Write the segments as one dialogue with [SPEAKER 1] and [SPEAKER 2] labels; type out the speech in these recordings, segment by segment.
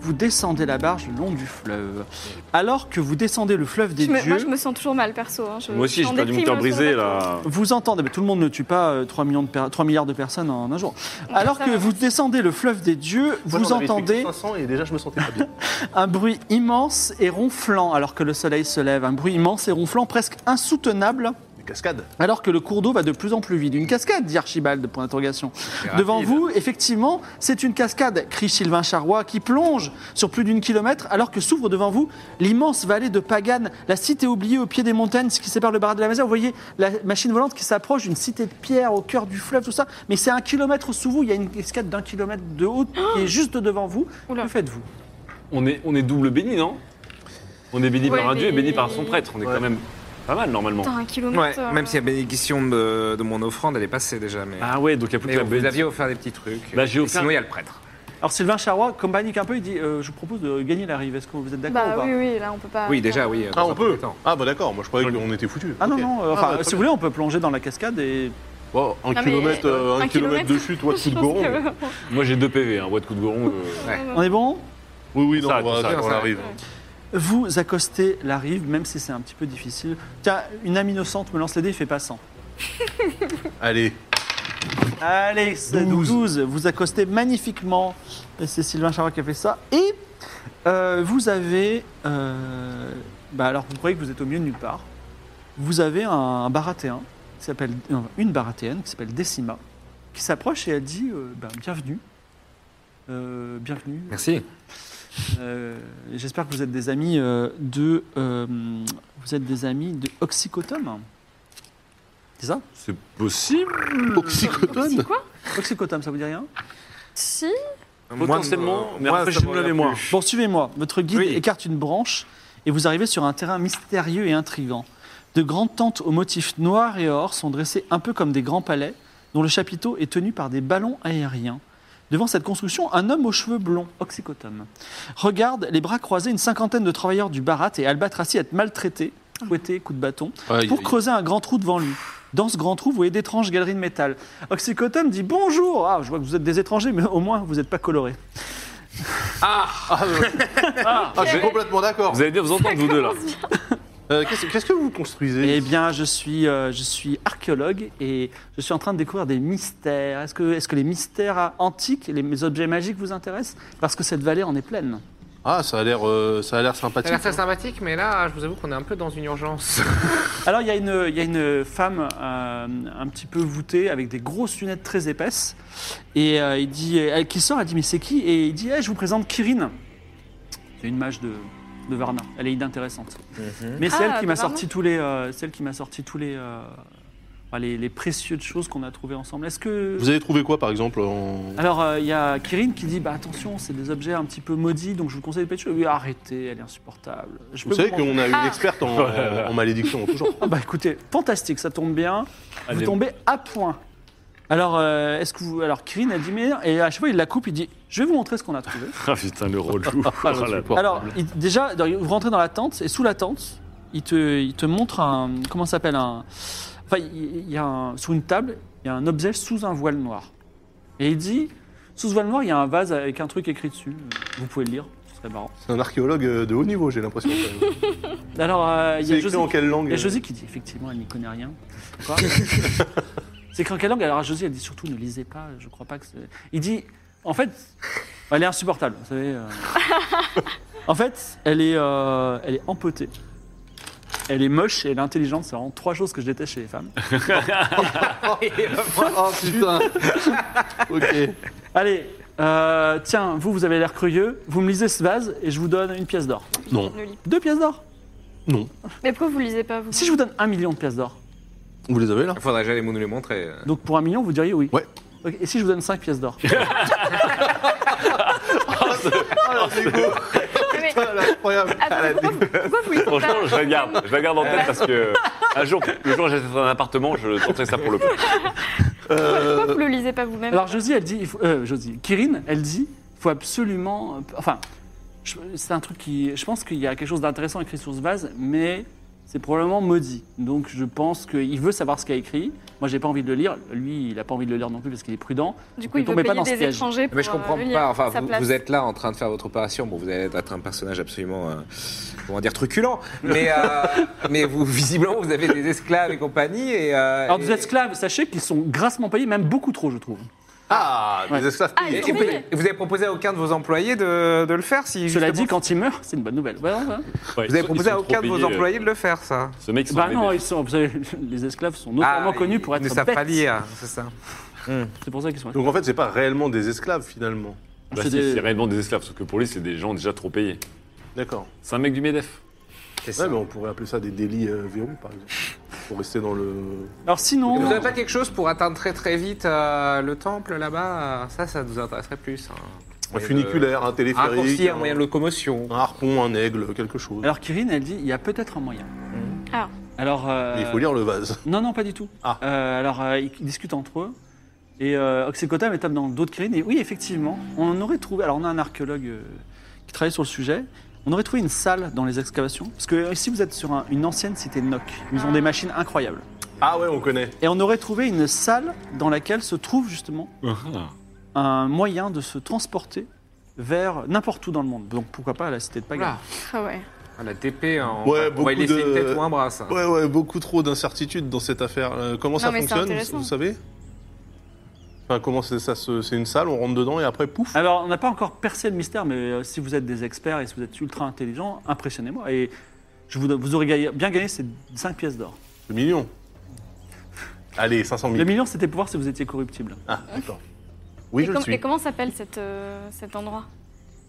[SPEAKER 1] Vous descendez la barge le long du fleuve. Alors que vous descendez le fleuve des
[SPEAKER 2] Je me-
[SPEAKER 1] dieux,
[SPEAKER 2] moi, je me sens toujours mal perso. hein. Je-
[SPEAKER 3] Moi aussi,
[SPEAKER 2] je
[SPEAKER 3] j'ai
[SPEAKER 2] suis en
[SPEAKER 3] perdu mon
[SPEAKER 2] déprime,
[SPEAKER 3] cœur
[SPEAKER 2] hein,
[SPEAKER 3] brisé
[SPEAKER 2] sur le bateau.
[SPEAKER 3] là.
[SPEAKER 1] vous entendez, mais tout le monde ne tue pas euh, 3, millions de per- 3 milliards de personnes en un jour. Alors
[SPEAKER 2] ça
[SPEAKER 1] que
[SPEAKER 2] va.
[SPEAKER 1] vous descendez le fleuve des dieux,
[SPEAKER 4] Moi,
[SPEAKER 1] vous
[SPEAKER 4] j'en avais fait
[SPEAKER 1] entendez
[SPEAKER 4] 500 et déjà je me sentais pas bien.
[SPEAKER 1] un bruit immense et ronflant alors que le soleil se lève. Un bruit immense et ronflant, presque insoutenable.
[SPEAKER 4] Des cascades.
[SPEAKER 1] Alors que le cours d'eau va de plus en plus vite. Une cascade, dit Archibald, point d'interrogation. Devant vous, effectivement, c'est une cascade, crie Sylvain Charrois, qui plonge sur plus d'une kilomètre, alors que s'ouvre devant vous l'immense vallée de Pagane. La cité oubliée au pied des montagnes, ce qui sépare le barrage de la Mazère. Vous voyez la machine volante qui s'approche d'une cité de pierre au cœur du fleuve, tout ça. Mais c'est un kilomètre sous vous, il y a une cascade d'un kilomètre de haut qui est juste devant vous.
[SPEAKER 2] Oula.
[SPEAKER 1] Que faites-vous
[SPEAKER 3] On est, on est double béni, non On est béni
[SPEAKER 2] Ouais,
[SPEAKER 3] par un dieu et
[SPEAKER 2] mais-
[SPEAKER 3] béni par son prêtre. On est
[SPEAKER 4] Ouais.
[SPEAKER 3] quand même pas mal normalement.
[SPEAKER 2] Putain, un
[SPEAKER 5] Ouais,
[SPEAKER 2] kilomètre. euh,
[SPEAKER 5] même si la bénédiction de, de mon offrande, elle est passée déjà, mais.
[SPEAKER 3] Ah ouais, donc il n'y a plus
[SPEAKER 5] mais
[SPEAKER 3] que la
[SPEAKER 5] vous
[SPEAKER 3] béni.
[SPEAKER 5] aviez offert des petits trucs.
[SPEAKER 3] Bah, j'ai
[SPEAKER 5] Et
[SPEAKER 3] offert-
[SPEAKER 5] Sinon, il y a le prêtre.
[SPEAKER 1] Alors Sylvain Charrois, comme panique un peu, il dit euh, Je vous propose de gagner la rive. Est-ce que vous êtes d'accord
[SPEAKER 2] Bah
[SPEAKER 1] ou pas
[SPEAKER 2] oui, oui, là on peut pas.
[SPEAKER 5] Oui, déjà, oui.
[SPEAKER 4] Ah,
[SPEAKER 5] dans un
[SPEAKER 4] on peut
[SPEAKER 5] premier temps.
[SPEAKER 4] Ah, bah d'accord, moi je croyais qu'on était foutus.
[SPEAKER 1] Ah non,
[SPEAKER 4] Ok.
[SPEAKER 1] non, euh, enfin,
[SPEAKER 4] bah,
[SPEAKER 1] si
[SPEAKER 4] très
[SPEAKER 1] vous
[SPEAKER 4] bien.
[SPEAKER 1] voulez, on peut plonger dans la cascade et
[SPEAKER 4] Bon, un,
[SPEAKER 2] Ah, mais-
[SPEAKER 4] kilomètre, euh, un,
[SPEAKER 2] un
[SPEAKER 4] kilomètre, de chute, toi, de
[SPEAKER 2] Je
[SPEAKER 4] coup de
[SPEAKER 2] pense
[SPEAKER 4] goron.
[SPEAKER 2] que-
[SPEAKER 3] Moi j'ai deux PV, un hein, de coup de goron. euh,
[SPEAKER 5] Ouais.
[SPEAKER 1] On est bon
[SPEAKER 4] Oui, oui, non,
[SPEAKER 3] Ça,
[SPEAKER 4] on, va-
[SPEAKER 3] ça,
[SPEAKER 4] on
[SPEAKER 5] ça.
[SPEAKER 4] arrive.
[SPEAKER 1] Vous accostez la rive, même si c'est un petit peu difficile. Tiens, une âme innocente me lance les dés, il fait pas 100.
[SPEAKER 4] Allez,
[SPEAKER 1] Allez, c'est 12.
[SPEAKER 4] Douze.
[SPEAKER 1] Vous accostez magnifiquement. Et C'est Sylvain Charrois qui a fait ça. Et euh, vous avez... euh, bah alors, vous croyez que vous êtes au milieu de nulle part. Vous avez un, un baratéen, qui s'appelle, non, une baratéenne qui s'appelle Décima, qui s'approche et elle dit euh, ben, Bienvenue. Euh, bienvenue.
[SPEAKER 5] Merci.
[SPEAKER 1] Euh, J'espère que vous êtes des amis euh, de. euh, vous êtes des amis de Oxycotome. C'est ça
[SPEAKER 3] C'est possible
[SPEAKER 4] oxycotone
[SPEAKER 2] C'est quoi
[SPEAKER 1] Oxycotome, ça vous dit rien
[SPEAKER 2] Si
[SPEAKER 3] Potentiellement,
[SPEAKER 5] Moi, euh,
[SPEAKER 3] mais
[SPEAKER 5] moi,
[SPEAKER 3] après
[SPEAKER 5] ça
[SPEAKER 3] j'ai
[SPEAKER 5] me
[SPEAKER 3] de la
[SPEAKER 5] regarde
[SPEAKER 3] mémoire.
[SPEAKER 5] plus.
[SPEAKER 1] Bon, suivez-moi. Votre guide
[SPEAKER 5] Oui.
[SPEAKER 1] écarte une branche et vous arrivez sur un terrain mystérieux et intrigant. De grandes tentes aux motifs noirs et or sont dressées un peu comme des grands palais, dont le chapiteau est tenu par des ballons aériens. Devant cette construction, un homme aux cheveux blonds, oxycotome, regarde les bras croisés une cinquantaine de travailleurs du barat et Albatraci être maltraités, fouettés, coups de bâton,
[SPEAKER 4] Aïe,
[SPEAKER 1] pour
[SPEAKER 4] aïe.
[SPEAKER 1] creuser un grand trou devant lui. Dans ce grand trou, vous voyez d'étranges galeries de métal. Oxycotome dit bonjour. Ah, je vois que vous êtes des étrangers, mais au moins vous n'êtes pas colorés.
[SPEAKER 4] Ah, je suis complètement d'accord.
[SPEAKER 3] Vous allez bien vous entendre vous deux là.
[SPEAKER 4] Euh, Qu'est-ce qu'est-ce que vous construisez
[SPEAKER 1] Eh bien, je suis, euh, je suis archéologue et je suis en train de découvrir des mystères. Est-ce que, est que les mystères antiques, les, les objets magiques vous intéressent Parce que cette vallée en est pleine.
[SPEAKER 4] Ah, ça a l'air euh, ça a l'air
[SPEAKER 5] Ça a
[SPEAKER 4] sympathique.
[SPEAKER 5] l'air très sympathique, mais là, je vous avoue qu'on est un peu dans une urgence.
[SPEAKER 1] Alors, il y a une, il y a une femme euh, un petit peu voûtée avec des grosses lunettes très épaisses. Et euh, il dit, elle qui sort, elle dit Mais c'est qui Et il dit Eh, Je vous présente Kirin. C'est une mage de, de Varna. Elle est inintéressante. Mais c'est
[SPEAKER 2] Ah,
[SPEAKER 1] elle qui
[SPEAKER 2] de
[SPEAKER 1] m'a
[SPEAKER 2] Varna.
[SPEAKER 1] sorti tous les, euh, c'est elle qui m'a sorti tous les, euh, enfin, les, les précieuses choses qu'on a trouvées ensemble. Est-ce que
[SPEAKER 4] Vous avez trouvé quoi, par exemple en...
[SPEAKER 1] Alors, euh, il y a Kirin qui dit bah, Attention, c'est des objets un petit peu maudits, donc je vous conseille de pas être chaud. Oui, arrêtez, elle est insupportable. Je
[SPEAKER 4] Vous savez
[SPEAKER 1] vous rendre-
[SPEAKER 4] qu'on a une
[SPEAKER 2] Ah.
[SPEAKER 4] experte en,
[SPEAKER 3] Ouais.
[SPEAKER 4] en malédiction, en tout genre.
[SPEAKER 1] Ah, bah écoutez, fantastique, ça tombe bien.
[SPEAKER 3] Allez.
[SPEAKER 1] Vous tombez à point. Alors, euh, est-ce que vous. Alors, Kirin a dit Mais. Et à chaque fois, il la coupe, il dit Je vais vous montrer ce qu'on a trouvé.
[SPEAKER 3] Ah putain le relou. Ah, là, là.
[SPEAKER 1] Alors, il- déjà, dans- vous rentrez dans la tente, et sous la tente, il te, il te montre un. Comment ça s'appelle un, Enfin, il il y a un, sous une table, il y a un objet sous un voile noir. Et il dit Sous ce voile noir, il y a un vase avec un truc écrit dessus. Vous pouvez le lire, ce serait marrant.
[SPEAKER 4] C'est un archéologue euh, de haut niveau, j'ai l'impression. quand même.
[SPEAKER 1] Alors, euh, il y
[SPEAKER 4] C'est
[SPEAKER 1] a
[SPEAKER 4] écrit
[SPEAKER 1] José,
[SPEAKER 4] en quelle langue
[SPEAKER 1] il y a
[SPEAKER 4] euh
[SPEAKER 1] José qui dit Effectivement, elle n'y connaît rien. Quoi C'est écrit en quelle langue Alors, José, elle dit Surtout, ne lisez pas, je crois pas que c'est. Il dit En fait, elle est insupportable, vous savez. euh. en fait, elle est, euh, elle est empotée. Elle est moche et elle est intelligente, c'est vraiment trois choses que je déteste chez les femmes.
[SPEAKER 4] Oh putain Ok.
[SPEAKER 1] Allez, Euh, tiens, vous, vous avez l'air curieux. Vous me lisez ce vase et je vous donne une pièce d'or.
[SPEAKER 4] Non,
[SPEAKER 2] Le lit.
[SPEAKER 1] Deux pièces d'or
[SPEAKER 2] Mais pourquoi vous lisez pas, vous
[SPEAKER 1] Si je vous donne un million de pièces d'or,
[SPEAKER 4] vous les avez là
[SPEAKER 5] Il faudrait déjà les- nous les montrer. euh.
[SPEAKER 1] donc pour un million, vous diriez oui.
[SPEAKER 4] Ouais.
[SPEAKER 1] Ok, et si je vous donne cinq pièces d'or Ah,
[SPEAKER 2] Mais-
[SPEAKER 4] Incroyable.
[SPEAKER 2] Attendez, pourquoi, vous- pourquoi vous lisez pas
[SPEAKER 3] Franchement, je la garde, je la garde en tête parce que un jour, le jour où j'achèterai un appartement, je tenterai ça pour le coup.
[SPEAKER 2] Pourquoi vous le lisez pas vous-même
[SPEAKER 1] Alors Josie, elle dit, il faut- euh, Josie, Kirin, elle dit, faut absolument, enfin, je- c'est un truc qui, je pense qu'il y a quelque chose d'intéressant écrit sur ce vase, mais c'est probablement maudit. Donc je pense qu'il veut savoir ce qu'il a écrit. Moi, j'ai pas envie de le lire. Lui, il a pas envie de le lire non plus parce qu'il est prudent.
[SPEAKER 2] Du coup, il veut
[SPEAKER 1] tombez pas
[SPEAKER 2] payer
[SPEAKER 1] dans ce
[SPEAKER 2] des
[SPEAKER 1] piège.
[SPEAKER 2] étrangers pour
[SPEAKER 5] Mais je
[SPEAKER 2] euh,
[SPEAKER 5] comprends
[SPEAKER 2] le lire
[SPEAKER 5] pas. Enfin,
[SPEAKER 2] à sa
[SPEAKER 5] vous,
[SPEAKER 2] place.
[SPEAKER 5] vous êtes là en train de faire votre opération. Bon, vous allez être un personnage absolument, euh, comment dire, truculent. Mais, euh, mais vous, visiblement, vous avez des esclaves et compagnie. Et, euh,
[SPEAKER 1] Alors
[SPEAKER 5] et-
[SPEAKER 1] des esclaves, sachez qu'ils sont grassement payés, même beaucoup trop, je trouve.
[SPEAKER 4] Ah,
[SPEAKER 1] Ouais.
[SPEAKER 4] les esclaves.
[SPEAKER 2] Ah,
[SPEAKER 5] et-
[SPEAKER 2] ils
[SPEAKER 5] et
[SPEAKER 2] sont
[SPEAKER 5] vous,
[SPEAKER 2] payés.
[SPEAKER 5] et vous avez proposé à aucun de vos employés de, de le faire si
[SPEAKER 1] Cela
[SPEAKER 5] justement,
[SPEAKER 1] dit, quand ils meurent, c'est une bonne nouvelle. Ouais, ouais, ouais.
[SPEAKER 3] Ouais,
[SPEAKER 5] Vous avez
[SPEAKER 3] ils
[SPEAKER 5] proposé
[SPEAKER 3] sont
[SPEAKER 5] à aucun
[SPEAKER 3] trop
[SPEAKER 5] de vos
[SPEAKER 3] payés, euh,
[SPEAKER 5] employés de le faire, ça
[SPEAKER 3] Ce mec, c'est
[SPEAKER 1] Bah
[SPEAKER 3] un
[SPEAKER 1] non,
[SPEAKER 3] bébé.
[SPEAKER 1] ils sont, vous savez, les esclaves sont notamment connus pour
[SPEAKER 5] Ah, ils
[SPEAKER 1] être
[SPEAKER 5] ne savent
[SPEAKER 1] bêtes.
[SPEAKER 5] pas lire, c'est ça.
[SPEAKER 1] C'est pour ça qu'ils sont.
[SPEAKER 4] Donc en fait, c'est pas réellement des esclaves finalement.
[SPEAKER 3] Bah
[SPEAKER 1] C'est
[SPEAKER 3] si,
[SPEAKER 1] des-
[SPEAKER 3] c'est réellement des esclaves, sauf que pour lui, c'est des gens déjà trop payés.
[SPEAKER 4] D'accord.
[SPEAKER 3] C'est un mec du MEDEF.
[SPEAKER 5] C'est ça.
[SPEAKER 4] Ouais, mais on pourrait appeler ça des délits euh, verrous, par exemple. Pour rester dans le.
[SPEAKER 1] Alors
[SPEAKER 5] Et
[SPEAKER 1] sinon,
[SPEAKER 5] Vous n'avez pas quelque chose pour atteindre très très vite euh, le temple là-bas Ça, ça nous intéresserait plus. hein.
[SPEAKER 4] Un
[SPEAKER 5] Et, euh,
[SPEAKER 4] funiculaire, un
[SPEAKER 5] Un
[SPEAKER 4] téléphérique.
[SPEAKER 5] raccourci, un moyen de locomotion.
[SPEAKER 4] un harpon, un aigle, quelque chose.
[SPEAKER 1] alors Kirin, elle dit, il y a peut-être un moyen.
[SPEAKER 2] Ah.
[SPEAKER 1] Alors. euh,
[SPEAKER 4] Mais Il faut lire le vase.
[SPEAKER 1] Non, non, pas du tout.
[SPEAKER 4] Ah.
[SPEAKER 1] Euh, alors, euh, ils ils discutent entre eux. Et euh, Oxycotam est tape dans le dos de Kirin. Et oui, effectivement, on aurait trouvé. Alors, on a un archéologue euh, qui travaille sur le sujet. On aurait trouvé une salle dans les excavations. Parce que euh, ici, vous êtes sur un- une ancienne cité de Nock. Ils ont des machines incroyables.
[SPEAKER 4] Ah ouais, on connaît.
[SPEAKER 1] Et on aurait trouvé une salle dans laquelle se trouve justement
[SPEAKER 4] Ah.
[SPEAKER 1] un moyen de se transporter vers n'importe où dans le monde. Donc, pourquoi pas à la cité de Paga.
[SPEAKER 5] Oula.
[SPEAKER 2] Ah ouais.
[SPEAKER 5] Ah, la TP, on,
[SPEAKER 4] Ouais,
[SPEAKER 5] on va y
[SPEAKER 4] beaucoup
[SPEAKER 5] laisser une
[SPEAKER 4] de-
[SPEAKER 5] tête ou un bras, ça.
[SPEAKER 4] Ouais, ouais, beaucoup trop d'incertitudes dans cette affaire. Euh, comment ça
[SPEAKER 2] mais c'est
[SPEAKER 4] fonctionne, vous,
[SPEAKER 2] intéressant.
[SPEAKER 4] vous savez Enfin, comment c'est ça se- C'est une salle, on rentre dedans et après, pouf
[SPEAKER 1] Alors, on n'a pas encore percé le mystère, mais euh, si vous êtes des experts et si vous êtes ultra intelligents, impressionnez-moi. Et je vous, vous aurez gagné- bien gagné ces 5 pièces d'or.
[SPEAKER 4] Le million. Allez, 500
[SPEAKER 1] Le
[SPEAKER 4] 000.
[SPEAKER 1] million, c'était pour voir si vous étiez corruptible.
[SPEAKER 4] Ah, d'accord. Oui,
[SPEAKER 2] et,
[SPEAKER 4] je
[SPEAKER 2] com- et
[SPEAKER 4] le suis.
[SPEAKER 2] comment s'appelle cette, euh, cet endroit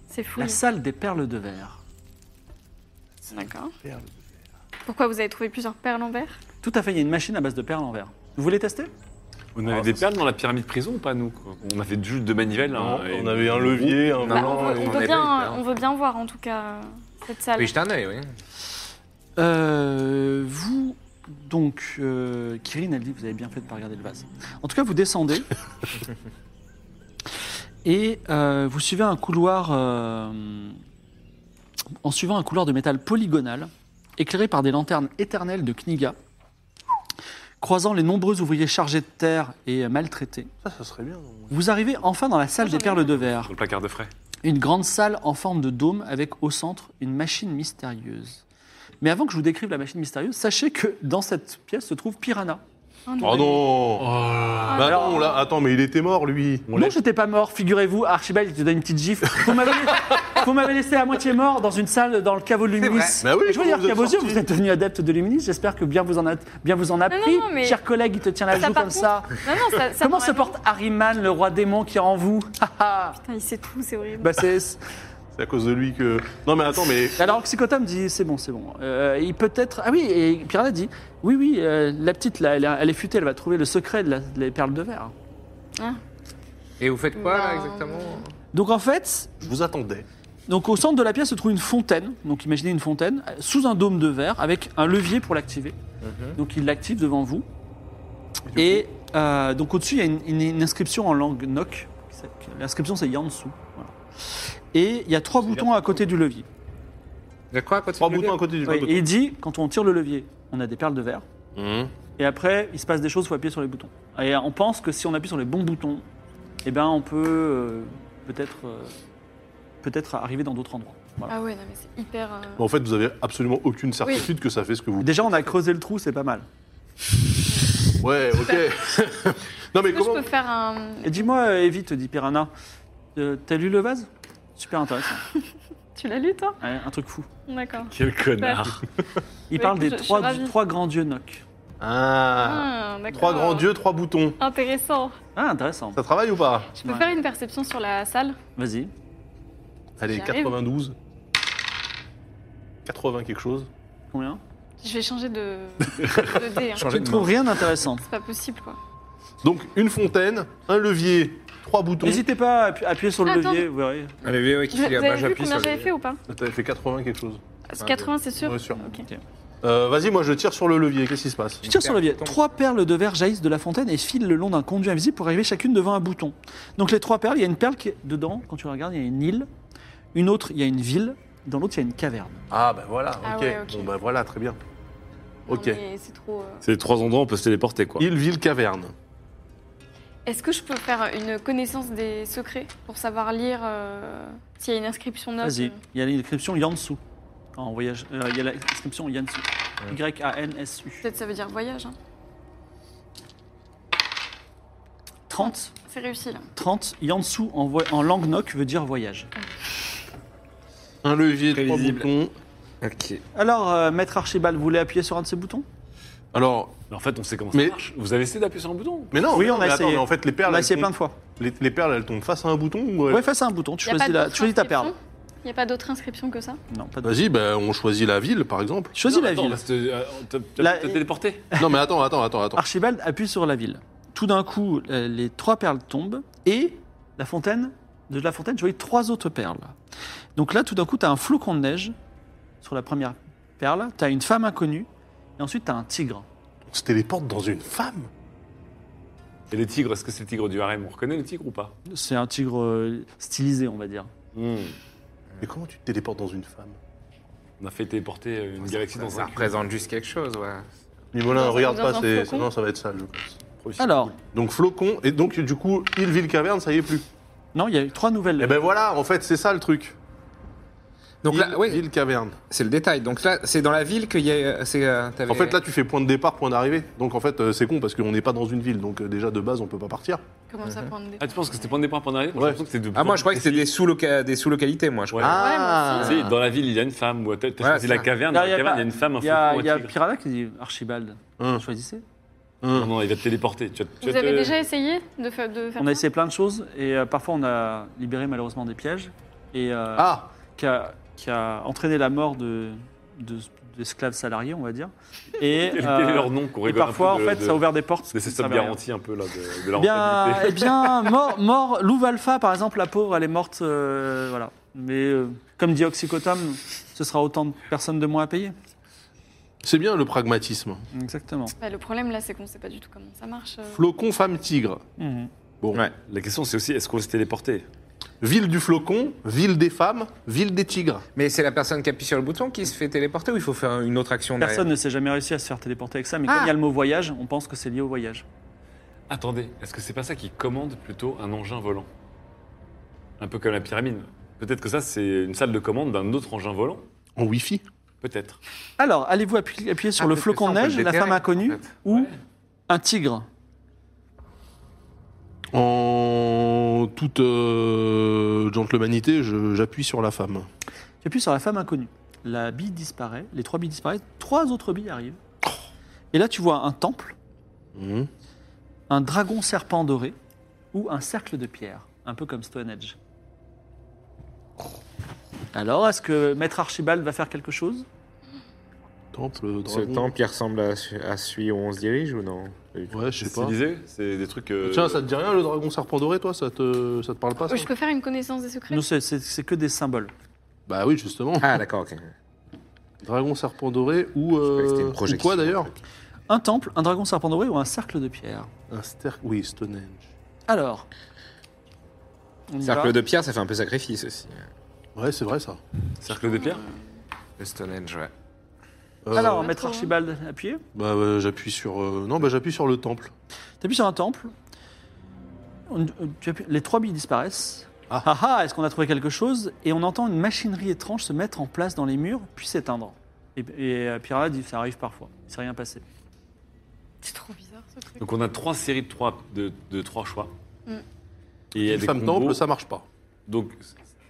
[SPEAKER 2] C'est fou.
[SPEAKER 1] La salle des perles de verre.
[SPEAKER 2] D'accord. Pourquoi vous avez trouvé plusieurs perles en verre
[SPEAKER 1] Tout à fait, il y a une machine à base de perles en verre. Vous voulez tester
[SPEAKER 3] On avait
[SPEAKER 4] Ah,
[SPEAKER 3] des
[SPEAKER 4] ça,
[SPEAKER 3] perles dans la pyramide prison ou pas, nous quoi On avait juste de manivelles.
[SPEAKER 4] Non,
[SPEAKER 3] hein, et-
[SPEAKER 4] on avait un levier, un
[SPEAKER 2] Bah,
[SPEAKER 4] volant.
[SPEAKER 2] on, veut,
[SPEAKER 4] et-
[SPEAKER 2] on
[SPEAKER 5] on
[SPEAKER 2] veut
[SPEAKER 5] est
[SPEAKER 2] bien,
[SPEAKER 5] pas hyper.
[SPEAKER 2] on veut bien voir en tout cas euh, cette salle.
[SPEAKER 5] Oui, jetez un œil, oui.
[SPEAKER 1] euh, Vous, donc, euh, Kirin, elle dit vous avez bien fait de pas regarder le vase. En tout cas, vous descendez. et euh, vous suivez un couloir. euh, en suivant un couloir de métal polygonal, éclairé par des lanternes éternelles de Kniga, croisant les nombreux ouvriers chargés de terre et euh, maltraités.
[SPEAKER 4] Ça, ça serait bien. non
[SPEAKER 1] Vous arrivez enfin dans la salle des perles de verre.
[SPEAKER 3] Dans le placard de frais.
[SPEAKER 1] Une grande salle en forme de dôme avec au centre une machine mystérieuse. Mais avant que je vous décrive la machine mystérieuse, sachez que dans cette pièce se trouve Piranha.
[SPEAKER 2] Oh non.
[SPEAKER 4] Oh non
[SPEAKER 2] Ah
[SPEAKER 4] Bah
[SPEAKER 2] non.
[SPEAKER 4] non, là, attends, mais il était mort, lui.
[SPEAKER 1] non, j'étais pas mort, figurez-vous. Archibald, il te donne une petite gifle. Vous m'avez vous m'avez laissé à moitié mort dans une salle dans le caveau de Luminis.
[SPEAKER 5] vrai.
[SPEAKER 4] Bah oui,
[SPEAKER 1] je veux dire
[SPEAKER 4] comment vous
[SPEAKER 1] qu'à
[SPEAKER 4] êtes
[SPEAKER 1] vos yeux,
[SPEAKER 4] sortis
[SPEAKER 1] vous êtes devenu adepte de Luminis. J'espère que bien vous en a, bien vous en a
[SPEAKER 2] Non,
[SPEAKER 1] pris.
[SPEAKER 2] non, non, mais-
[SPEAKER 1] Cher collègue, il te tient la
[SPEAKER 2] Ça,
[SPEAKER 1] joue
[SPEAKER 2] par
[SPEAKER 1] comme
[SPEAKER 2] contre,
[SPEAKER 1] ça.
[SPEAKER 2] Non, non, ça, ça
[SPEAKER 1] Comment se
[SPEAKER 2] pourrait-
[SPEAKER 1] porte Harryman, le roi démon qui est en vous Ha, ha.
[SPEAKER 2] Putain, il sait tout, c'est horrible.
[SPEAKER 1] Bah, c'est-
[SPEAKER 4] C'est à cause de lui que. Non, mais attends, mais.
[SPEAKER 1] Alors Oxycotam dit c'est bon, c'est bon. Euh, il peut être. Ah oui, et Piranha dit oui, oui, euh, la petite là, elle, elle est futée, elle va trouver le secret de la- des perles de verre.
[SPEAKER 5] Et vous faites quoi, là,
[SPEAKER 2] Non.
[SPEAKER 5] exactement
[SPEAKER 1] Donc en fait,
[SPEAKER 4] Je vous attendais.
[SPEAKER 1] donc au centre de la pièce se trouve une fontaine. Donc imaginez une fontaine euh, sous un dôme de verre avec un levier pour l'activer.
[SPEAKER 4] Mhm.
[SPEAKER 1] Donc il l'active devant vous. Et euh, donc au-dessus, il y a une, une- une inscription en langue Nok. L'inscription c'est Yansu. Voilà. Et il y a trois boutons à côté du levier.
[SPEAKER 5] Il y a quoi à côté
[SPEAKER 4] Trois
[SPEAKER 5] du
[SPEAKER 4] boutons
[SPEAKER 5] levier
[SPEAKER 4] à côté du
[SPEAKER 1] Oui, et il dit quand on tire le levier, on a des perles de verre.
[SPEAKER 4] Hum.
[SPEAKER 1] Et après, il se passe des choses, il faut appuyer sur les boutons. Et on pense que si on appuie sur les bons boutons, eh ben, on peut euh, peut-être euh, peut-être arriver dans d'autres endroits. Voilà.
[SPEAKER 2] Ah ouais, non, mais c'est hyper. euh,
[SPEAKER 4] En fait, vous avez absolument aucune certitude que ça fait ce que vous.
[SPEAKER 1] Déjà, on a creusé le trou, c'est pas mal.
[SPEAKER 4] Ouais, ok. non,
[SPEAKER 2] Est-ce que
[SPEAKER 4] mais
[SPEAKER 2] je
[SPEAKER 4] comment.
[SPEAKER 2] peux faire un.
[SPEAKER 1] Et dis-moi, euh, Evie, te dit Piranha, euh, t'as lu le vase Super intéressant,
[SPEAKER 2] Tu l'as lu, toi
[SPEAKER 1] Ouais, un truc fou.
[SPEAKER 2] D'accord.
[SPEAKER 3] Quel connard
[SPEAKER 1] Il
[SPEAKER 2] Oui,
[SPEAKER 1] parle des
[SPEAKER 2] je- je suis
[SPEAKER 1] trois,
[SPEAKER 2] ravie.
[SPEAKER 1] trois grands dieux Nok.
[SPEAKER 4] Ah.
[SPEAKER 2] Ah, d'accord.
[SPEAKER 4] Trois grands dieux, trois boutons.
[SPEAKER 2] Intéressant.
[SPEAKER 1] Ah, intéressant.
[SPEAKER 4] Ça travaille ou pas
[SPEAKER 2] Je peux
[SPEAKER 1] Ouais.
[SPEAKER 2] faire une perception sur la salle
[SPEAKER 1] Vas-y.
[SPEAKER 4] Allez,
[SPEAKER 2] J'y arrive.
[SPEAKER 4] 92. 80 quelque chose.
[SPEAKER 1] Combien
[SPEAKER 2] Je vais changer de, de dé. hein.
[SPEAKER 1] Je ne trouve rien d'intéressant.
[SPEAKER 2] C'est pas possible quoi.
[SPEAKER 4] Donc une fontaine, un levier, trois boutons.
[SPEAKER 1] N'hésitez pas à appu- appuyer sur le
[SPEAKER 2] Attends.
[SPEAKER 1] levier, vous verrez.
[SPEAKER 5] Allez, viens, ouais, qui
[SPEAKER 2] Vous vous
[SPEAKER 5] fait la- bah,
[SPEAKER 2] avez vu
[SPEAKER 5] j'appuie
[SPEAKER 2] combien
[SPEAKER 5] sur
[SPEAKER 2] j'avais
[SPEAKER 5] le-
[SPEAKER 2] fait ou pas
[SPEAKER 4] Ah, T'avais fait 80 quelque chose.
[SPEAKER 2] C'est 80 c'est sûr
[SPEAKER 4] Ouais, sûr.
[SPEAKER 2] Ok.
[SPEAKER 1] Ok.
[SPEAKER 4] Euh, Vas-y, moi je tire sur le levier, qu'est-ce qui se passe
[SPEAKER 1] Tu tires sur le levier.
[SPEAKER 5] Tombe.
[SPEAKER 1] Trois perles de verre jaillissent de la fontaine et filent le long d'un conduit invisible pour arriver chacune devant un bouton. Donc les trois perles, il y a une perle qui est dedans, quand tu la regardes, il y a une île. Une autre, il y a une ville. Dans l'autre, il y a une caverne.
[SPEAKER 4] Ah ben voilà,
[SPEAKER 2] Ah
[SPEAKER 4] ok.
[SPEAKER 2] ouais, ok.
[SPEAKER 4] Bon ben voilà, très bien.
[SPEAKER 2] Non,
[SPEAKER 4] Ok.
[SPEAKER 2] mais C'est trop. euh.
[SPEAKER 3] C'est les trois endroits où on peut se téléporter, quoi.
[SPEAKER 4] Île, ville, caverne.
[SPEAKER 2] Est-ce que je peux faire une connaissance des secrets pour savoir lire euh, s'il y a une inscription note
[SPEAKER 1] Vas-y.
[SPEAKER 2] euh,
[SPEAKER 1] Il y a l'inscription Yansu. En voyage, euh, il y a l'inscription Yansu. Y-A-N-S-U.
[SPEAKER 2] Peut-être ça veut dire voyage. hein.
[SPEAKER 1] 30.
[SPEAKER 2] C'est réussi là.
[SPEAKER 1] 30. Yansu en, voie- en langue nok veut dire voyage.
[SPEAKER 4] Un levier, trois
[SPEAKER 5] Prévisible.
[SPEAKER 4] boutons.
[SPEAKER 5] Ok.
[SPEAKER 1] Alors, euh, Maître Archibald, vous voulez appuyer sur un de ces boutons
[SPEAKER 4] Alors,
[SPEAKER 3] Mais en fait, on sait comment
[SPEAKER 4] Mais-
[SPEAKER 3] ça marche. Vous avez essayé d'appuyer sur un bouton
[SPEAKER 4] mais non,
[SPEAKER 1] Oui,
[SPEAKER 4] mais non,
[SPEAKER 1] on a
[SPEAKER 4] mais attends,
[SPEAKER 1] essayé.
[SPEAKER 4] mais en fait, les
[SPEAKER 1] On
[SPEAKER 4] perles,
[SPEAKER 1] l'a
[SPEAKER 4] elles
[SPEAKER 1] essayé
[SPEAKER 4] tombent-
[SPEAKER 1] plein de fois.
[SPEAKER 4] les, les perles, elles tombent face à un bouton ou
[SPEAKER 1] Ouais,
[SPEAKER 4] elles-
[SPEAKER 1] face à un bouton, tu
[SPEAKER 2] Y a pas
[SPEAKER 1] choisis, la,
[SPEAKER 2] d'autres
[SPEAKER 1] tu choisis ta perle.
[SPEAKER 2] inscriptions Il n'y a pas d'autre inscription que ça
[SPEAKER 1] Non, pas de...
[SPEAKER 4] Vas-y, ben, on choisit la ville, par exemple.
[SPEAKER 1] Tu Choisis
[SPEAKER 3] Non,
[SPEAKER 1] la
[SPEAKER 3] attends,
[SPEAKER 1] ville.
[SPEAKER 3] parce que, euh, t'as-
[SPEAKER 1] La-
[SPEAKER 3] T'as t'as téléporté
[SPEAKER 4] non, mais attends, attends, attends, attends.
[SPEAKER 1] Archibald appuie sur la ville. Tout d'un coup, euh, les trois perles tombent et la fontaine, de la fontaine, je voyais trois autres perles. Donc là, tout d'un coup, tu as un flocon de neige sur la première perle, tu as une femme inconnue et ensuite tu as un tigre.
[SPEAKER 4] On se téléporte dans une femme
[SPEAKER 3] Et les tigres, est-ce que c'est le tigre du harem On reconnaît le tigre ou pas
[SPEAKER 1] C'est un tigre euh, stylisé, on va dire.
[SPEAKER 4] Mais comment tu te téléportes dans une femme
[SPEAKER 3] On a fait téléporter euh, une galaxie dans
[SPEAKER 5] Ça
[SPEAKER 3] un
[SPEAKER 5] représente juste quelque chose, ouais.
[SPEAKER 4] Limolin,
[SPEAKER 2] Dans un-
[SPEAKER 4] regarde
[SPEAKER 2] dans
[SPEAKER 4] pas,
[SPEAKER 2] un
[SPEAKER 4] c'est-
[SPEAKER 2] flocon
[SPEAKER 4] non, ça va être sale, je pense.
[SPEAKER 1] Alors,
[SPEAKER 4] Donc flocon, et donc du coup, île, ville, caverne, ça y est plus.
[SPEAKER 1] non, il y a eu trois nouvelles.
[SPEAKER 4] Et ben voilà, en fait, c'est ça le truc.
[SPEAKER 5] Donc
[SPEAKER 4] île,
[SPEAKER 5] là, oui,
[SPEAKER 4] ville, caverne.
[SPEAKER 5] c'est le détail. Donc là, c'est dans la ville qu'il y a. euh, c'est, euh, t'avais-
[SPEAKER 4] En fait, là, tu fais point de départ, point d'arrivée. Donc en fait, euh, c'est con parce qu'on n'est pas dans une ville, donc euh, déjà de base, on peut pas partir.
[SPEAKER 2] Comment ça prendre des.
[SPEAKER 3] Ah, tu penses que c'était point de départ, point d'arrivée Moi,
[SPEAKER 4] Ouais.
[SPEAKER 3] je pense que c'est de-
[SPEAKER 5] Ah, moi, je croyais que c'était des, sous-loca- des sous-localités, moi, je crois.
[SPEAKER 3] Ouais. Tu sais, dans la ville, il y a une femme. Ou t'as t'as
[SPEAKER 5] Ouais,
[SPEAKER 3] choisi
[SPEAKER 5] c'est
[SPEAKER 3] la
[SPEAKER 5] ça.
[SPEAKER 3] caverne.
[SPEAKER 1] Non,
[SPEAKER 3] Dans la
[SPEAKER 1] y a pas-
[SPEAKER 3] caverne, il y a une femme, un
[SPEAKER 1] Il y a,
[SPEAKER 3] faucon,
[SPEAKER 1] il y a
[SPEAKER 3] un tigre.
[SPEAKER 1] Pirala qui dit Archibald,
[SPEAKER 4] Hein,
[SPEAKER 1] choisissez.
[SPEAKER 3] Non, non, il va te téléporter. Tu vas- tu
[SPEAKER 2] Vous
[SPEAKER 3] vas
[SPEAKER 2] avez
[SPEAKER 3] te-
[SPEAKER 2] déjà essayé de, fa- de faire
[SPEAKER 1] On a
[SPEAKER 2] ça
[SPEAKER 1] essayé plein de choses et euh, parfois on a libéré malheureusement des pièges et euh,
[SPEAKER 4] Ah
[SPEAKER 1] qui, a, qui a entraîné la mort de de- d'esclaves salariés, on va dire. Et,
[SPEAKER 3] Quel
[SPEAKER 1] euh,
[SPEAKER 3] est leur nom qu'on
[SPEAKER 1] et
[SPEAKER 3] rigole un
[SPEAKER 1] parfois, en
[SPEAKER 3] peu de-
[SPEAKER 1] fait,
[SPEAKER 3] de-
[SPEAKER 1] ça a ouvert des portes.
[SPEAKER 3] de ces
[SPEAKER 1] ça
[SPEAKER 3] sommes
[SPEAKER 1] servait à rien.
[SPEAKER 3] garanties un peu là, de, de la
[SPEAKER 1] Eh Bien, eh
[SPEAKER 3] rentabilité.
[SPEAKER 1] bien, mort, mort, Louve Alpha, par exemple, la pauvre, elle est morte, euh, voilà. Mais euh, comme dit Oxycotam, ce sera autant de personnes de moins à payer.
[SPEAKER 4] C'est bien le pragmatisme.
[SPEAKER 1] Exactement.
[SPEAKER 2] Bah, Le problème là, c'est qu'on ne sait pas du tout comment ça marche. euh.
[SPEAKER 4] Flocon, femme, tigre.
[SPEAKER 1] Mhm.
[SPEAKER 3] Bon,
[SPEAKER 5] Ouais.
[SPEAKER 3] la question c'est aussi est-ce qu'on va se téléporter
[SPEAKER 4] Ville du flocon, ville des femmes, ville des tigres.
[SPEAKER 5] Mais c'est la personne qui appuie sur le bouton qui se fait téléporter ou il faut faire une autre action derrière
[SPEAKER 1] Personne ne s'est jamais réussi à se faire téléporter avec ça, mais
[SPEAKER 5] Ah.
[SPEAKER 1] comme il y a le mot voyage, on pense que c'est lié au voyage.
[SPEAKER 3] Attendez, est-ce que c'est pas ça qui commande plutôt un engin volant Un peu comme la pyramide. Peut-être que ça c'est une salle de commande d'un autre engin volant
[SPEAKER 4] En wifi.
[SPEAKER 3] Peut-être.
[SPEAKER 1] Alors, allez-vous appuyer, appuyer sur
[SPEAKER 5] Ah,
[SPEAKER 1] le
[SPEAKER 5] peut-être
[SPEAKER 1] flocon
[SPEAKER 5] que
[SPEAKER 1] de
[SPEAKER 5] ça, on peut
[SPEAKER 1] neige,
[SPEAKER 5] le
[SPEAKER 1] la
[SPEAKER 5] déterrer,
[SPEAKER 1] femme inconnue
[SPEAKER 5] en fait.
[SPEAKER 1] ou un tigre
[SPEAKER 4] En toute euh, gentlemanité, je- j'appuie sur la femme.
[SPEAKER 1] Tu appuies sur la femme inconnue. La bille disparaît, les trois billes disparaissent, trois autres billes arrivent. Et là, tu vois un temple,
[SPEAKER 4] Mhm.
[SPEAKER 1] un dragon serpent doré ou un cercle de pierre, un peu comme Stonehenge. Alors, est-ce que Maître Archibald va faire quelque chose
[SPEAKER 4] Temple,
[SPEAKER 5] Ce
[SPEAKER 4] dragon.
[SPEAKER 5] temple, il ressemble à, ce- à celui où on se dirige ou non
[SPEAKER 4] Ouais, je sais pas.
[SPEAKER 3] Stylisé C'est des trucs. euh,
[SPEAKER 4] Tiens, ça te dit rien le dragon serpent doré, toi Ça te, ça te parle pas ça
[SPEAKER 2] Oh, Je peux faire une connaissance des secrets
[SPEAKER 1] Non, c'est- c'est c'est que des symboles.
[SPEAKER 4] Bah oui, justement.
[SPEAKER 5] Ah, d'accord, ok.
[SPEAKER 4] Dragon serpent doré ou,
[SPEAKER 5] Je croyais que c'était une
[SPEAKER 4] euh, ou
[SPEAKER 5] projection,
[SPEAKER 4] quoi d'ailleurs
[SPEAKER 5] en fait.
[SPEAKER 1] Un temple, un dragon serpent doré ou un cercle de pierre
[SPEAKER 4] Un ster... Oui, Stonehenge.
[SPEAKER 1] Alors, on y va.
[SPEAKER 5] Cercle de pierre, ça fait un peu sacrifice aussi.
[SPEAKER 4] Ouais, c'est vrai ça.
[SPEAKER 3] Cercle de pierre
[SPEAKER 5] Le Stonehenge, ouais.
[SPEAKER 4] Euh,
[SPEAKER 1] Alors,
[SPEAKER 2] Pas
[SPEAKER 1] Maître
[SPEAKER 2] trop, hein.
[SPEAKER 1] Archibald, appuyez.
[SPEAKER 4] Bah euh, j'appuie sur. euh, Non, bah j'appuie sur le temple.
[SPEAKER 1] T'appuies sur un temple. On- euh, tu appuies- les trois billes disparaissent.
[SPEAKER 4] Ah.
[SPEAKER 1] Ah ah, est-ce qu'on a trouvé quelque chose Et on entend une machinerie étrange se mettre en place dans les murs, puis s'éteindre. Et, et euh, Pirala dit ça arrive parfois, il s'est rien passé.
[SPEAKER 2] C'est trop bizarre ce truc.
[SPEAKER 3] Donc on a trois séries de trois, de, de trois choix.
[SPEAKER 2] Mm.
[SPEAKER 3] Et il y a
[SPEAKER 4] Ville
[SPEAKER 3] des
[SPEAKER 4] femme
[SPEAKER 3] combos.
[SPEAKER 4] temple, ça marche pas.
[SPEAKER 3] Donc,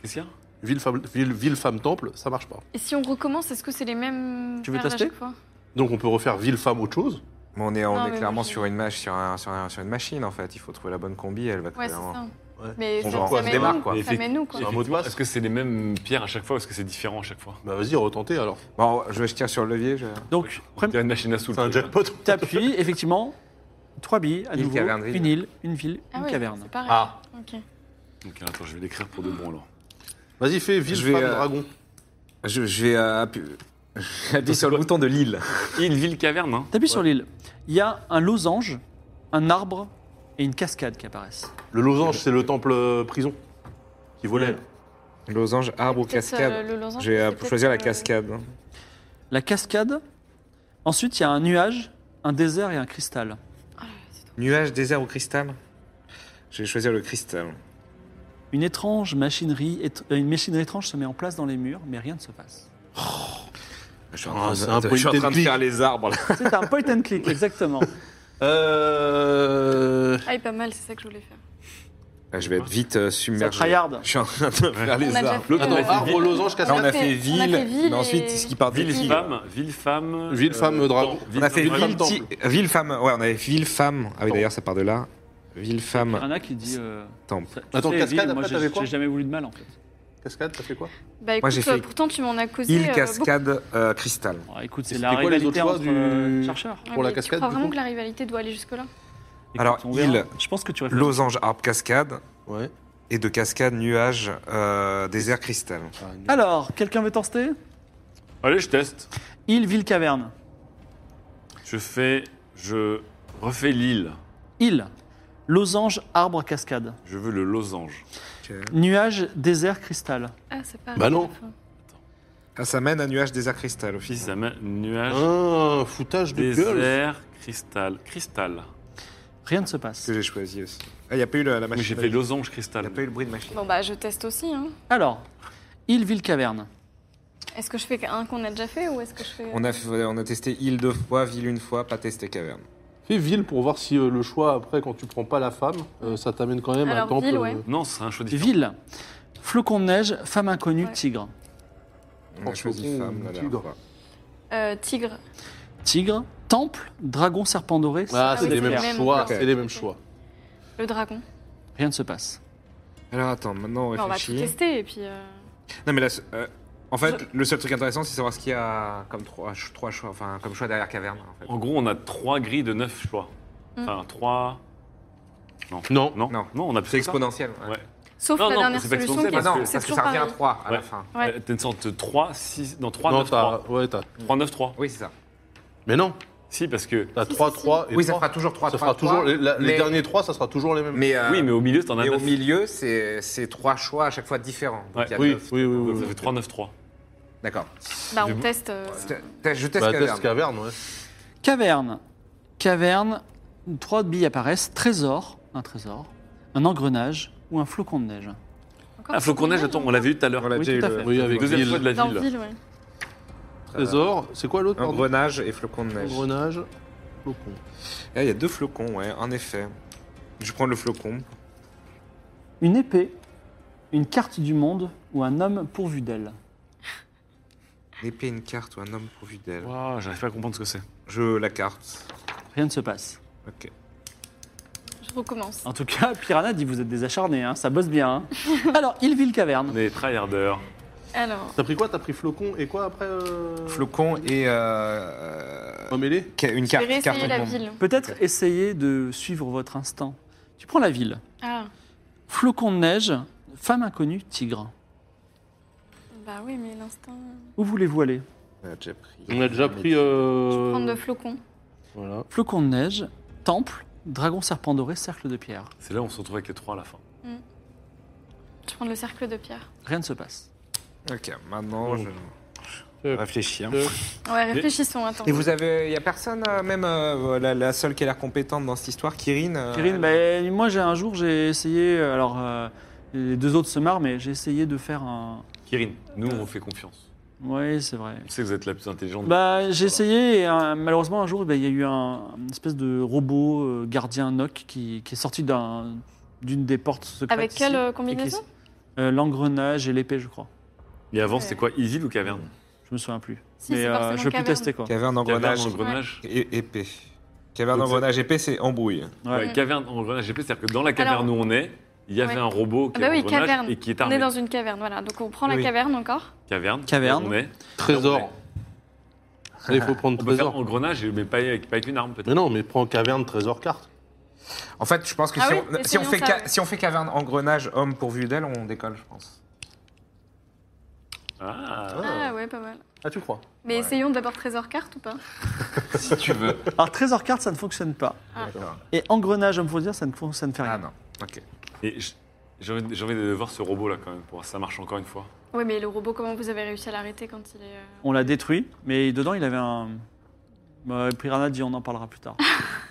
[SPEAKER 3] qu'est-ce qu'il y a
[SPEAKER 4] Ville femme, ville, ville femme temple, ça marche pas.
[SPEAKER 2] Et si on recommence, est-ce que c'est les mêmes.
[SPEAKER 1] Tu veux
[SPEAKER 2] perles à
[SPEAKER 1] tester
[SPEAKER 2] chaque fois
[SPEAKER 4] Donc on peut refaire ville femme autre chose.
[SPEAKER 5] Mais on est, on
[SPEAKER 2] Non,
[SPEAKER 5] est
[SPEAKER 2] mais
[SPEAKER 5] clairement
[SPEAKER 2] moi, je-
[SPEAKER 5] sur une, ma- sur, un- sur, un- sur une machine en fait. Il faut trouver la bonne combi. Elle va
[SPEAKER 2] Ouais,
[SPEAKER 5] trouver
[SPEAKER 2] c'est
[SPEAKER 5] un-
[SPEAKER 2] ça.
[SPEAKER 4] Ouais.
[SPEAKER 2] Mais
[SPEAKER 5] On
[SPEAKER 2] ça,
[SPEAKER 5] voit,
[SPEAKER 2] ça
[SPEAKER 5] on se
[SPEAKER 2] met
[SPEAKER 5] démarque,
[SPEAKER 2] nous,
[SPEAKER 5] quoi.
[SPEAKER 2] Ça met nous, quoi.
[SPEAKER 4] un mot de
[SPEAKER 3] Effectivement,
[SPEAKER 4] passe.
[SPEAKER 3] Est-ce que c'est les mêmes pierres à chaque fois ou est-ce que c'est différent à chaque fois
[SPEAKER 4] Bah vas-y, retentez alors.
[SPEAKER 5] Bon, je, je tire sur le levier. Je...
[SPEAKER 1] Donc,
[SPEAKER 3] On dirait une machine à sous.
[SPEAKER 4] C'est un jackpot.
[SPEAKER 1] t'appuies, effectivement, trois billes, à
[SPEAKER 5] Île,
[SPEAKER 1] nouveau,
[SPEAKER 5] caverne, ville.
[SPEAKER 1] une île, une ville,
[SPEAKER 2] Ah
[SPEAKER 1] une
[SPEAKER 2] oui,
[SPEAKER 1] caverne.
[SPEAKER 2] c'est pareil.
[SPEAKER 5] Ah.
[SPEAKER 2] Ok. euh,
[SPEAKER 3] Donc attends, je vais l'écrire pour de bon alors.
[SPEAKER 4] Vas-y, fais ville,
[SPEAKER 5] Je vais,
[SPEAKER 4] femme,
[SPEAKER 5] euh,
[SPEAKER 4] dragon.
[SPEAKER 5] Je, je vais euh, appu- je vais appuyer sur le bouton de l'île.
[SPEAKER 3] Île, ville, caverne, hein
[SPEAKER 1] T'appuies sur l'île. Il y a un losange, un arbre et une cascade qui apparaissent.
[SPEAKER 4] Le losange, c'est le temple euh, prison qui volait. là.
[SPEAKER 5] Losange, arbre ou
[SPEAKER 2] Peut-être, euh,
[SPEAKER 5] cascade.
[SPEAKER 2] le losange,
[SPEAKER 5] Je vais euh,
[SPEAKER 2] c'est peut-être,
[SPEAKER 5] choisir la
[SPEAKER 2] euh,
[SPEAKER 5] cascade.
[SPEAKER 1] La cascade. Ensuite, il y a un nuage, un désert et un cristal.
[SPEAKER 5] Nuage, désert ou cristal Je vais choisir le cristal.
[SPEAKER 1] Une étrange machinerie, étr- euh, une machinerie étrange se met en place dans les murs, mais rien ne se passe.
[SPEAKER 5] Je suis en
[SPEAKER 4] Ah,
[SPEAKER 5] train de-
[SPEAKER 4] c'est un
[SPEAKER 5] je suis en
[SPEAKER 4] point and
[SPEAKER 5] train de
[SPEAKER 4] click.
[SPEAKER 5] faire les arbres là.
[SPEAKER 1] C'est un point and click, exactement.
[SPEAKER 4] Euh...
[SPEAKER 2] Ah, il est pas mal, c'est ça que je voulais faire.
[SPEAKER 5] Je vais être vite euh,
[SPEAKER 1] Ça
[SPEAKER 5] submergé.
[SPEAKER 1] tryhard.
[SPEAKER 5] Je suis en train de faire les
[SPEAKER 2] déjà
[SPEAKER 5] arbres.
[SPEAKER 2] fait, L'autre,
[SPEAKER 4] Attends,
[SPEAKER 2] Euh,
[SPEAKER 4] arbre, losange,
[SPEAKER 2] on
[SPEAKER 5] Là,
[SPEAKER 4] cascade.
[SPEAKER 5] on a fait
[SPEAKER 2] on a
[SPEAKER 5] ville,
[SPEAKER 2] fait ville
[SPEAKER 5] mais ensuite,
[SPEAKER 2] et-
[SPEAKER 5] ce qui part de
[SPEAKER 3] Ville,
[SPEAKER 2] Ville.
[SPEAKER 3] femme, ville, femme.
[SPEAKER 4] Ville, femme, dragon.
[SPEAKER 3] temps,
[SPEAKER 5] On a fait
[SPEAKER 3] ville,
[SPEAKER 5] ville,
[SPEAKER 3] temps.
[SPEAKER 5] ti- ville femme. Ouais, on avait ville femme. Ah oui, d'ailleurs, ça part de là. Ville
[SPEAKER 1] Il y
[SPEAKER 5] femme.
[SPEAKER 1] en a qui dit. euh,
[SPEAKER 5] Temple.
[SPEAKER 1] ça- tu
[SPEAKER 4] Attends,
[SPEAKER 1] sais,
[SPEAKER 4] cascade,
[SPEAKER 1] Evie, moi,
[SPEAKER 4] après,
[SPEAKER 1] j'ai-
[SPEAKER 4] t'avais quoi
[SPEAKER 1] J'ai jamais voulu de mal en fait.
[SPEAKER 4] Cascade, ça fait quoi
[SPEAKER 2] Bah écoute,
[SPEAKER 5] Moi, j'ai fait
[SPEAKER 2] euh, pourtant tu m'en as causé.
[SPEAKER 5] Île,
[SPEAKER 2] euh,
[SPEAKER 5] cascade, euh, cristal.
[SPEAKER 1] Bon, écoute,
[SPEAKER 4] Et
[SPEAKER 1] c'est
[SPEAKER 4] c'était
[SPEAKER 1] la
[SPEAKER 4] quoi les
[SPEAKER 1] rivalité
[SPEAKER 4] autres choix
[SPEAKER 1] entre
[SPEAKER 4] du-
[SPEAKER 1] euh, chercheurs.
[SPEAKER 2] beaucoup. Ouais,
[SPEAKER 4] pour la
[SPEAKER 2] mais
[SPEAKER 4] cascade,
[SPEAKER 2] Tu crois
[SPEAKER 4] du
[SPEAKER 2] vraiment
[SPEAKER 4] coup
[SPEAKER 2] que la rivalité doit aller jusque-là
[SPEAKER 1] Écoute,
[SPEAKER 5] Alors,
[SPEAKER 1] on verra.
[SPEAKER 5] île,
[SPEAKER 1] Je pense que tu réfléchis.
[SPEAKER 5] Losange, arbre, cascade.
[SPEAKER 4] Ouais.
[SPEAKER 5] Et de cascade, nuage, euh, désert, cristal.
[SPEAKER 1] Alors, quelqu'un veut tester
[SPEAKER 3] Allez, je teste.
[SPEAKER 1] Île, ville, caverne.
[SPEAKER 3] Je fais. Je refais l'île.
[SPEAKER 1] Île, losange, arbre, cascade.
[SPEAKER 3] Je veux le losange.
[SPEAKER 1] Nuage, désert, cristal.
[SPEAKER 2] Ah, c'est pas.
[SPEAKER 4] Bah non.
[SPEAKER 5] Ah, ça mène à nuage, désert, cristal,
[SPEAKER 3] Puis
[SPEAKER 5] office.
[SPEAKER 3] ça met nuage,
[SPEAKER 5] Hein,
[SPEAKER 4] Un Ah, foutage de gueule.
[SPEAKER 3] désert, cristal. Cristal.
[SPEAKER 5] Bah,
[SPEAKER 1] Rien ne se
[SPEAKER 5] C'est
[SPEAKER 1] passe.
[SPEAKER 5] ce que j'ai choisi aussi. Ah, il n'y a pas eu le- la
[SPEAKER 3] Mais
[SPEAKER 5] machine.
[SPEAKER 3] j'ai fait
[SPEAKER 5] Il
[SPEAKER 3] losange,
[SPEAKER 5] n'y
[SPEAKER 3] cristal.
[SPEAKER 5] a pas eu le bruit de machine.
[SPEAKER 2] Bon bah je teste aussi. Hein.
[SPEAKER 1] Alors, île, ville, caverne.
[SPEAKER 2] Est-ce que je fais un qu'on a déjà fait ou est-ce que je fais.
[SPEAKER 5] On a, fait- on a testé île deux fois, ville une fois, pas testé caverne.
[SPEAKER 4] Fais ville pour voir si euh, le choix, après, quand tu prends pas la femme, euh, ça t'amène quand même à un
[SPEAKER 2] Alors,
[SPEAKER 4] temple.
[SPEAKER 2] ville, ouais.
[SPEAKER 4] euh,
[SPEAKER 3] Non, ce serait un choix différent.
[SPEAKER 1] Ville, flocon de neige, femme inconnue,
[SPEAKER 2] Ouais.
[SPEAKER 1] tigre.
[SPEAKER 5] On a
[SPEAKER 4] Oh,
[SPEAKER 5] choisi
[SPEAKER 4] oh,
[SPEAKER 5] femme, la dernière
[SPEAKER 4] tigre.
[SPEAKER 5] fois.
[SPEAKER 2] Euh, tigre.
[SPEAKER 1] Tigre, temple, dragon, serpent doré.
[SPEAKER 4] Ah,
[SPEAKER 2] Ah
[SPEAKER 4] c'est
[SPEAKER 2] oui,
[SPEAKER 4] les
[SPEAKER 2] c'est
[SPEAKER 4] mêmes
[SPEAKER 2] les mêmes.
[SPEAKER 4] choix.
[SPEAKER 5] Ok.
[SPEAKER 4] C'est les mêmes choix.
[SPEAKER 2] Le dragon.
[SPEAKER 1] Rien ne se passe.
[SPEAKER 5] Alors attends, maintenant on
[SPEAKER 2] Bah, on va tout
[SPEAKER 5] réfléchit.
[SPEAKER 2] tester et puis. euh,
[SPEAKER 5] Non mais là, euh, en fait, le seul truc intéressant, c'est savoir ce qu'il y a comme trois, trois choix, enfin comme choix derrière caverne. En fait.
[SPEAKER 3] En gros, on a trois grilles de neuf choix. Enfin, trois.
[SPEAKER 4] Non.
[SPEAKER 3] Non,
[SPEAKER 5] Non.
[SPEAKER 3] non, on a plus
[SPEAKER 5] C'est
[SPEAKER 3] que ça.
[SPEAKER 5] exponentiel. ouais.
[SPEAKER 3] Ouais.
[SPEAKER 2] Sauf
[SPEAKER 3] Non,
[SPEAKER 2] la
[SPEAKER 3] non,
[SPEAKER 2] dernière
[SPEAKER 3] c'est pas
[SPEAKER 2] solution
[SPEAKER 3] exposé,
[SPEAKER 2] qui
[SPEAKER 5] Bah
[SPEAKER 3] Parce
[SPEAKER 2] est-
[SPEAKER 5] non,
[SPEAKER 3] que-
[SPEAKER 5] parce
[SPEAKER 2] c'est
[SPEAKER 5] que
[SPEAKER 2] toujours
[SPEAKER 5] ça revient à
[SPEAKER 2] pareil.
[SPEAKER 5] 3 à la
[SPEAKER 3] Ouais.
[SPEAKER 5] fin.
[SPEAKER 2] Ouais.
[SPEAKER 3] Euh, T'as une sorte 3, 6. Non, 3,
[SPEAKER 4] Non,
[SPEAKER 3] 9,
[SPEAKER 4] t'as.
[SPEAKER 3] 3.
[SPEAKER 4] Ouais, t'as.
[SPEAKER 3] 3, 9, 3.
[SPEAKER 5] Oui, c'est ça.
[SPEAKER 4] Mais non,
[SPEAKER 3] Si, parce que.
[SPEAKER 4] t'as
[SPEAKER 2] Si,
[SPEAKER 4] 3,
[SPEAKER 2] si, si.
[SPEAKER 4] 3 et
[SPEAKER 5] Oui, ça
[SPEAKER 4] 3.
[SPEAKER 5] fera toujours 3
[SPEAKER 4] Ça fera toujours. Les, la- les
[SPEAKER 5] mais,
[SPEAKER 4] derniers 3, ça sera toujours les mêmes.
[SPEAKER 5] Mais, euh,
[SPEAKER 3] Oui, mais au milieu, t'en as
[SPEAKER 5] mais au
[SPEAKER 3] 9.
[SPEAKER 5] milieu, c'est c'est trois choix à chaque fois différents. Donc,
[SPEAKER 3] Ouais.
[SPEAKER 5] il y a
[SPEAKER 4] Oui,
[SPEAKER 5] neuf.
[SPEAKER 4] oui, oui, oui.
[SPEAKER 3] Ça
[SPEAKER 4] oui.
[SPEAKER 3] fait 3, 9, 3.
[SPEAKER 5] D'accord.
[SPEAKER 2] Bah
[SPEAKER 3] Du
[SPEAKER 2] on
[SPEAKER 3] bon-
[SPEAKER 2] teste. euh,
[SPEAKER 5] Te- te- Je teste
[SPEAKER 4] Bah,
[SPEAKER 5] caverne.
[SPEAKER 4] test caverne, ouais.
[SPEAKER 1] Caverne, caverne, trois billes apparaissent. Trésor, un trésor, un engrenage ou un flocon de neige.
[SPEAKER 2] encore
[SPEAKER 3] Ah, flocon neige, attends, on l'avait eu tout à l'heure.
[SPEAKER 5] On l'a
[SPEAKER 1] Oui,
[SPEAKER 5] déjà
[SPEAKER 1] tout
[SPEAKER 5] eu
[SPEAKER 1] à
[SPEAKER 5] le
[SPEAKER 1] fait.
[SPEAKER 4] Oui, avec
[SPEAKER 3] Deuxième
[SPEAKER 4] ville,
[SPEAKER 3] fois de la
[SPEAKER 2] Dans
[SPEAKER 3] ville.
[SPEAKER 2] ville, ouais.
[SPEAKER 4] trésor. C'est quoi l'autre pardon
[SPEAKER 5] Engrenage euh, et flocon de neige.
[SPEAKER 4] Engrenage, flocon.
[SPEAKER 5] Eh, Il y a deux flocons, ouais, en effet. Je prends le flocon.
[SPEAKER 1] Une épée, une carte du monde ou un homme pourvu d'elle.
[SPEAKER 5] L'épée, une carte ou un homme pourvu d'elle.
[SPEAKER 3] Waouh, j'arrive pas à comprendre ce que c'est.
[SPEAKER 5] Je la carte.
[SPEAKER 1] Rien ne se passe.
[SPEAKER 5] Ok.
[SPEAKER 2] Je recommence.
[SPEAKER 1] En tout cas, Piranha dit vous êtes des acharnés, hein, ça bosse bien. hein. Alors, île, ville,
[SPEAKER 3] On
[SPEAKER 1] caverne.
[SPEAKER 3] est tryharders. Ah.
[SPEAKER 2] Alors.
[SPEAKER 4] T'as pris quoi T'as pris flocon et quoi après euh...
[SPEAKER 5] Flocon et. euh,
[SPEAKER 4] Remêlé
[SPEAKER 5] ca- Une
[SPEAKER 2] Je
[SPEAKER 5] carte.
[SPEAKER 2] vais réessayer
[SPEAKER 5] carte
[SPEAKER 2] la
[SPEAKER 5] monde.
[SPEAKER 2] ville.
[SPEAKER 1] Peut-être essayer de suivre votre instinct. Tu prends la ville.
[SPEAKER 2] Ah.
[SPEAKER 1] Flocon de neige, femme inconnue, tigre.
[SPEAKER 2] Bah oui, mais l'instinct.
[SPEAKER 1] Où voulez-vous aller
[SPEAKER 5] On a déjà pris.
[SPEAKER 4] On a déjà pris.
[SPEAKER 2] Je vais
[SPEAKER 4] Euh...
[SPEAKER 2] prendre le flocon.
[SPEAKER 4] Voilà.
[SPEAKER 1] Flocon de neige, temple, dragon serpent doré, cercle de pierre.
[SPEAKER 3] C'est là où on se retrouve avec les 3 à la fin.
[SPEAKER 2] Je vais prendre le cercle de pierre.
[SPEAKER 1] Rien ne se passe.
[SPEAKER 5] Ok, maintenant, je.
[SPEAKER 4] Euh,
[SPEAKER 5] Réfléchis. hein.
[SPEAKER 4] euh,
[SPEAKER 2] Ouais, réfléchissons, attends.
[SPEAKER 5] Et vous avez, il y a personne, euh, même euh, la, la seule qui a l'air compétente dans cette histoire, Kirin. euh,
[SPEAKER 1] Kyrine, bah, moi j'ai un jour j'ai essayé, alors euh, les deux autres se marrent, mais j'ai essayé de faire un...
[SPEAKER 3] Kirin, nous, on fait confiance.
[SPEAKER 1] Oui, c'est vrai.
[SPEAKER 3] On sait que vous êtes la plus intelligente.
[SPEAKER 1] Bah, j'ai
[SPEAKER 3] Voilà.
[SPEAKER 1] essayé et euh, malheureusement un jour bah, il y a eu un, une espèce de robot euh, gardien Nock qui, qui est sorti d'un- d'une des portes secrètes.
[SPEAKER 2] Avec
[SPEAKER 1] ici,
[SPEAKER 2] quelle euh,
[SPEAKER 1] et qui-
[SPEAKER 2] combinaison
[SPEAKER 1] Euh, L'engrenage et l'épée je crois.
[SPEAKER 3] Et avant, c'était quoi Isil ou caverne
[SPEAKER 1] Je me souviens plus.
[SPEAKER 2] Si,
[SPEAKER 1] mais
[SPEAKER 2] c'est
[SPEAKER 1] euh,
[SPEAKER 2] forcément
[SPEAKER 1] je veux plus
[SPEAKER 2] caverne.
[SPEAKER 1] tester quoi.
[SPEAKER 5] Qui avait un
[SPEAKER 3] Caverne,
[SPEAKER 5] engrenage
[SPEAKER 3] engrenage.
[SPEAKER 5] et épée. Caverne
[SPEAKER 3] Donc,
[SPEAKER 5] engrenage épais, c'est embrouille.
[SPEAKER 3] Ouais,
[SPEAKER 2] Mm.
[SPEAKER 3] caverne engrenage épais, c'est-à-dire que dans la caverne
[SPEAKER 2] Alors-
[SPEAKER 3] où on est, il y avait
[SPEAKER 2] Ouais.
[SPEAKER 3] un robot qui
[SPEAKER 2] Ah bah
[SPEAKER 3] est
[SPEAKER 2] oui,
[SPEAKER 3] engrenage
[SPEAKER 2] caverne.
[SPEAKER 3] et qui est
[SPEAKER 2] On
[SPEAKER 3] armé.
[SPEAKER 2] est dans une caverne, voilà. Donc on prend la
[SPEAKER 5] Oui.
[SPEAKER 2] caverne encore.
[SPEAKER 3] Caverne.
[SPEAKER 1] Caverne.
[SPEAKER 3] On est.
[SPEAKER 4] Trésor. Allez, il faut prendre
[SPEAKER 3] On peut faire
[SPEAKER 4] trésor.
[SPEAKER 3] engrenage, mais pas avec, pas avec une arme peut-être.
[SPEAKER 4] Mais non, mais prends caverne, trésor, carte.
[SPEAKER 5] En fait, je pense que
[SPEAKER 2] Ah
[SPEAKER 5] si,
[SPEAKER 2] oui,
[SPEAKER 5] on, si, on
[SPEAKER 2] essayons
[SPEAKER 5] fait
[SPEAKER 2] ça,
[SPEAKER 5] ca-
[SPEAKER 2] ouais.
[SPEAKER 5] si on fait caverne engrenage homme pourvu d'elle, on décolle, je pense.
[SPEAKER 3] Ah.
[SPEAKER 2] Ah ouais, pas mal.
[SPEAKER 4] Ah, tu crois
[SPEAKER 2] Mais
[SPEAKER 5] Ouais.
[SPEAKER 2] essayons d'abord trésor carte ou pas
[SPEAKER 5] Si tu veux.
[SPEAKER 1] Alors, trésor carte, ça ne fonctionne pas.
[SPEAKER 5] D'accord.
[SPEAKER 1] Et engrenage, on peut dire, ça ne, fon- ça ne fait rien.
[SPEAKER 5] Ah non. Ok.
[SPEAKER 3] Et je- j'ai envie, de- j'ai envie de voir ce robot là quand même pour voir si ça marche encore une fois.
[SPEAKER 2] Ouais, mais le robot, comment vous avez réussi à l'arrêter quand il est... euh,
[SPEAKER 1] On l'a détruit, mais dedans, il avait un. Bah, Piranha dit, on en parlera plus tard.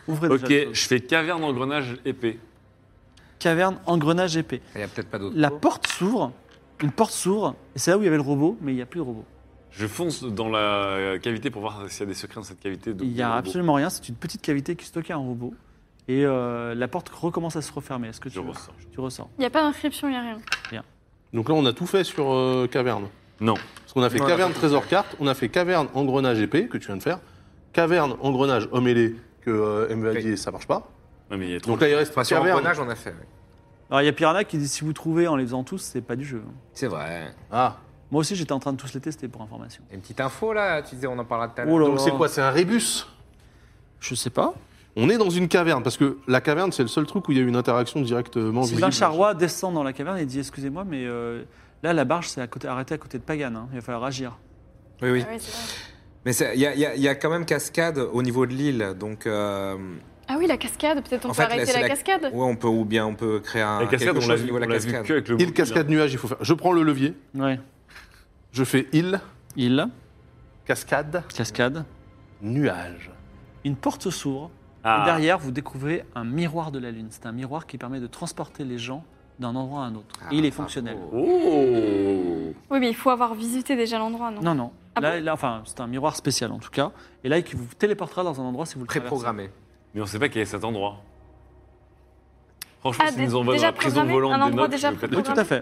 [SPEAKER 1] Ouvrez
[SPEAKER 3] Ok,
[SPEAKER 1] déjà. le-
[SPEAKER 3] je fais caverne engrenage épais.
[SPEAKER 1] Caverne, engrenage épais.
[SPEAKER 5] Il n'y a peut-être pas d'autre.
[SPEAKER 1] La porte s'ouvre, une porte s'ouvre, et c'est là où il y avait le robot, mais il n'y a plus de robot.
[SPEAKER 3] Je fonce dans la cavité pour voir s'il y a des secrets dans cette cavité. de-
[SPEAKER 1] Il n'y
[SPEAKER 3] de
[SPEAKER 1] a
[SPEAKER 3] robot.
[SPEAKER 1] absolument rien, c'est une petite cavité qui stockait un robot, et euh, la porte recommence à se refermer. Est-ce que tu,
[SPEAKER 3] Je ressens.
[SPEAKER 1] tu ressens
[SPEAKER 2] Il n'y a pas d'inscription, il n'y a rien.
[SPEAKER 4] Donc là, on a tout fait sur euh, caverne.
[SPEAKER 3] Non.
[SPEAKER 4] Parce qu'on a fait
[SPEAKER 5] Voilà.
[SPEAKER 4] caverne, trésor, carte, on a fait caverne, engrenage, épée, que tu viens de faire, caverne, engrenage, homme ailé, que euh, MV a dit, ça marche pas.
[SPEAKER 3] Non, mais il y a trop.
[SPEAKER 4] Donc là, il reste
[SPEAKER 5] Enfin, sur
[SPEAKER 4] caverne.
[SPEAKER 5] engrenage, on a fait. ouais.
[SPEAKER 1] Alors il y a Piranha qui dit si vous trouvez en les faisant tous, c'est pas du jeu.
[SPEAKER 5] C'est vrai.
[SPEAKER 4] Ah,
[SPEAKER 1] Moi aussi j'étais en train de tous les tester pour information.
[SPEAKER 5] Et une petite info là, tu disais, on en parlera tout à l'heure.
[SPEAKER 1] Oh là
[SPEAKER 4] donc
[SPEAKER 1] là.
[SPEAKER 4] c'est quoi C'est un rébus
[SPEAKER 1] Je sais pas.
[SPEAKER 4] On est dans une caverne, parce que la caverne, c'est le seul truc où il y a eu une interaction directement.
[SPEAKER 1] Sylvain
[SPEAKER 4] visible.
[SPEAKER 1] Charrois descend dans la caverne et dit excusez-moi, mais euh, là la barge s'est à côté- arrêtée à côté de Pagan, hein. il va falloir agir.
[SPEAKER 5] Oui, oui.
[SPEAKER 2] Ah ouais, c'est vrai.
[SPEAKER 5] Mais c'est- il y, a- il y a- il y a quand même cascade au niveau de l'île, donc euh,
[SPEAKER 2] Ah oui, la cascade, peut-être on
[SPEAKER 5] En
[SPEAKER 2] peut
[SPEAKER 5] fait, là,
[SPEAKER 2] arrêter
[SPEAKER 5] c'est
[SPEAKER 2] la,
[SPEAKER 5] la- Oh.
[SPEAKER 2] cascade.
[SPEAKER 5] ouais, on peut ou bien on peut créer un
[SPEAKER 3] La cascade,
[SPEAKER 5] quelque
[SPEAKER 3] on l'a
[SPEAKER 5] chose au
[SPEAKER 3] vu,
[SPEAKER 5] niveau de
[SPEAKER 3] on
[SPEAKER 5] la
[SPEAKER 3] l'a vu
[SPEAKER 5] cascade.
[SPEAKER 3] que avec le
[SPEAKER 4] Île,
[SPEAKER 3] mobile.
[SPEAKER 4] cascade, nuage, il faut faire. Je prends le levier,
[SPEAKER 1] Ouais.
[SPEAKER 4] je fais île,
[SPEAKER 1] Il,
[SPEAKER 4] cascade,
[SPEAKER 1] cascade.
[SPEAKER 4] nuage.
[SPEAKER 2] Ah
[SPEAKER 1] Une porte s'ouvre
[SPEAKER 3] Ah.
[SPEAKER 1] et derrière vous découvrez un miroir de la lune. C'est un miroir qui permet de transporter les gens d'un endroit à un autre. et il est
[SPEAKER 5] Ah,
[SPEAKER 1] fonctionnel.
[SPEAKER 5] bravo.
[SPEAKER 3] Oh
[SPEAKER 2] Oui, mais il faut avoir visité déjà l'endroit, non,
[SPEAKER 1] Non, non.
[SPEAKER 2] Ah
[SPEAKER 1] là,
[SPEAKER 2] bon
[SPEAKER 1] là, enfin, c'est un miroir spécial en tout cas. Et là, qui vous téléportera dans un endroit si vous le traversez.
[SPEAKER 5] Préprogrammé.
[SPEAKER 3] Mais on sait pas quel est cet endroit. Franchement,
[SPEAKER 2] Ah,
[SPEAKER 3] si
[SPEAKER 2] dé-
[SPEAKER 3] nous envoie dans
[SPEAKER 2] déjà
[SPEAKER 3] la prison
[SPEAKER 2] programmé,
[SPEAKER 3] volante
[SPEAKER 2] un
[SPEAKER 3] des
[SPEAKER 2] endroit
[SPEAKER 3] notes,
[SPEAKER 2] déjà
[SPEAKER 3] je vais peut-être-
[SPEAKER 1] Oui, tout à fait.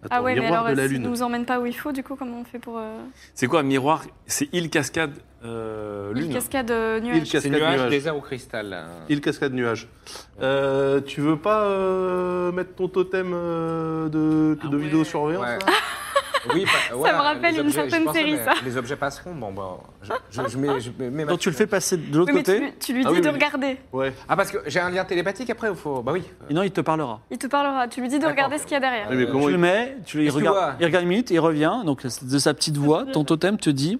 [SPEAKER 4] Attends,
[SPEAKER 2] Ah ouais, mais
[SPEAKER 4] miroir
[SPEAKER 2] alors
[SPEAKER 4] de la
[SPEAKER 2] euh, s'il
[SPEAKER 4] lune.
[SPEAKER 2] nous emmène pas où il faut, du coup, comment on fait pour... euh,
[SPEAKER 3] C'est quoi un miroir C'est île cascade euh,
[SPEAKER 2] une
[SPEAKER 3] lune.
[SPEAKER 2] cascade euh,
[SPEAKER 4] Île,
[SPEAKER 2] nuage
[SPEAKER 5] C'est
[SPEAKER 4] cascade,
[SPEAKER 5] nuage,
[SPEAKER 4] nuage.
[SPEAKER 5] désert ou cristal. là.
[SPEAKER 4] Île cascade nuage. Euh, tu veux pas euh, mettre ton totem euh, de,
[SPEAKER 3] Ah
[SPEAKER 4] de
[SPEAKER 3] ouais.
[SPEAKER 4] vidéosurveillance
[SPEAKER 5] Ouais.
[SPEAKER 4] là
[SPEAKER 5] Oui, bah, voilà,
[SPEAKER 2] me rappelle
[SPEAKER 5] les
[SPEAKER 2] une
[SPEAKER 5] objets, je
[SPEAKER 2] certaine
[SPEAKER 5] pensais,
[SPEAKER 2] série,
[SPEAKER 5] mais
[SPEAKER 2] ça.
[SPEAKER 5] Les objets passeront. Bon, bah, je, je- je mets, je mets ma-
[SPEAKER 1] Donc tu le fais passer de l'autre
[SPEAKER 2] Oui, mais tu,
[SPEAKER 1] côté.
[SPEAKER 2] lui- tu lui dis
[SPEAKER 4] Ah oui,
[SPEAKER 2] de
[SPEAKER 4] oui.
[SPEAKER 2] regarder.
[SPEAKER 4] Ouais.
[SPEAKER 5] Ah, parce que j'ai un lien télépathique après ou faut. Bah oui.
[SPEAKER 1] Et non, il te parlera.
[SPEAKER 2] Il te parlera. Tu lui dis de
[SPEAKER 5] D'accord.
[SPEAKER 2] regarder ce qu'il y a derrière.
[SPEAKER 4] Mais comment
[SPEAKER 1] tu le
[SPEAKER 4] il-
[SPEAKER 1] mets, tu le il
[SPEAKER 5] Qu'est-ce qu'il
[SPEAKER 1] regarde,
[SPEAKER 5] voit
[SPEAKER 1] il regarde une minute, il revient. Donc de sa petite voix, ton totem te dit.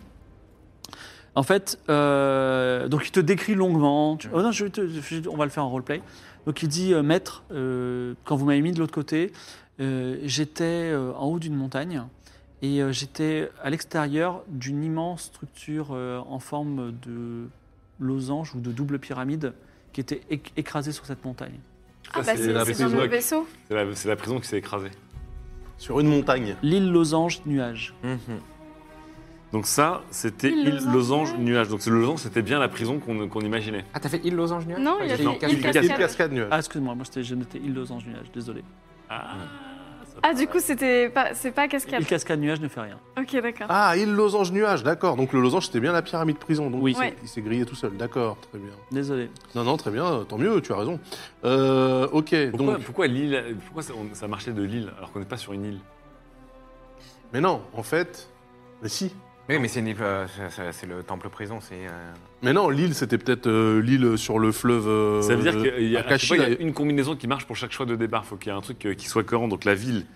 [SPEAKER 1] En fait, euh, donc il te décrit longuement. Tu- oh non, je te- je- on va le faire en roleplay. Donc il dit, euh, maître, euh, quand vous m'avez mis de l'autre côté, euh, j'étais euh, en haut d'une montagne et euh, j'étais à l'extérieur d'une immense structure euh, en forme de losange ou de double pyramide qui était éc- écrasée sur cette montagne.
[SPEAKER 2] Ah
[SPEAKER 3] Ça,
[SPEAKER 2] bah
[SPEAKER 3] c'est la
[SPEAKER 2] c'est c'est dans
[SPEAKER 3] prison
[SPEAKER 2] le
[SPEAKER 3] doc.
[SPEAKER 2] vaisseau.
[SPEAKER 3] C'est la, c'est la prison qui s'est écrasée.
[SPEAKER 4] Sur une montagne.
[SPEAKER 1] L'île losange nuage.
[SPEAKER 3] Donc ça, c'était
[SPEAKER 2] Île
[SPEAKER 3] île
[SPEAKER 2] Losange.
[SPEAKER 3] losange nuage. Donc ce losange, c'était bien la prison qu'on qu'on imaginait.
[SPEAKER 5] Ah, t'as fait île losange nuage
[SPEAKER 2] Non, il a
[SPEAKER 5] J'ai
[SPEAKER 2] fait
[SPEAKER 3] non,
[SPEAKER 5] dit
[SPEAKER 3] île
[SPEAKER 2] île
[SPEAKER 3] cascade.
[SPEAKER 4] Île
[SPEAKER 2] cascade.
[SPEAKER 4] cascade nuage.
[SPEAKER 1] Ah, excuse-moi, moi j'étais- j'ai noté île losange nuage, désolé.
[SPEAKER 3] Ah, ça
[SPEAKER 2] Ah,
[SPEAKER 3] peut-
[SPEAKER 2] du coup, c'était pas, c'est pas cascade.
[SPEAKER 1] Île cascade nuage ne fait rien.
[SPEAKER 2] Ok, d'accord.
[SPEAKER 4] Ah, île losange nuage, d'accord. Donc le losange, c'était bien la pyramide prison. Donc
[SPEAKER 1] Oui.
[SPEAKER 4] il s'est-
[SPEAKER 2] Ouais.
[SPEAKER 4] il s'est grillé tout seul, d'accord, très bien.
[SPEAKER 1] Désolé.
[SPEAKER 4] Non, non, très bien, euh, tant mieux, tu as raison. Euh, ok,
[SPEAKER 3] Pourquoi,
[SPEAKER 4] donc.
[SPEAKER 3] pourquoi l'île Pourquoi ça, on- ça marchait de l'île alors qu'on n'est pas sur une île
[SPEAKER 4] Mais non, en fait. Mais si.
[SPEAKER 5] Oui, mais c'est une île, euh, c'est- c'est c'est le temple prison, c'est. euh,
[SPEAKER 4] Mais non, l'île, c'était peut-être euh, l'île sur le fleuve. euh,
[SPEAKER 3] Ça veut dire qu'il y, a- je
[SPEAKER 4] Akashi,
[SPEAKER 3] sais pas, il y
[SPEAKER 4] là-
[SPEAKER 3] a une combinaison qui marche pour chaque choix de départ. Faut qu'il y ait un truc euh, qui soit cohérent. Donc la ville,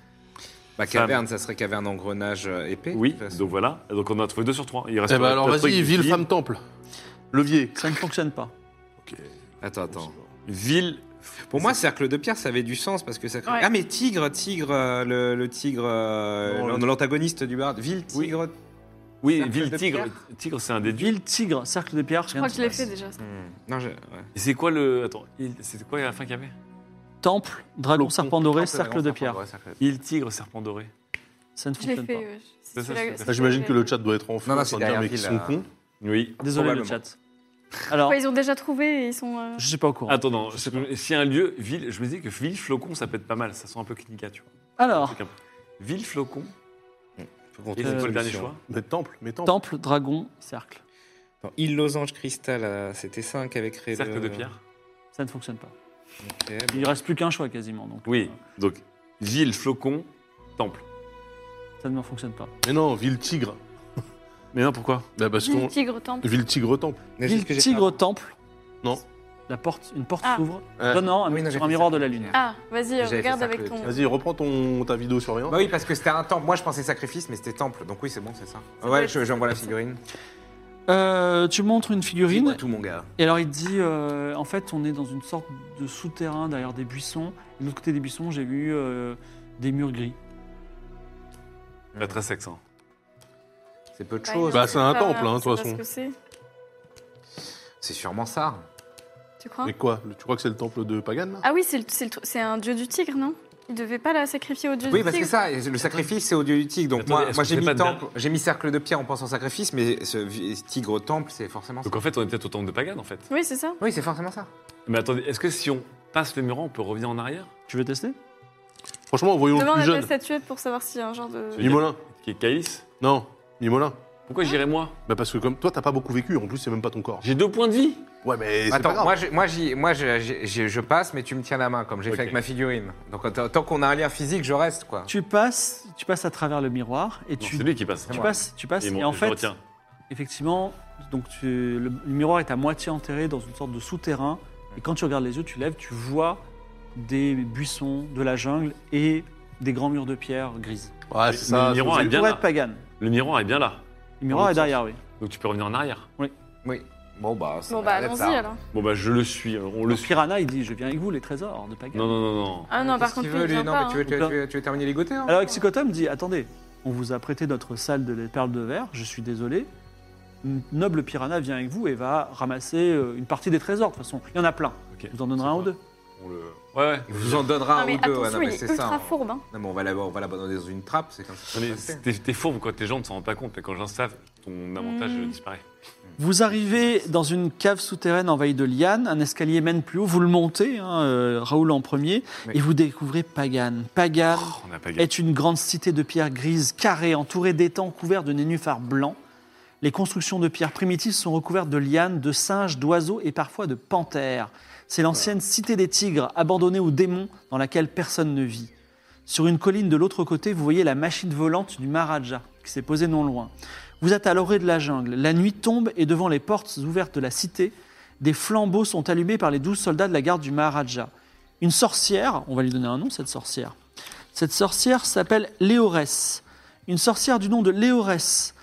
[SPEAKER 5] Bah,
[SPEAKER 3] Ça-
[SPEAKER 5] caverne, ça serait caverne engrenage euh, épais.
[SPEAKER 3] oui.
[SPEAKER 5] de toute façon.
[SPEAKER 3] Donc voilà. Donc on a trouvé deux sur trois. Il reste
[SPEAKER 4] Eh ben
[SPEAKER 3] le
[SPEAKER 4] alors
[SPEAKER 3] truc
[SPEAKER 4] vas-y, ville, femme, temple. Levier.
[SPEAKER 1] Ça ne fonctionne pas.
[SPEAKER 4] Ok.
[SPEAKER 5] Attends, attends.
[SPEAKER 3] Ville.
[SPEAKER 5] Pour moi, cercle de pierre, ça avait du sens parce que ça. crée-
[SPEAKER 2] Ouais.
[SPEAKER 5] Ah, mais tigre, tigre, euh, le, le tigre, euh,
[SPEAKER 4] Non,
[SPEAKER 5] l'an- l'antagoniste du bard. Ville,
[SPEAKER 3] Oui.
[SPEAKER 5] tigre.
[SPEAKER 3] Oui,
[SPEAKER 5] cercle
[SPEAKER 3] ville
[SPEAKER 5] de
[SPEAKER 3] tigre.
[SPEAKER 5] pierre.
[SPEAKER 3] Tigre, c'est un des dieux.
[SPEAKER 1] Île tigre, cercle des pierres,
[SPEAKER 2] Je
[SPEAKER 1] rien
[SPEAKER 2] crois
[SPEAKER 1] ne
[SPEAKER 2] que
[SPEAKER 1] se
[SPEAKER 2] je l'ai
[SPEAKER 1] passe.
[SPEAKER 2] fait déjà. ça.
[SPEAKER 5] Hmm. Non, je- ouais.
[SPEAKER 3] Et c'est quoi le Attends, île- c'était quoi la fin qu'il y avait
[SPEAKER 1] Temple, dragon,
[SPEAKER 4] Temple,
[SPEAKER 1] serpent doré,
[SPEAKER 5] Temple,
[SPEAKER 1] cercle de
[SPEAKER 5] serpent
[SPEAKER 1] pierre.
[SPEAKER 5] doré, cercle de-
[SPEAKER 3] Île tigre, serpent doré.
[SPEAKER 1] Ça ne
[SPEAKER 2] Je l'ai
[SPEAKER 1] fonctionne
[SPEAKER 2] fait,
[SPEAKER 1] pas.
[SPEAKER 2] ouais.
[SPEAKER 3] C'est ça, c'est ça.
[SPEAKER 4] Là, J'imagine que le chat doit être en feu
[SPEAKER 5] non, c'est
[SPEAKER 4] en train de dire
[SPEAKER 5] derrière
[SPEAKER 4] mais qui
[SPEAKER 5] ville,
[SPEAKER 4] sont
[SPEAKER 5] là.
[SPEAKER 4] cons.
[SPEAKER 3] Oui.
[SPEAKER 1] Désolé le
[SPEAKER 5] Probablement.
[SPEAKER 1] chat. Alors,
[SPEAKER 2] Ouais, ils ont déjà trouvé et ils sont. euh,
[SPEAKER 1] je ne suis pas au courant.
[SPEAKER 3] Attends, non, je- s'il y a un lieu, ville, je me dis que ville flocon, ça peut être pas mal. Ça sent un peu clinica, tu vois. Un
[SPEAKER 1] Alors,
[SPEAKER 3] truc un peu- Ville flocon.
[SPEAKER 5] Faut qu'on
[SPEAKER 3] Et
[SPEAKER 5] trouve
[SPEAKER 3] c'est
[SPEAKER 5] une
[SPEAKER 3] quoi le dernier
[SPEAKER 5] solution.
[SPEAKER 3] choix
[SPEAKER 4] Mais temple, mais temple.
[SPEAKER 1] temple, dragon, cercle.
[SPEAKER 6] Dans île losange cristal, euh, c'était 5 avec Ray.
[SPEAKER 3] Cercle de pierre.
[SPEAKER 1] Ça ne fonctionne pas.
[SPEAKER 6] Ok,
[SPEAKER 1] Il ne reste plus qu'un choix quasiment. Donc,
[SPEAKER 3] Oui, donc ville, flocon, temple.
[SPEAKER 1] euh, ça ne fonctionne pas.
[SPEAKER 4] Mais non, ville tigre.
[SPEAKER 3] Mais non, pourquoi
[SPEAKER 4] Bah parce
[SPEAKER 2] Ville
[SPEAKER 4] qu'on.
[SPEAKER 2] Tigre Temple.
[SPEAKER 4] Ville tigre temple.
[SPEAKER 6] Mais c'est
[SPEAKER 1] Ville
[SPEAKER 6] ce que j'ai
[SPEAKER 1] Tigre
[SPEAKER 6] fait
[SPEAKER 1] Temple.
[SPEAKER 4] Non.
[SPEAKER 1] La porte, une porte
[SPEAKER 2] Ah.
[SPEAKER 1] s'ouvre,
[SPEAKER 4] Ouais.
[SPEAKER 1] donnant un-
[SPEAKER 5] Oui, non, j'ai
[SPEAKER 1] sur
[SPEAKER 5] fait
[SPEAKER 1] un miroir
[SPEAKER 5] ça.
[SPEAKER 1] de la lune.
[SPEAKER 2] Ah, vas-y,
[SPEAKER 5] J'avais fait
[SPEAKER 2] regarde
[SPEAKER 5] ça,
[SPEAKER 2] avec
[SPEAKER 5] le-
[SPEAKER 2] ton.
[SPEAKER 4] Vas-y, reprends ton, ta vidéo sur rien.
[SPEAKER 5] Bah oui, parce que c'était un temple. Moi, je pensais sacrifice, mais c'était temple. Donc oui, c'est bon, c'est ça.
[SPEAKER 2] doit
[SPEAKER 5] Ouais,
[SPEAKER 2] être-
[SPEAKER 5] je- j'envoie la figurine.
[SPEAKER 1] Euh, tu montres une
[SPEAKER 5] Dis-moi
[SPEAKER 1] figurine
[SPEAKER 5] tout, mon gars.
[SPEAKER 1] et alors il te dit euh, en fait on est dans une sorte de souterrain derrière des buissons. Et de l'autre côté des buissons j'ai vu euh, des murs gris.
[SPEAKER 3] Pas très sexant.
[SPEAKER 5] C'est peu de
[SPEAKER 2] Bah,
[SPEAKER 5] choses.
[SPEAKER 4] Bah,
[SPEAKER 2] non,
[SPEAKER 4] c'est un
[SPEAKER 2] pas-
[SPEAKER 4] temple, hein, de toute
[SPEAKER 2] c'est pas ce
[SPEAKER 4] façon.
[SPEAKER 2] que c'est.
[SPEAKER 5] C'est sûrement ça.
[SPEAKER 2] Tu crois
[SPEAKER 4] Mais quoi le- Tu crois que c'est le temple de Pagan là
[SPEAKER 2] Ah oui, c'est le- c'est le tr- c'est un dieu du tigre, non Il devait pas la sacrifier au dieu
[SPEAKER 5] Oui,
[SPEAKER 2] du
[SPEAKER 5] parce que
[SPEAKER 2] tigre.
[SPEAKER 5] ça, le sacrifice, c'est au dieu du tigre. Donc
[SPEAKER 3] Attendez,
[SPEAKER 5] moi,
[SPEAKER 3] est-ce
[SPEAKER 5] moi
[SPEAKER 3] que
[SPEAKER 5] j'ai
[SPEAKER 3] c'est
[SPEAKER 5] mis
[SPEAKER 3] pas de-
[SPEAKER 5] temple, j'ai mis cercle de pierre en pensant sacrifice, mais ce vi- tigre temple, c'est forcément ça.
[SPEAKER 3] Donc en fait, on est peut-être au temple de Pagan en fait.
[SPEAKER 2] Oui, c'est ça.
[SPEAKER 5] Oui, c'est forcément ça.
[SPEAKER 3] Mais attendez, est-ce que si on passe le mur, on peut revenir en arrière
[SPEAKER 1] Tu veux tester
[SPEAKER 4] Franchement, voyons le
[SPEAKER 2] Demande
[SPEAKER 4] plus
[SPEAKER 2] à ta
[SPEAKER 4] jeune.
[SPEAKER 2] statuette pour savoir s'il y a un genre de.
[SPEAKER 3] Tu veux dire-
[SPEAKER 4] Mimolin.
[SPEAKER 3] Qui est Caïs
[SPEAKER 4] Non, Mimolin.
[SPEAKER 3] Pourquoi j'irais moi
[SPEAKER 4] Bah parce que comme toi, t'as pas beaucoup vécu. En plus, c'est même pas ton corps.
[SPEAKER 3] J'ai deux points de vie
[SPEAKER 4] Ouais, mais c'est pas
[SPEAKER 5] Attends,
[SPEAKER 4] grave.
[SPEAKER 5] moi, je, moi, j'y- moi je, je- je- je passe, mais tu me tiens la main, comme j'ai
[SPEAKER 3] Ok.
[SPEAKER 5] fait avec ma figurine. Donc tant tant qu'on a un lien physique, je reste, quoi.
[SPEAKER 1] Tu passes, tu passes à travers le miroir et
[SPEAKER 3] Non,
[SPEAKER 1] tu,
[SPEAKER 3] C'est lui qui passe.
[SPEAKER 1] tu
[SPEAKER 5] moi.
[SPEAKER 1] passes, tu passes
[SPEAKER 3] Et
[SPEAKER 1] et,
[SPEAKER 3] moi,
[SPEAKER 1] en
[SPEAKER 3] je
[SPEAKER 1] fait
[SPEAKER 3] retiens.
[SPEAKER 1] effectivement donc tu- le, le miroir est à moitié enterré dans une sorte de souterrain et quand tu regardes les yeux, tu lèves, tu vois des buissons, de la jungle et des grands murs de pierre grises.
[SPEAKER 4] Ouais,
[SPEAKER 3] Mais-
[SPEAKER 4] c'est
[SPEAKER 3] mais
[SPEAKER 4] ça.
[SPEAKER 3] le miroir
[SPEAKER 1] Ça
[SPEAKER 3] est bien
[SPEAKER 1] pourrait
[SPEAKER 3] là.
[SPEAKER 1] être Pagan.
[SPEAKER 3] Le miroir est bien là.
[SPEAKER 1] Le miroir
[SPEAKER 3] Dans
[SPEAKER 1] est
[SPEAKER 3] l'autre
[SPEAKER 1] derrière, oui.
[SPEAKER 3] Donc tu peux revenir en arrière.
[SPEAKER 5] Oui. Bon, bah, ça
[SPEAKER 2] Bon, bah,
[SPEAKER 5] va être
[SPEAKER 2] allons-y
[SPEAKER 5] ça.
[SPEAKER 2] alors.
[SPEAKER 3] Bon bah je le suis. alors, On le
[SPEAKER 1] Le
[SPEAKER 3] suit.
[SPEAKER 1] piranha, il dit Je viens avec vous, les trésors de Pagan.
[SPEAKER 3] Non non non non.
[SPEAKER 2] Ah non, par
[SPEAKER 5] Qu'est-ce
[SPEAKER 2] contre,
[SPEAKER 5] qu'il
[SPEAKER 2] lui,
[SPEAKER 5] veut,
[SPEAKER 2] il
[SPEAKER 5] lui
[SPEAKER 2] vient
[SPEAKER 5] Non,
[SPEAKER 2] pas. hein.
[SPEAKER 5] mais tu veux, tu, veux- tu veux- tu veux terminer les goûters, hein
[SPEAKER 1] Alors, Exicotum dit Attendez, on vous a prêté notre salle de les perles de verre, je suis désolé. Une noble piranha vient avec vous et va ramasser euh, une partie des trésors. De toute façon, il y en a plein.
[SPEAKER 3] Ok.
[SPEAKER 1] Je vous en donnerai un ou deux.
[SPEAKER 3] On le. Ouais ouais.
[SPEAKER 5] On vous en donnera
[SPEAKER 2] Non,
[SPEAKER 5] un
[SPEAKER 2] mais
[SPEAKER 5] ou deux. ouais,
[SPEAKER 2] attention,
[SPEAKER 5] non, mais
[SPEAKER 2] il est
[SPEAKER 5] c'est
[SPEAKER 2] ultra
[SPEAKER 5] ça.
[SPEAKER 2] fourbe. hein.
[SPEAKER 5] Non, mais on va l'avoir- on va l'abandonner dans une trappe, c'est comme ça. que
[SPEAKER 3] Mais
[SPEAKER 5] ça se fait.
[SPEAKER 3] t'es- t'es fourbe quand les gens ne s'en rendent pas compte, mais quand j'en savent, ton avantage
[SPEAKER 2] Mm.
[SPEAKER 3] euh, disparaît.
[SPEAKER 1] Vous arrivez dans une cave souterraine envahie de lianes, un escalier mène plus haut, vous le montez, hein, euh, Raoul en premier,
[SPEAKER 5] Oui.
[SPEAKER 1] et vous découvrez Pagan. Pagan
[SPEAKER 3] Oh, on a pas gagné.
[SPEAKER 1] est une grande cité de pierres grises, carrée, entourée d'étangs couverts de nénuphars blancs. Les constructions de pierres primitives sont recouvertes de lianes, de singes, d'oiseaux et parfois de panthères. C'est l'ancienne cité des tigres, abandonnée aux démons, dans laquelle personne ne vit. Sur une colline de l'autre côté, vous voyez la machine volante du Maharaja, qui s'est posée non loin. Vous êtes à l'orée de la jungle. La nuit tombe et devant les portes ouvertes de la cité, des flambeaux sont allumés par les douze soldats de la garde du Maharaja. Une sorcière, on va lui donner un nom, cette sorcière, cette sorcière s'appelle Léorès. Une sorcière du nom de Léorès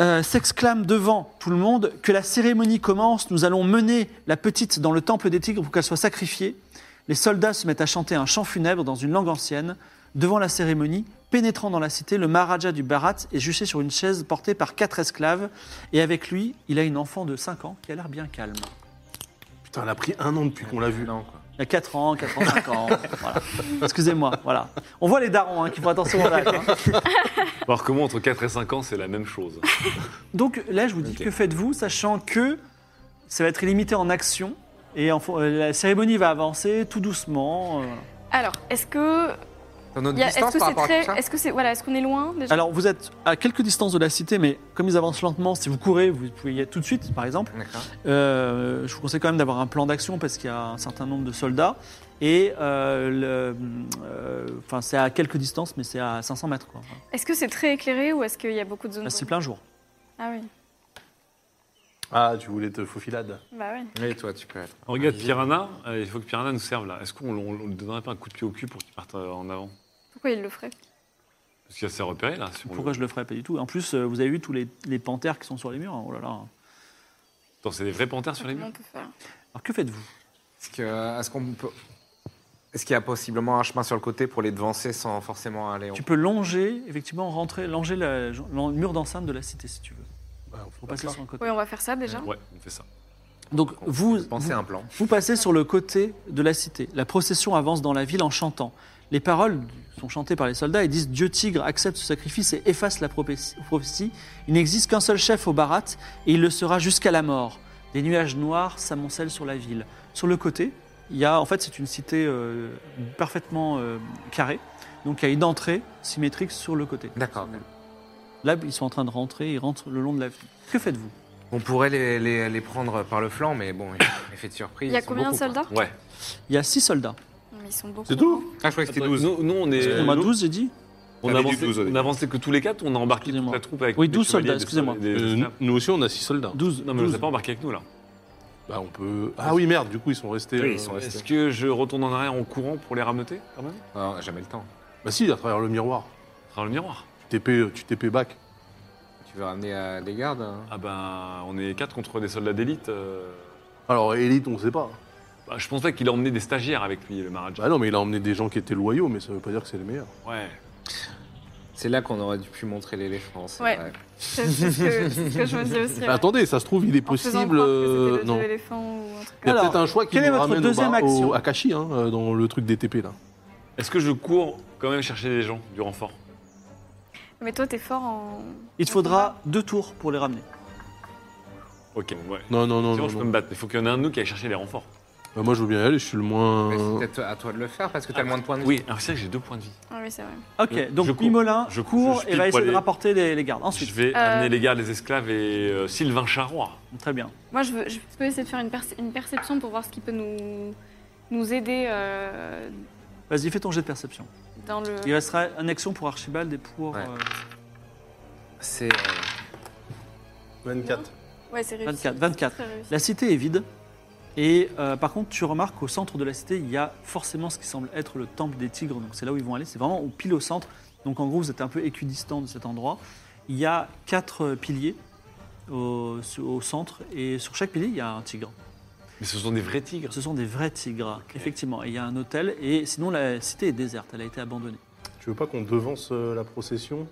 [SPEAKER 1] euh, s'exclame devant tout le monde que la cérémonie commence, nous allons mener la petite dans le temple des tigres pour qu'elle soit sacrifiée. Les soldats se mettent à chanter un chant funèbre dans une langue ancienne. Devant la cérémonie, pénétrant dans la cité, le Maharaja du Bharat est juché sur une chaise portée par quatre esclaves. Et avec lui, il a une enfant de 5 ans qui a l'air bien calme.
[SPEAKER 4] Putain, elle a pris un an depuis qu'on l'a vu.
[SPEAKER 5] Non, quoi.
[SPEAKER 1] Il y a 4 ans, 4 ans, 5 ans. voilà. Excusez-moi, voilà. On voit les darons hein, qui font attention à l'âge. hein.
[SPEAKER 3] Alors que moi entre 4 et 5 ans c'est la même chose.
[SPEAKER 1] Donc là, je vous dis,
[SPEAKER 5] Ok.
[SPEAKER 1] que faites-vous, sachant que ça va être illimité en action et en fo- euh, la cérémonie va avancer tout doucement. euh, voilà.
[SPEAKER 2] Alors, est-ce que.
[SPEAKER 5] Dans notre
[SPEAKER 2] il y a- Est-ce
[SPEAKER 5] distance
[SPEAKER 2] que
[SPEAKER 5] par
[SPEAKER 2] c'est
[SPEAKER 5] rapport à tout ça
[SPEAKER 2] très. Est-ce que c'est. Voilà, est-ce qu'on est loin déjà
[SPEAKER 1] Alors vous êtes à quelques distances de la cité, mais comme ils avancent lentement, si vous courez, vous pouvez y être tout de suite, par exemple.
[SPEAKER 5] D'accord.
[SPEAKER 1] Euh, je vous conseille quand même d'avoir un plan d'action parce qu'il y a un certain nombre de soldats. Et euh, le, euh, enfin, c'est à quelques distances, mais c'est à 500 mètres. quoi.
[SPEAKER 2] Est-ce que c'est très éclairé ou est-ce qu'il y a beaucoup de zones
[SPEAKER 1] C'est
[SPEAKER 2] d'ombre
[SPEAKER 1] plein jour.
[SPEAKER 2] Ah oui.
[SPEAKER 4] Ah, tu voulais te faufilade.
[SPEAKER 2] Bah oui.
[SPEAKER 5] Oui, toi, tu peux être.
[SPEAKER 3] Alors, regarde Piranha, euh, il faut que Piranha nous serve là. Est-ce qu'on on- on lui donnerait pas un coup de pied au cul pour qu'il parte euh, en avant
[SPEAKER 2] Pourquoi il le ferait
[SPEAKER 3] Parce qu'il s'est repéré là. si on le-
[SPEAKER 1] Pourquoi je le ferais pas du tout En plus, euh, vous avez vu tous les, les panthères qui sont sur les murs. hein, Oh là là.
[SPEAKER 3] Attends, c'est des vrais panthères sur les
[SPEAKER 2] Comment
[SPEAKER 3] murs
[SPEAKER 2] on peut faire
[SPEAKER 1] Alors que faites-vous
[SPEAKER 5] Est-ce que- euh, est-ce qu'on peut. Est-ce qu'il y a possiblement un chemin sur le côté pour les devancer sans forcément aller au.
[SPEAKER 1] Tu peux longer, effectivement, rentrer, longer la- le mur d'enceinte de la cité si tu veux. Pour passer sur un côté.
[SPEAKER 2] Oui, Bah, on va faire ça déjà.
[SPEAKER 3] Ouais, on fait ça.
[SPEAKER 1] Donc vous,
[SPEAKER 5] Pensez
[SPEAKER 1] vous-
[SPEAKER 5] à un plan.
[SPEAKER 1] vous passez sur le côté de la cité. La procession avance dans la ville en chantant. Les paroles sont chantées par les soldats et disent Dieu tigre accepte ce sacrifice et efface la prophétie. prophétie. Il n'existe qu'un seul chef au Barat et il le sera jusqu'à la mort. Des nuages noirs s'amoncellent sur la ville. Sur le côté, il y a en fait c'est une cité euh, parfaitement euh, carrée. Donc il y a une entrée symétrique sur le côté.
[SPEAKER 5] D'accord.
[SPEAKER 1] Là, ils sont en train de rentrer, ils rentrent le long de l'avenue. Que faites-vous
[SPEAKER 5] On pourrait les, les- les prendre par le flanc, mais bon, effet de surprise.
[SPEAKER 2] Il y a
[SPEAKER 5] ils sont
[SPEAKER 2] combien de
[SPEAKER 5] beaucoup, quoi.
[SPEAKER 2] soldats
[SPEAKER 3] Ouais.
[SPEAKER 1] Il y a 6 soldats.
[SPEAKER 2] Mais Ils sont beaucoup. hein.
[SPEAKER 4] C'est tout
[SPEAKER 5] Ah, je croyais que c'était 12.
[SPEAKER 3] Nous, nous, on est.
[SPEAKER 1] On a
[SPEAKER 3] Euh, nous,
[SPEAKER 1] 12, j'ai dit
[SPEAKER 3] On
[SPEAKER 5] T'avais
[SPEAKER 3] avançait,
[SPEAKER 5] dit 12 au
[SPEAKER 3] on
[SPEAKER 5] début.
[SPEAKER 3] avançait que tous les quatre, on a embarqué toute
[SPEAKER 1] Excusez-moi.
[SPEAKER 3] la troupe avec.
[SPEAKER 1] Oui,
[SPEAKER 3] des
[SPEAKER 1] 12 soldats,
[SPEAKER 3] chevaliers, des-
[SPEAKER 1] excusez-moi.
[SPEAKER 3] des- des-
[SPEAKER 4] Euh, nous- Nous aussi, on a six soldats.
[SPEAKER 1] 12.
[SPEAKER 3] Non, mais on les a pas embarqués avec nous là.
[SPEAKER 4] Bah, on peut. Ah oui, merde, du coup, ils sont restés.
[SPEAKER 5] Oui,
[SPEAKER 4] euh,
[SPEAKER 5] ils sont restés.
[SPEAKER 3] Est-ce que je retourne en arrière en courant pour les rameuter quand même
[SPEAKER 5] Non, on n'a Ah, jamais le temps.
[SPEAKER 4] Bah, si, à travers le miroir.
[SPEAKER 3] Dans le miroir.
[SPEAKER 4] TP, tu TP back.
[SPEAKER 5] Tu veux ramener euh, des gardes hein
[SPEAKER 3] Ah ben, on est quatre contre des soldats d'élite. euh,
[SPEAKER 4] Alors, Elite, on sait pas.
[SPEAKER 3] bah, je pense pas qu'il a emmené des stagiaires avec lui, le Maharaja.
[SPEAKER 4] Bah, non, mais il a emmené des gens qui étaient loyaux, mais ça veut pas dire que c'est les meilleurs.
[SPEAKER 3] Ouais.
[SPEAKER 5] C'est là qu'on aurait dû pu montrer l'éléphant. c'est
[SPEAKER 2] Ouais.
[SPEAKER 5] vrai.
[SPEAKER 2] C'est c'est ce, que- c'est ce que je me dis aussi.
[SPEAKER 4] Mais
[SPEAKER 2] ouais.
[SPEAKER 4] attendez, ça se trouve, il est
[SPEAKER 2] En faisant
[SPEAKER 4] Bah, possible.
[SPEAKER 2] croire
[SPEAKER 4] euh,
[SPEAKER 2] que c'était le
[SPEAKER 4] non.
[SPEAKER 2] jeu éléphant ou un truc
[SPEAKER 4] Il y a
[SPEAKER 1] Alors,
[SPEAKER 4] peut-être un choix qui
[SPEAKER 1] quelle est
[SPEAKER 4] nous
[SPEAKER 1] votre
[SPEAKER 4] ramène au
[SPEAKER 1] deuxième
[SPEAKER 4] bas-
[SPEAKER 1] action
[SPEAKER 4] au- à Kashi, hein, euh, dans le truc des TP, là.
[SPEAKER 3] Est-ce que je cours quand même chercher des gens, du renfort
[SPEAKER 2] Mais toi, t'es fort en.
[SPEAKER 1] Il te faudra deux tours pour les ramener.
[SPEAKER 3] Ok, ouais.
[SPEAKER 4] Non, non, non,
[SPEAKER 3] Sinon,
[SPEAKER 4] non.
[SPEAKER 3] je
[SPEAKER 4] non.
[SPEAKER 3] peux me battre, mais il faut qu'il y en ait un de nous qui aille chercher les renforts.
[SPEAKER 4] Bah, moi, je veux bien y aller, je suis le moins.
[SPEAKER 5] Mais c'est peut-être à toi de le faire parce que t'as le moins de points de vie.
[SPEAKER 3] Oui, alors c'est vrai que j'ai deux points de vie.
[SPEAKER 2] Ah oui, c'est vrai.
[SPEAKER 1] Ok, donc
[SPEAKER 3] je cours.
[SPEAKER 1] Imolin
[SPEAKER 3] Je
[SPEAKER 1] court
[SPEAKER 3] cours, je
[SPEAKER 1] et va
[SPEAKER 3] pile
[SPEAKER 1] essayer de
[SPEAKER 3] poil.
[SPEAKER 1] rapporter les, les gardes.
[SPEAKER 3] Je
[SPEAKER 1] Ensuite,
[SPEAKER 3] vais
[SPEAKER 2] Euh,
[SPEAKER 3] amener les gars, les esclaves et euh, Sylvain Charrois.
[SPEAKER 1] très bien.
[SPEAKER 2] Moi, je, veux, je peux essayer de faire une, perce- une perception pour voir ce qui peut nous, nous aider euh,
[SPEAKER 1] Vas-y, fais ton jet de perception.
[SPEAKER 2] dans le.
[SPEAKER 1] Il restera une action pour Archibald et pour
[SPEAKER 5] Ouais.
[SPEAKER 1] euh,
[SPEAKER 5] C'est. euh,
[SPEAKER 4] 24.
[SPEAKER 2] Ouais, c'est réussi.
[SPEAKER 1] 24. 24.
[SPEAKER 2] Très réussi.
[SPEAKER 1] La cité est vide. Et euh, par contre, tu remarques qu'au centre de la cité, il y a forcément ce qui semble être le temple des tigres. Donc c'est là où ils vont aller. C'est vraiment au pile au centre. Donc en gros, vous êtes un peu équidistant de cet endroit. Il y a quatre euh, piliers au, sur- au centre. Et sur chaque pilier, il y a un tigre.
[SPEAKER 3] Mais ce sont des vrais tigres.
[SPEAKER 1] Ce sont des vrais tigres, effectivement. Et il y a un hôtel. Et sinon, la cité est déserte. Elle a été abandonnée.
[SPEAKER 4] Tu veux pas qu'on devance euh, la procession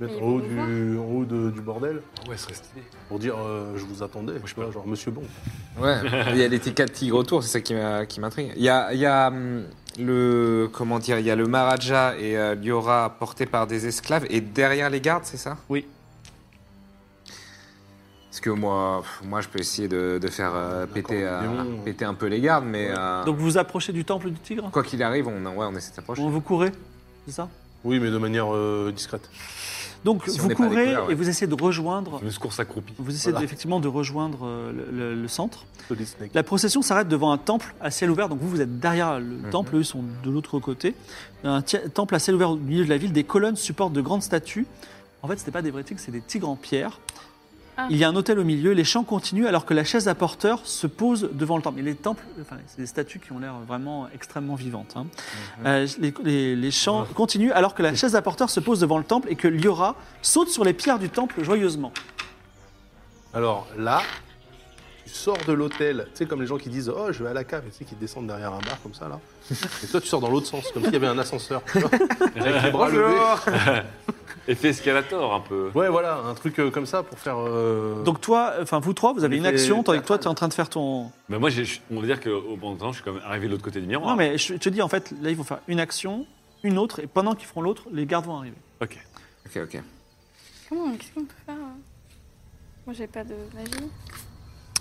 [SPEAKER 2] Mais
[SPEAKER 4] Mettre
[SPEAKER 2] ils
[SPEAKER 4] en
[SPEAKER 2] vont
[SPEAKER 4] haut,
[SPEAKER 2] nous
[SPEAKER 4] du, en haut de- du bordel
[SPEAKER 3] Ah Ouais, ce serait stylé.
[SPEAKER 4] pour dire euh, je vous attendais,
[SPEAKER 3] je
[SPEAKER 4] tu vois, genre monsieur bon.
[SPEAKER 5] Ouais, il y a les T4 tigres autour, c'est ça qui m'a- qui m'intrigue. Il y a, il y a hum, le. Comment dire Il y a le Maharaja et euh, Liora portés par des esclaves et derrière les gardes, c'est ça
[SPEAKER 1] Oui.
[SPEAKER 5] Parce que moi, pff, moi je peux essayer de, de faire euh, péter, euh,
[SPEAKER 4] démon, ouais.
[SPEAKER 5] péter un peu les gardes, mais. euh,
[SPEAKER 1] Donc vous vous approchez du temple du tigre
[SPEAKER 5] quoi qu'il arrive, on, ouais, on essaie de s'approcher.
[SPEAKER 1] Bon, Vous courez, c'est ça
[SPEAKER 4] Oui, mais de manière euh, discrète.
[SPEAKER 1] Donc
[SPEAKER 5] Si on
[SPEAKER 1] vous
[SPEAKER 5] n'est pas
[SPEAKER 1] courez
[SPEAKER 5] découvert, ouais.
[SPEAKER 1] et vous essayez de rejoindre.
[SPEAKER 3] Une course accroupie.
[SPEAKER 1] Vous essayez
[SPEAKER 4] Voilà.
[SPEAKER 1] de- effectivement de rejoindre euh, le- le- le centre.
[SPEAKER 4] Solid Snake.
[SPEAKER 1] La procession s'arrête devant un temple à ciel ouvert. Donc vous, vous êtes derrière le temple, eux ils sont de l'autre côté. Un ti- temple à ciel ouvert au milieu de la ville. Des colonnes supportent de grandes statues. En fait, ce pas des vrais tigres, c'est des tigres en pierre.
[SPEAKER 2] Ah.
[SPEAKER 1] Il y a un hôtel au milieu, les chants continuent alors que la chaise à porteur se pose devant le temple. Et les temples, enfin, c'est des statues qui ont l'air vraiment extrêmement vivantes. hein. Euh, les, les- les chants continuent alors que la chaise à porteur se pose devant le temple et que Liora saute sur les pierres du temple joyeusement.
[SPEAKER 4] Alors là, tu sors de l'hôtel, tu sais, comme les gens qui disent Oh, je vais à la cave, et tu sais, qui descendent derrière un bar comme ça, là. Et toi, tu sors dans l'autre sens, comme s'il y avait un ascenseur. tu vois, Avec les bras levés.
[SPEAKER 3] Effet escalator un peu.
[SPEAKER 4] Ouais, voilà, un truc euh, comme ça pour faire. euh,
[SPEAKER 1] Donc toi, enfin vous trois, vous avez une
[SPEAKER 4] fait
[SPEAKER 1] action tandis que toi
[SPEAKER 4] théâtral.
[SPEAKER 1] tu es en train de faire ton,
[SPEAKER 3] Mais moi, j'ai- on va dire qu'au bon temps, je suis quand même arrivé de l'autre côté du miroir.
[SPEAKER 1] Non, mais je te dis, en fait, là, ils vont faire une action, une autre, et pendant qu'ils feront l'autre, les gardes vont arriver.
[SPEAKER 3] Ok.
[SPEAKER 5] Ok, ok.
[SPEAKER 2] Comment Qu'est-ce qu'on peut faire euh Moi, j'ai pas de magie.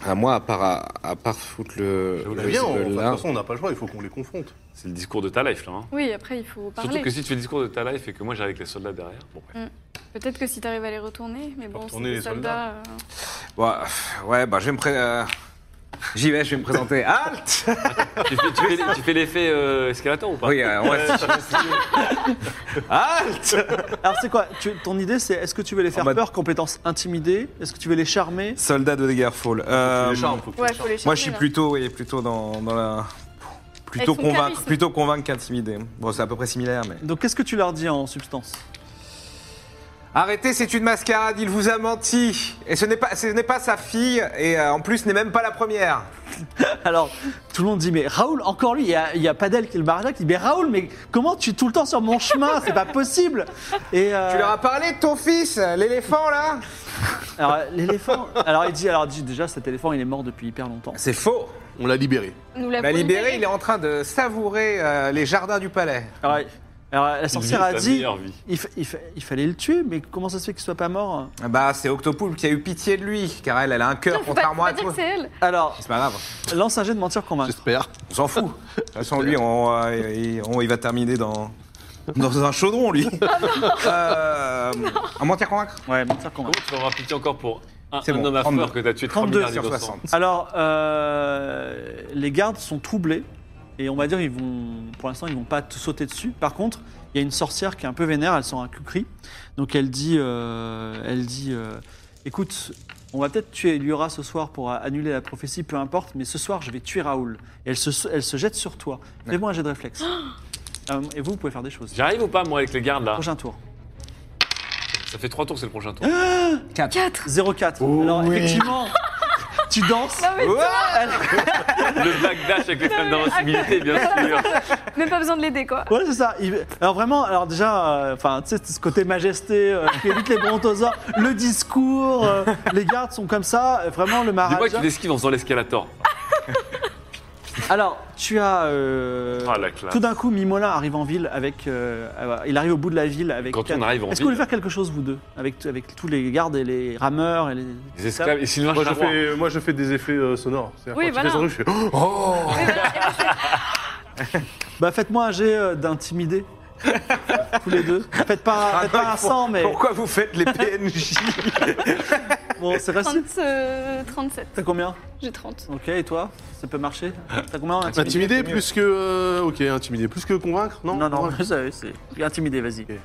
[SPEAKER 5] À moi, à part, à, à part foutre le.
[SPEAKER 4] J'avoue,
[SPEAKER 5] le-
[SPEAKER 4] c'est bien, on-
[SPEAKER 5] le
[SPEAKER 4] hein, enfin, de toute
[SPEAKER 5] lard-
[SPEAKER 4] façon, on n'a pas le choix, il faut qu'on les confronte.
[SPEAKER 3] C'est le discours de ta life là. hein.
[SPEAKER 2] Oui, après, il faut parler.
[SPEAKER 3] Surtout que si tu fais le discours de ta life et que moi j'arrive avec les soldats derrière. Bon, bref.
[SPEAKER 2] Peut-être que si t'arrives à les retourner, mais bon,
[SPEAKER 4] retourner
[SPEAKER 2] c'est
[SPEAKER 4] les
[SPEAKER 2] des soldats. euh,
[SPEAKER 5] Ouais, pff, ouais, bah je vais me pré- euh, J'y vais, je vais me présenter. Halte
[SPEAKER 3] tu fais, tu fais- tu fais l'effet euh, escalator ou pas
[SPEAKER 5] Oui, euh, Ah, on va se- Halte
[SPEAKER 1] Alors, c'est quoi tu- Ton idée, c'est est-ce que tu veux les faire
[SPEAKER 5] En mode-
[SPEAKER 1] peur, compétences intimider Est-ce que tu veux les charmer
[SPEAKER 5] Soldat de Daggerfall. Euh,
[SPEAKER 4] Les charmes, faut que tu
[SPEAKER 2] Ouais,
[SPEAKER 4] les
[SPEAKER 2] faut les
[SPEAKER 5] moi, je suis
[SPEAKER 2] charmer, là.
[SPEAKER 5] plutôt, oui, plutôt dans, dans la. Plutôt
[SPEAKER 2] Avec son
[SPEAKER 5] convaincre,
[SPEAKER 2] charisme.
[SPEAKER 5] plutôt convaincre qu'intimider. Bon, c'est à peu près similaire, mais.
[SPEAKER 1] Donc, qu'est-ce que tu leur dis en substance
[SPEAKER 5] Arrêtez, c'est une mascarade. Il vous a menti, et ce n'est pas, ce n'est pas sa fille, et euh, en plus, n'est même pas la première.
[SPEAKER 1] Alors, tout le monde dit, mais Raoul, encore lui, il y a, il y a Padel qui est le barrage qui dit, mais Raoul, mais comment tu es tout le temps sur mon chemin C'est pas possible Et euh,
[SPEAKER 5] Tu leur as parlé de ton fils, l'éléphant là
[SPEAKER 1] alors, l'éléphant. Alors, il dit, alors, il dit, déjà, cet éléphant, il est mort depuis hyper longtemps.
[SPEAKER 5] C'est faux.
[SPEAKER 4] charmes. On l'a libéré.
[SPEAKER 2] Nous la
[SPEAKER 5] La libérée, Bah, il est en train de savourer euh, les jardins du palais.
[SPEAKER 1] Alors, alors, la
[SPEAKER 3] Vit
[SPEAKER 1] sorcière
[SPEAKER 3] sa
[SPEAKER 1] a dit,
[SPEAKER 3] meilleure vie.
[SPEAKER 1] il, fa- il fa- il fallait le tuer, mais comment ça se fait qu'il soit pas mort
[SPEAKER 5] Bah, c'est Octopoulpe qui a eu pitié de lui, car elle, elle a un
[SPEAKER 2] Faut
[SPEAKER 5] cœur,
[SPEAKER 2] pas, faut
[SPEAKER 5] contrairement
[SPEAKER 2] pas
[SPEAKER 5] à
[SPEAKER 2] dire
[SPEAKER 5] toi.
[SPEAKER 2] que Bah, c'est
[SPEAKER 5] C'est
[SPEAKER 2] elle.
[SPEAKER 1] Alors,
[SPEAKER 5] pas grave,
[SPEAKER 1] lance un jet de mentir convaincre.
[SPEAKER 4] J'espère.
[SPEAKER 5] on s'en fout. De toute façon, lui, on, euh, il, on- il va terminer dans, dans un chaudron, lui. euh, un mentir convaincre
[SPEAKER 1] Ouais, mentir convaincre.
[SPEAKER 3] Comment tu vas avoir pitié encore pour Un,
[SPEAKER 7] C'est
[SPEAKER 3] un
[SPEAKER 7] bon,
[SPEAKER 3] homme à
[SPEAKER 7] 32.
[SPEAKER 3] fleur que t'as tué 3
[SPEAKER 1] 32
[SPEAKER 3] milliards
[SPEAKER 7] sur
[SPEAKER 3] d'innocents.
[SPEAKER 7] 60.
[SPEAKER 1] Alors, euh, les gardes sont troublés et on va dire ils vont, pour l'instant, ils vont pas te sauter dessus. Par contre, il y a une sorcière qui est un peu vénère, elle sent un cucri. Donc elle dit, euh, elle dit, euh, écoute, on va peut-être tuer Liora ce soir pour euh, annuler la prophétie, peu importe, mais ce soir je vais tuer Raoul. Et elle se, elle se jette sur toi. Fais-moi un jet de réflexe. Euh, et vous, vous pouvez faire des choses.
[SPEAKER 3] J'arrive ou pas, moi, avec les gardes
[SPEAKER 2] Ah.
[SPEAKER 3] là
[SPEAKER 1] Prochain tour.
[SPEAKER 3] Ça fait 3 tours, c'est le prochain tour.
[SPEAKER 2] 4
[SPEAKER 1] 04. Alors effectivement, Oh tu danses.
[SPEAKER 2] Non mais
[SPEAKER 1] Elle-
[SPEAKER 3] le black dash avec les femmes d'invincibilité, bien sûr.
[SPEAKER 2] même pas besoin de l'aider quoi.
[SPEAKER 1] Ouais, c'est ça. Il- Alors vraiment, alors déjà, euh, enfin, tu sais, c'est ce côté majesté euh, qui évite les brontosaures, le discours, euh, les gardes sont comme ça. euh, Vraiment, le
[SPEAKER 3] Dis-moi
[SPEAKER 1] Maharaja.
[SPEAKER 3] qu'il esquive en faisant l'escalator.
[SPEAKER 1] Alors, tu as euh,
[SPEAKER 3] Ah, la classe.
[SPEAKER 1] tout d'un coup Mimola arrive en ville avec. euh, euh, il arrive au bout de la ville avec.
[SPEAKER 3] Quand on
[SPEAKER 1] quatre-
[SPEAKER 3] arrive en
[SPEAKER 1] Est-ce que vous voulez
[SPEAKER 3] ville,
[SPEAKER 1] faire quelque chose vous deux, avec avec tous les gardes et les rameurs et les.
[SPEAKER 3] les esclaves et Sylvain
[SPEAKER 4] Moi je,
[SPEAKER 3] Charrois.
[SPEAKER 4] fais, moi je fais des effets euh, sonores. C'est-à-dire
[SPEAKER 2] Oui,
[SPEAKER 4] quand
[SPEAKER 2] voilà.
[SPEAKER 4] tu fais son truc, je fais Oh
[SPEAKER 2] Mais voilà, et moi, je-
[SPEAKER 1] Bah faites-moi un jet euh, d'intimider. tous les deux. Faites pas, faites pas un 100, Ah, mais
[SPEAKER 5] Pourquoi vous faites les PNJ
[SPEAKER 1] bon, c'est facile.
[SPEAKER 2] 30, euh, 37,
[SPEAKER 1] T'as combien
[SPEAKER 2] j'ai 30.
[SPEAKER 1] Ok, et toi Ça peut marcher T'as combien en intimidation
[SPEAKER 4] Intimider plus que. euh, ok, intimider plus que convaincre, non
[SPEAKER 1] Non, non,
[SPEAKER 4] Convaincre.
[SPEAKER 1] ça, c'est intimidé, vas-y.
[SPEAKER 4] Ok.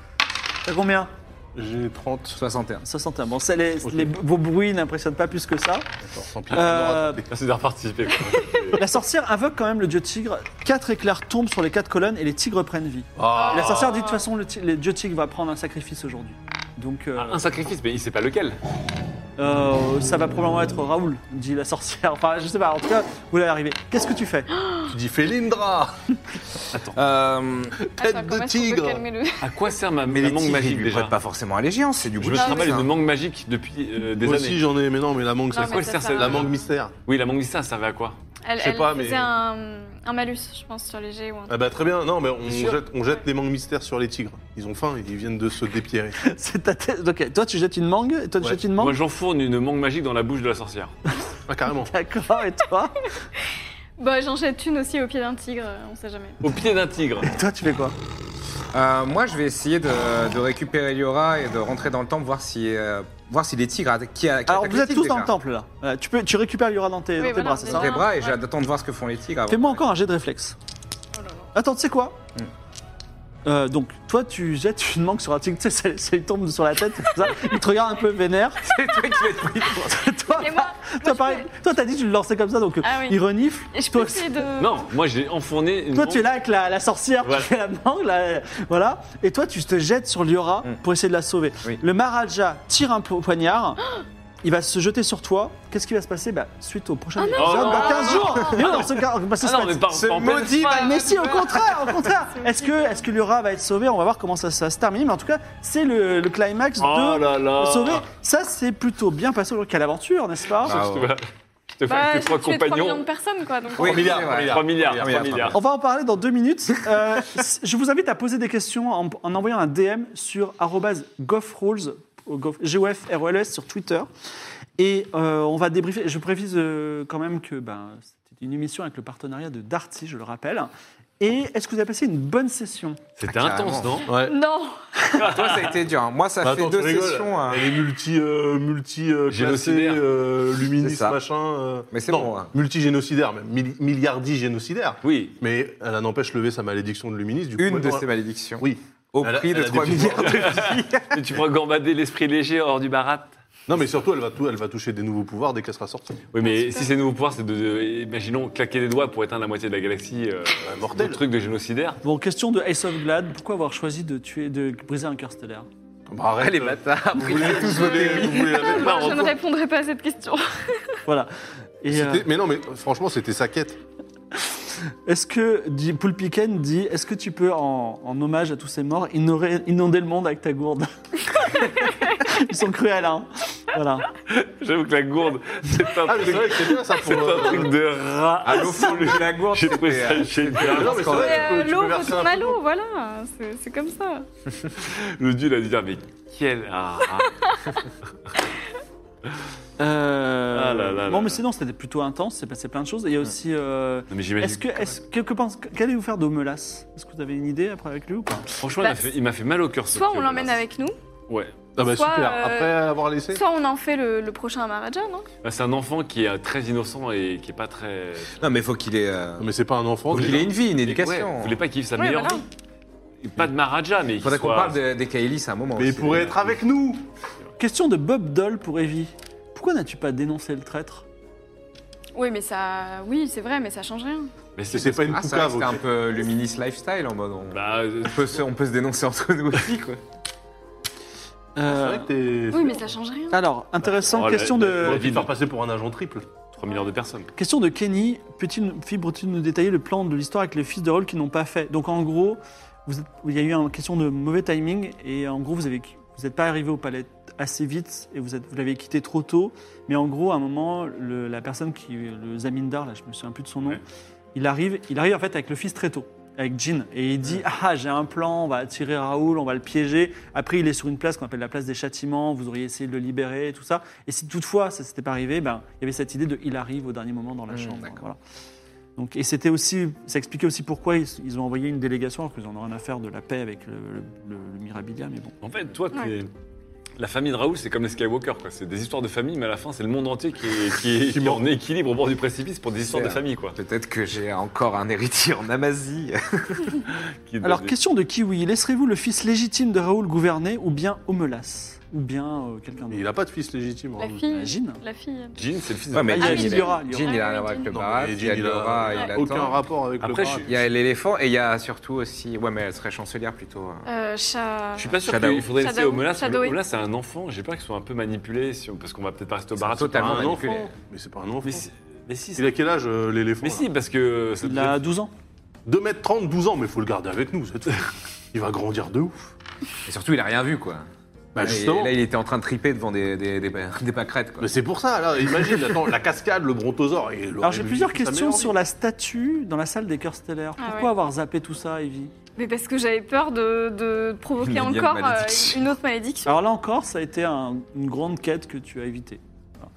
[SPEAKER 1] T'as combien
[SPEAKER 4] J'ai 30.
[SPEAKER 5] 61.
[SPEAKER 1] 61. Bon, c'est les, les- vos bruits n'impressionnent pas plus que ça.
[SPEAKER 4] D'accord, tant pis.
[SPEAKER 1] Euh,
[SPEAKER 3] Merci d'avoir participé. quoi.
[SPEAKER 1] la sorcière invoque quand même le dieu tigre. Quatre éclairs tombent sur les quatre colonnes et les tigres prennent vie.
[SPEAKER 4] Ah.
[SPEAKER 1] La sorcière dit de toute façon, le, ti- le dieu tigre va prendre un sacrifice aujourd'hui. Donc, euh,
[SPEAKER 3] Ah, Un sacrifice, mais il sait pas lequel.
[SPEAKER 1] euh, ça va probablement être Raoul, dit la sorcière. Enfin, je sais pas, en tout cas, vous allez arriver. Qu'est-ce que tu fais
[SPEAKER 4] Tu dis Félindra
[SPEAKER 5] Euh,
[SPEAKER 4] Tête
[SPEAKER 2] Attends,
[SPEAKER 4] de
[SPEAKER 2] comment est-ce qu'on peut
[SPEAKER 4] tigre.
[SPEAKER 2] calmer le-
[SPEAKER 3] À quoi sert ma,
[SPEAKER 5] mais
[SPEAKER 3] ma
[SPEAKER 5] les
[SPEAKER 3] mangue
[SPEAKER 5] tigres, ils
[SPEAKER 3] magique
[SPEAKER 5] lui
[SPEAKER 3] déjà
[SPEAKER 5] prêtent pas forcément Ah allégeance, c'est du
[SPEAKER 3] Je
[SPEAKER 5] goût
[SPEAKER 3] me
[SPEAKER 5] de
[SPEAKER 3] travaille
[SPEAKER 5] chien.
[SPEAKER 3] de mangue magique depuis euh, des
[SPEAKER 4] Moi
[SPEAKER 3] années.
[SPEAKER 4] aussi j'en ai, mais non, mais la mangue,
[SPEAKER 2] Non,
[SPEAKER 4] c'est
[SPEAKER 2] mais
[SPEAKER 3] quoi
[SPEAKER 2] ça
[SPEAKER 3] sert,
[SPEAKER 2] sert
[SPEAKER 3] c'est
[SPEAKER 2] à
[SPEAKER 4] la
[SPEAKER 2] rien.
[SPEAKER 4] mangue mystère.
[SPEAKER 3] Oui, la mangue ça, ça va à quoi
[SPEAKER 2] Elle,
[SPEAKER 4] Je sais
[SPEAKER 2] elle
[SPEAKER 4] pas, mais-
[SPEAKER 2] faisait un, un malus, je pense, sur les jets ou un
[SPEAKER 4] Ah bah très bien, non, mais on
[SPEAKER 3] sûr.
[SPEAKER 4] jette, on jette les mangues mystères sur les tigres. Ils ont faim, ils viennent de se dépierrer.
[SPEAKER 1] C'est ta tête. Ok, toi, tu jettes une mangue et toi, tu
[SPEAKER 4] Ouais.
[SPEAKER 1] jettes une
[SPEAKER 3] Moi,
[SPEAKER 1] mangue
[SPEAKER 3] j'enfourne une mangue magique dans la bouche de la sorcière.
[SPEAKER 4] Ah, carrément.
[SPEAKER 1] D'accord, et toi
[SPEAKER 2] Bah, j'en jette une aussi au pied d'un tigre, euh, on sait jamais.
[SPEAKER 3] Au pied d'un tigre.
[SPEAKER 1] Et toi, tu fais quoi
[SPEAKER 5] Euh, moi, je vais essayer de, de récupérer Liora et de rentrer dans le temple, voir si, euh, voir si les tigres atta- qui, a- qui
[SPEAKER 1] Alors
[SPEAKER 5] attaquent
[SPEAKER 1] vous
[SPEAKER 5] les
[SPEAKER 1] êtes
[SPEAKER 5] tigres
[SPEAKER 1] tous dans le
[SPEAKER 5] déjà.
[SPEAKER 1] temple là. Euh, tu, peux, tu récupères Yura dans tes,
[SPEAKER 2] Oui,
[SPEAKER 1] dans tes
[SPEAKER 2] voilà,
[SPEAKER 1] bras, c'est ça
[SPEAKER 5] Dans les bras et
[SPEAKER 2] Ouais.
[SPEAKER 5] j'attends de voir ce que font les tigres. avant.
[SPEAKER 1] Fais-moi encore un jet de réflexe.
[SPEAKER 2] Oh là là.
[SPEAKER 1] Attends, tu sais quoi
[SPEAKER 5] Hmm.
[SPEAKER 1] Euh, donc, toi, tu jettes une mangue sur un tigre, tu sais, ça, ça lui tombe sur la tête, comme ça. il te regarde un peu vénère.
[SPEAKER 5] C'est toi qui vas être pris.
[SPEAKER 1] toi,
[SPEAKER 2] Et moi,
[SPEAKER 1] toi,
[SPEAKER 2] je
[SPEAKER 1] pareil, toi, Ah, t'as dit que tu le lançais comme ça, donc euh,
[SPEAKER 2] Ah oui.
[SPEAKER 1] il renifle.
[SPEAKER 2] et je peux
[SPEAKER 1] Toi,
[SPEAKER 2] essayer de.
[SPEAKER 3] Non, moi j'ai enfourné une
[SPEAKER 1] toi,
[SPEAKER 3] mangue- Ah
[SPEAKER 1] tu es là avec la, la sorcière,
[SPEAKER 3] Voilà.
[SPEAKER 1] tu fais la mangue, là, voilà. Et toi, tu te jettes sur Liora
[SPEAKER 5] Hmm.
[SPEAKER 1] pour essayer de la sauver.
[SPEAKER 5] Oui.
[SPEAKER 1] Le Maharaja tire un po- poignard. Il va se jeter sur toi. Qu'est-ce qui va se passer bah, Suite au
[SPEAKER 2] Ah
[SPEAKER 1] prochain épisode,
[SPEAKER 5] Oh
[SPEAKER 3] non.
[SPEAKER 1] dans 15 jours Mais non, ce gars- bah, ce
[SPEAKER 3] Ah non,
[SPEAKER 1] sera-
[SPEAKER 3] mais par,
[SPEAKER 5] Ce
[SPEAKER 3] par- en pleine-
[SPEAKER 5] maudit
[SPEAKER 1] Mais si, au contraire, au contraire. Est-ce que, est-ce que le rat va être sauvé On va voir comment ça, ça se termine. Mais en tout cas, c'est le, le climax
[SPEAKER 3] Oh
[SPEAKER 1] de
[SPEAKER 3] là là
[SPEAKER 1] sauver. Ça, c'est plutôt bien passé. Quelle aventure, n'est-ce pas
[SPEAKER 3] Bah
[SPEAKER 5] Ah ouais.
[SPEAKER 3] Je te fais
[SPEAKER 2] Bah,
[SPEAKER 3] avec
[SPEAKER 2] j'ai
[SPEAKER 3] tes trois
[SPEAKER 2] tué 3 millions
[SPEAKER 3] compagnons.
[SPEAKER 2] de personnes, quoi. Donc, euh,
[SPEAKER 5] Oui,
[SPEAKER 4] milliards,
[SPEAKER 5] c'est
[SPEAKER 4] trois
[SPEAKER 5] vrai.
[SPEAKER 3] 3 milliards, 3
[SPEAKER 5] Trois
[SPEAKER 3] milliards.
[SPEAKER 5] milliards,
[SPEAKER 1] On va en parler dans deux minutes. Euh, je vous invite à poser des questions en, en envoyant un DM sur arobase @goffrules au goff- G-O-F-R-O-L-E-S E sur Twitter. Et euh, on va débriefer. Je prévise euh, quand même que ben, c'était une émission avec le partenariat de Darty, je le rappelle. Et est-ce que vous avez passé une bonne session
[SPEAKER 3] C'était
[SPEAKER 5] Ah,
[SPEAKER 3] intense, non
[SPEAKER 4] Ouais.
[SPEAKER 2] Non
[SPEAKER 5] Toi, ça a été dur. hein. Moi, ça
[SPEAKER 4] Bah,
[SPEAKER 5] fait
[SPEAKER 4] attends,
[SPEAKER 5] deux
[SPEAKER 4] tu rigoles.
[SPEAKER 5] sessions. hein.
[SPEAKER 4] Elle est multi, euh, multi euh, classée,
[SPEAKER 3] Génocidaire.
[SPEAKER 4] euh,
[SPEAKER 5] C'est
[SPEAKER 4] luministe,
[SPEAKER 5] ça.
[SPEAKER 4] machin. euh,
[SPEAKER 5] Mais c'est
[SPEAKER 4] non,
[SPEAKER 5] bon, hein.
[SPEAKER 4] Multigénocidaire, même mil- milliardi-génocidaire.
[SPEAKER 3] Oui.
[SPEAKER 4] Mais elle a n'empêche levé sa malédiction de luministe. Du coup,
[SPEAKER 5] Une
[SPEAKER 4] elle
[SPEAKER 5] de
[SPEAKER 4] aura-
[SPEAKER 5] ces malédictions.
[SPEAKER 4] Oui.
[SPEAKER 5] Au
[SPEAKER 4] Elle a-
[SPEAKER 5] prix
[SPEAKER 4] elle
[SPEAKER 5] de
[SPEAKER 4] a des
[SPEAKER 5] 3
[SPEAKER 4] pouvoirs.
[SPEAKER 5] milliards de
[SPEAKER 3] Et tu pourras gambader l'esprit léger hors du barat.
[SPEAKER 4] Non, mais surtout, elle va, tout, elle va toucher des nouveaux pouvoirs dès qu'elle sera sortie.
[SPEAKER 3] Oui, mais si ces nouveaux pouvoirs, c'est de, de- imaginons, claquer des doigts pour éteindre la moitié de la galaxie. Euh,
[SPEAKER 4] Ah, mortel.
[SPEAKER 3] Le truc de génocidaire.
[SPEAKER 1] Bon, question de Ace of Glad, pourquoi avoir choisi de tuer, de briser un cœur stellaire
[SPEAKER 4] Bah, arrête,
[SPEAKER 5] les
[SPEAKER 4] euh,
[SPEAKER 5] bâtards.
[SPEAKER 4] Vous voulez tous voler, vous voulez la mettre là,
[SPEAKER 2] Moi, je
[SPEAKER 4] en-
[SPEAKER 2] ne répondrai pas à cette question.
[SPEAKER 1] Voilà. Et euh,
[SPEAKER 4] C'était- Mais non, mais franchement, c'était sa quête.
[SPEAKER 1] est-ce que, dit Poulpiken, dit, est-ce que tu peux, en, en hommage à tous ces morts, ignorer- inonder le monde avec ta gourde Ils sont cruels, hein Voilà.
[SPEAKER 3] J'avoue que la gourde, c'est un
[SPEAKER 4] Ah, mais c'est
[SPEAKER 3] truc.
[SPEAKER 4] vrai que c'est bien ça pour.
[SPEAKER 3] C'est un
[SPEAKER 4] euh,
[SPEAKER 3] truc de rat.
[SPEAKER 5] À l'eau fondue, la gourde.
[SPEAKER 3] J'ai trouvé
[SPEAKER 5] c'était, euh,
[SPEAKER 3] ça génial.
[SPEAKER 4] Non, mais
[SPEAKER 2] Mais,
[SPEAKER 4] c'est vrai, tu peux-
[SPEAKER 2] euh,
[SPEAKER 4] tu peux
[SPEAKER 2] l'eau
[SPEAKER 4] verser un
[SPEAKER 2] retourne
[SPEAKER 4] peu
[SPEAKER 2] à
[SPEAKER 4] d'eau.
[SPEAKER 2] l'eau, voilà. C'est c'est comme ça.
[SPEAKER 3] Le dieu, il a dû dire, mais quel rat.
[SPEAKER 1] Euh,
[SPEAKER 3] Ah là là
[SPEAKER 1] bon,
[SPEAKER 3] là
[SPEAKER 1] mais
[SPEAKER 3] là.
[SPEAKER 1] sinon, c'était plutôt intense, c'est passé plein de choses. Il y a aussi... euh,
[SPEAKER 3] Non, mais j'imagine.
[SPEAKER 1] est-ce que, est-ce, que, que pense, qu'allez-vous faire d'Omelas Est-ce que vous avez une idée après avec lui ou pas
[SPEAKER 3] Franchement, il m'a
[SPEAKER 2] Bah,
[SPEAKER 3] fait- il m'a fait, mal au cœur. ce
[SPEAKER 2] Soit
[SPEAKER 3] truc,
[SPEAKER 2] on l'emmène
[SPEAKER 3] là.
[SPEAKER 2] avec nous,
[SPEAKER 3] Ouais.
[SPEAKER 4] Ah bah
[SPEAKER 2] Soit,
[SPEAKER 4] super,
[SPEAKER 2] euh,
[SPEAKER 4] après avoir laissé.
[SPEAKER 2] Soit on en fait le, le prochain hein. Maharaja, non
[SPEAKER 3] Bah, c'est un enfant qui est euh, très innocent et qui est pas très.
[SPEAKER 5] Non, mais faut qu'il ait, euh,
[SPEAKER 4] Non, Ah, mais c'est pas un enfant.
[SPEAKER 5] faut qu'il ait une vie, une
[SPEAKER 3] Ouais,
[SPEAKER 5] éducation.
[SPEAKER 3] vous voulez pas qu'il vive sa
[SPEAKER 2] Ouais,
[SPEAKER 3] meilleure
[SPEAKER 2] voilà.
[SPEAKER 3] vie Pas de Maharaja, mais
[SPEAKER 5] Il
[SPEAKER 3] qu'il
[SPEAKER 5] faudrait qu'on
[SPEAKER 3] soit-
[SPEAKER 5] parle de- des Kaelis à un moment.
[SPEAKER 4] Mais il
[SPEAKER 5] aussi.
[SPEAKER 4] pourrait être avec nous
[SPEAKER 1] Question de Bob Doll pour Evie. Pourquoi n'as-tu pas dénoncé le traître
[SPEAKER 2] Oui, mais ça. Oui, c'est vrai, mais ça change rien.
[SPEAKER 3] Mais
[SPEAKER 4] C'est- C'est pas une
[SPEAKER 5] Ah, c'est vrai que
[SPEAKER 4] poucave.
[SPEAKER 5] c'était
[SPEAKER 4] ok.
[SPEAKER 5] un peu le minis lifestyle en mode. On...
[SPEAKER 3] Bah, euh,
[SPEAKER 5] on peut, se, on peut se dénoncer entre nous aussi, quoi.
[SPEAKER 3] Ah,
[SPEAKER 4] C'est
[SPEAKER 1] Euh,
[SPEAKER 4] vrai que t'es.
[SPEAKER 2] Oui, mais ça change rien.
[SPEAKER 1] Alors, intéressant,
[SPEAKER 3] Oh, la-
[SPEAKER 1] question,
[SPEAKER 3] la-
[SPEAKER 1] de,
[SPEAKER 4] T'aurais dû te faire passer pour un agent triple.
[SPEAKER 3] 3 milliards de personnes.
[SPEAKER 1] question de Kenny. Peux-tu nous- Fi, pourrais-tu nous détailler le plan de l'histoire avec les fils de rôle qui n'ont pas fait Donc, en gros, vous êtes- il y a eu une question de mauvais timing et en gros, vous n'êtes vous êtes pas arrivé au palais assez vite et vous, êtes- vous l'avez quitté trop tôt. Mais en gros, à un moment, le- la personne qui. le Zamindar, là, je me souviens plus de son nom,
[SPEAKER 3] Ouais.
[SPEAKER 1] il, arrive, il arrive en fait avec le fils très tôt. Avec Jean, et il dit Ah, j'ai un plan, on va attirer Raoul, on va le piéger. Après, il est sur une place qu'on appelle la place des châtiments, vous auriez essayé de le libérer et tout ça. Et si toutefois ça s'était pas arrivé, ben, il y avait cette idée de il arrive au dernier moment dans la
[SPEAKER 5] Mmh,
[SPEAKER 1] chambre.
[SPEAKER 5] d'accord.
[SPEAKER 1] Voilà. Donc, et c'était aussi, ça expliquait aussi pourquoi ils, ils ont envoyé une délégation, alors qu'ils n'en ont rien à faire de la paix avec le, le- le- le Mirabilia, mais bon.
[SPEAKER 3] En fait, toi, t'es- la famille de Raoul, c'est comme les Skywalker, quoi. C'est des histoires de famille, mais à la fin, c'est le monde entier qui est, qui est- qui est en équilibre au bord du précipice pour des histoires de
[SPEAKER 5] un-
[SPEAKER 3] famille, quoi.
[SPEAKER 5] Peut-être que j'ai encore un héritier en Amazie.
[SPEAKER 3] Qui-
[SPEAKER 1] Alors,
[SPEAKER 3] des-
[SPEAKER 1] question de Kiwi laisserez-vous le fils légitime de Raoul gouverner ou bien Omelas Ou bien euh, quelqu'un
[SPEAKER 4] Mais
[SPEAKER 1] d'autre
[SPEAKER 4] il a pas de fils légitime.
[SPEAKER 2] La
[SPEAKER 4] hein.
[SPEAKER 2] fille.
[SPEAKER 1] Imagine.
[SPEAKER 2] La fille.
[SPEAKER 3] Jean, c'est le fils de
[SPEAKER 5] Ouais, mais
[SPEAKER 2] Ah
[SPEAKER 5] Jean,
[SPEAKER 2] oui,
[SPEAKER 5] il, Ah,
[SPEAKER 1] il y aura, il y
[SPEAKER 5] a-
[SPEAKER 1] aura.
[SPEAKER 5] Jean, il a rien à voir avec le
[SPEAKER 4] Non,
[SPEAKER 5] barat,
[SPEAKER 4] mais
[SPEAKER 5] il y
[SPEAKER 4] Jean,
[SPEAKER 5] a Laura, il a
[SPEAKER 4] aucun rapport avec le
[SPEAKER 3] Après,
[SPEAKER 4] barat.
[SPEAKER 3] je-
[SPEAKER 5] Il y a l'éléphant et il y a surtout aussi. Ouais, mais elle serait chancelière plutôt. hein.
[SPEAKER 2] Euh, chat.
[SPEAKER 3] Je suis pas sûr
[SPEAKER 5] Shadow.
[SPEAKER 3] qu'il faudrait laisser
[SPEAKER 2] Shadow.
[SPEAKER 3] Omelas. parce que
[SPEAKER 2] Shadow, oui.
[SPEAKER 3] Omelas, c'est un enfant. J'ai peur qu'il soit un peu manipulé, si on- parce qu'on va peut-être pas rester au
[SPEAKER 5] Ils
[SPEAKER 3] barat.
[SPEAKER 5] sont totalement
[SPEAKER 3] un enfant.
[SPEAKER 5] manipulés.
[SPEAKER 4] Mais c'est pas un enfant.
[SPEAKER 3] Ah, Mais si, mais si,
[SPEAKER 4] Il a quel âge euh, l'éléphant
[SPEAKER 3] mais
[SPEAKER 4] là
[SPEAKER 3] si, parce que ça
[SPEAKER 1] Il
[SPEAKER 3] devait-
[SPEAKER 1] a 12 ans.
[SPEAKER 4] 2m30, 12 ans, mais faut le garder avec nous, c'est tout. Il va grandir de ouf.
[SPEAKER 5] Et surtout, il a rien vu, quoi.
[SPEAKER 4] Bah
[SPEAKER 5] Et
[SPEAKER 4] justement.
[SPEAKER 5] là, il était en train de triper devant des, des, des, des pâquerettes, quoi.
[SPEAKER 4] Mais c'est pour ça, là, imagine, attends, la cascade, le brontosaure. et le-
[SPEAKER 1] Alors, j'ai plusieurs
[SPEAKER 4] sa
[SPEAKER 1] questions
[SPEAKER 4] meilleure
[SPEAKER 1] sur
[SPEAKER 4] vie.
[SPEAKER 1] la statue dans la salle des cœurs stellaires.
[SPEAKER 2] Ah
[SPEAKER 1] Pourquoi
[SPEAKER 2] ouais.
[SPEAKER 1] avoir zappé tout ça, Evie
[SPEAKER 2] Mais parce que j'avais peur de, de provoquer
[SPEAKER 5] Une énième
[SPEAKER 2] encore euh,
[SPEAKER 5] malédiction.
[SPEAKER 2] une autre malédiction.
[SPEAKER 1] Alors là encore, ça a été un- une grande quête que tu as évitée. Voilà.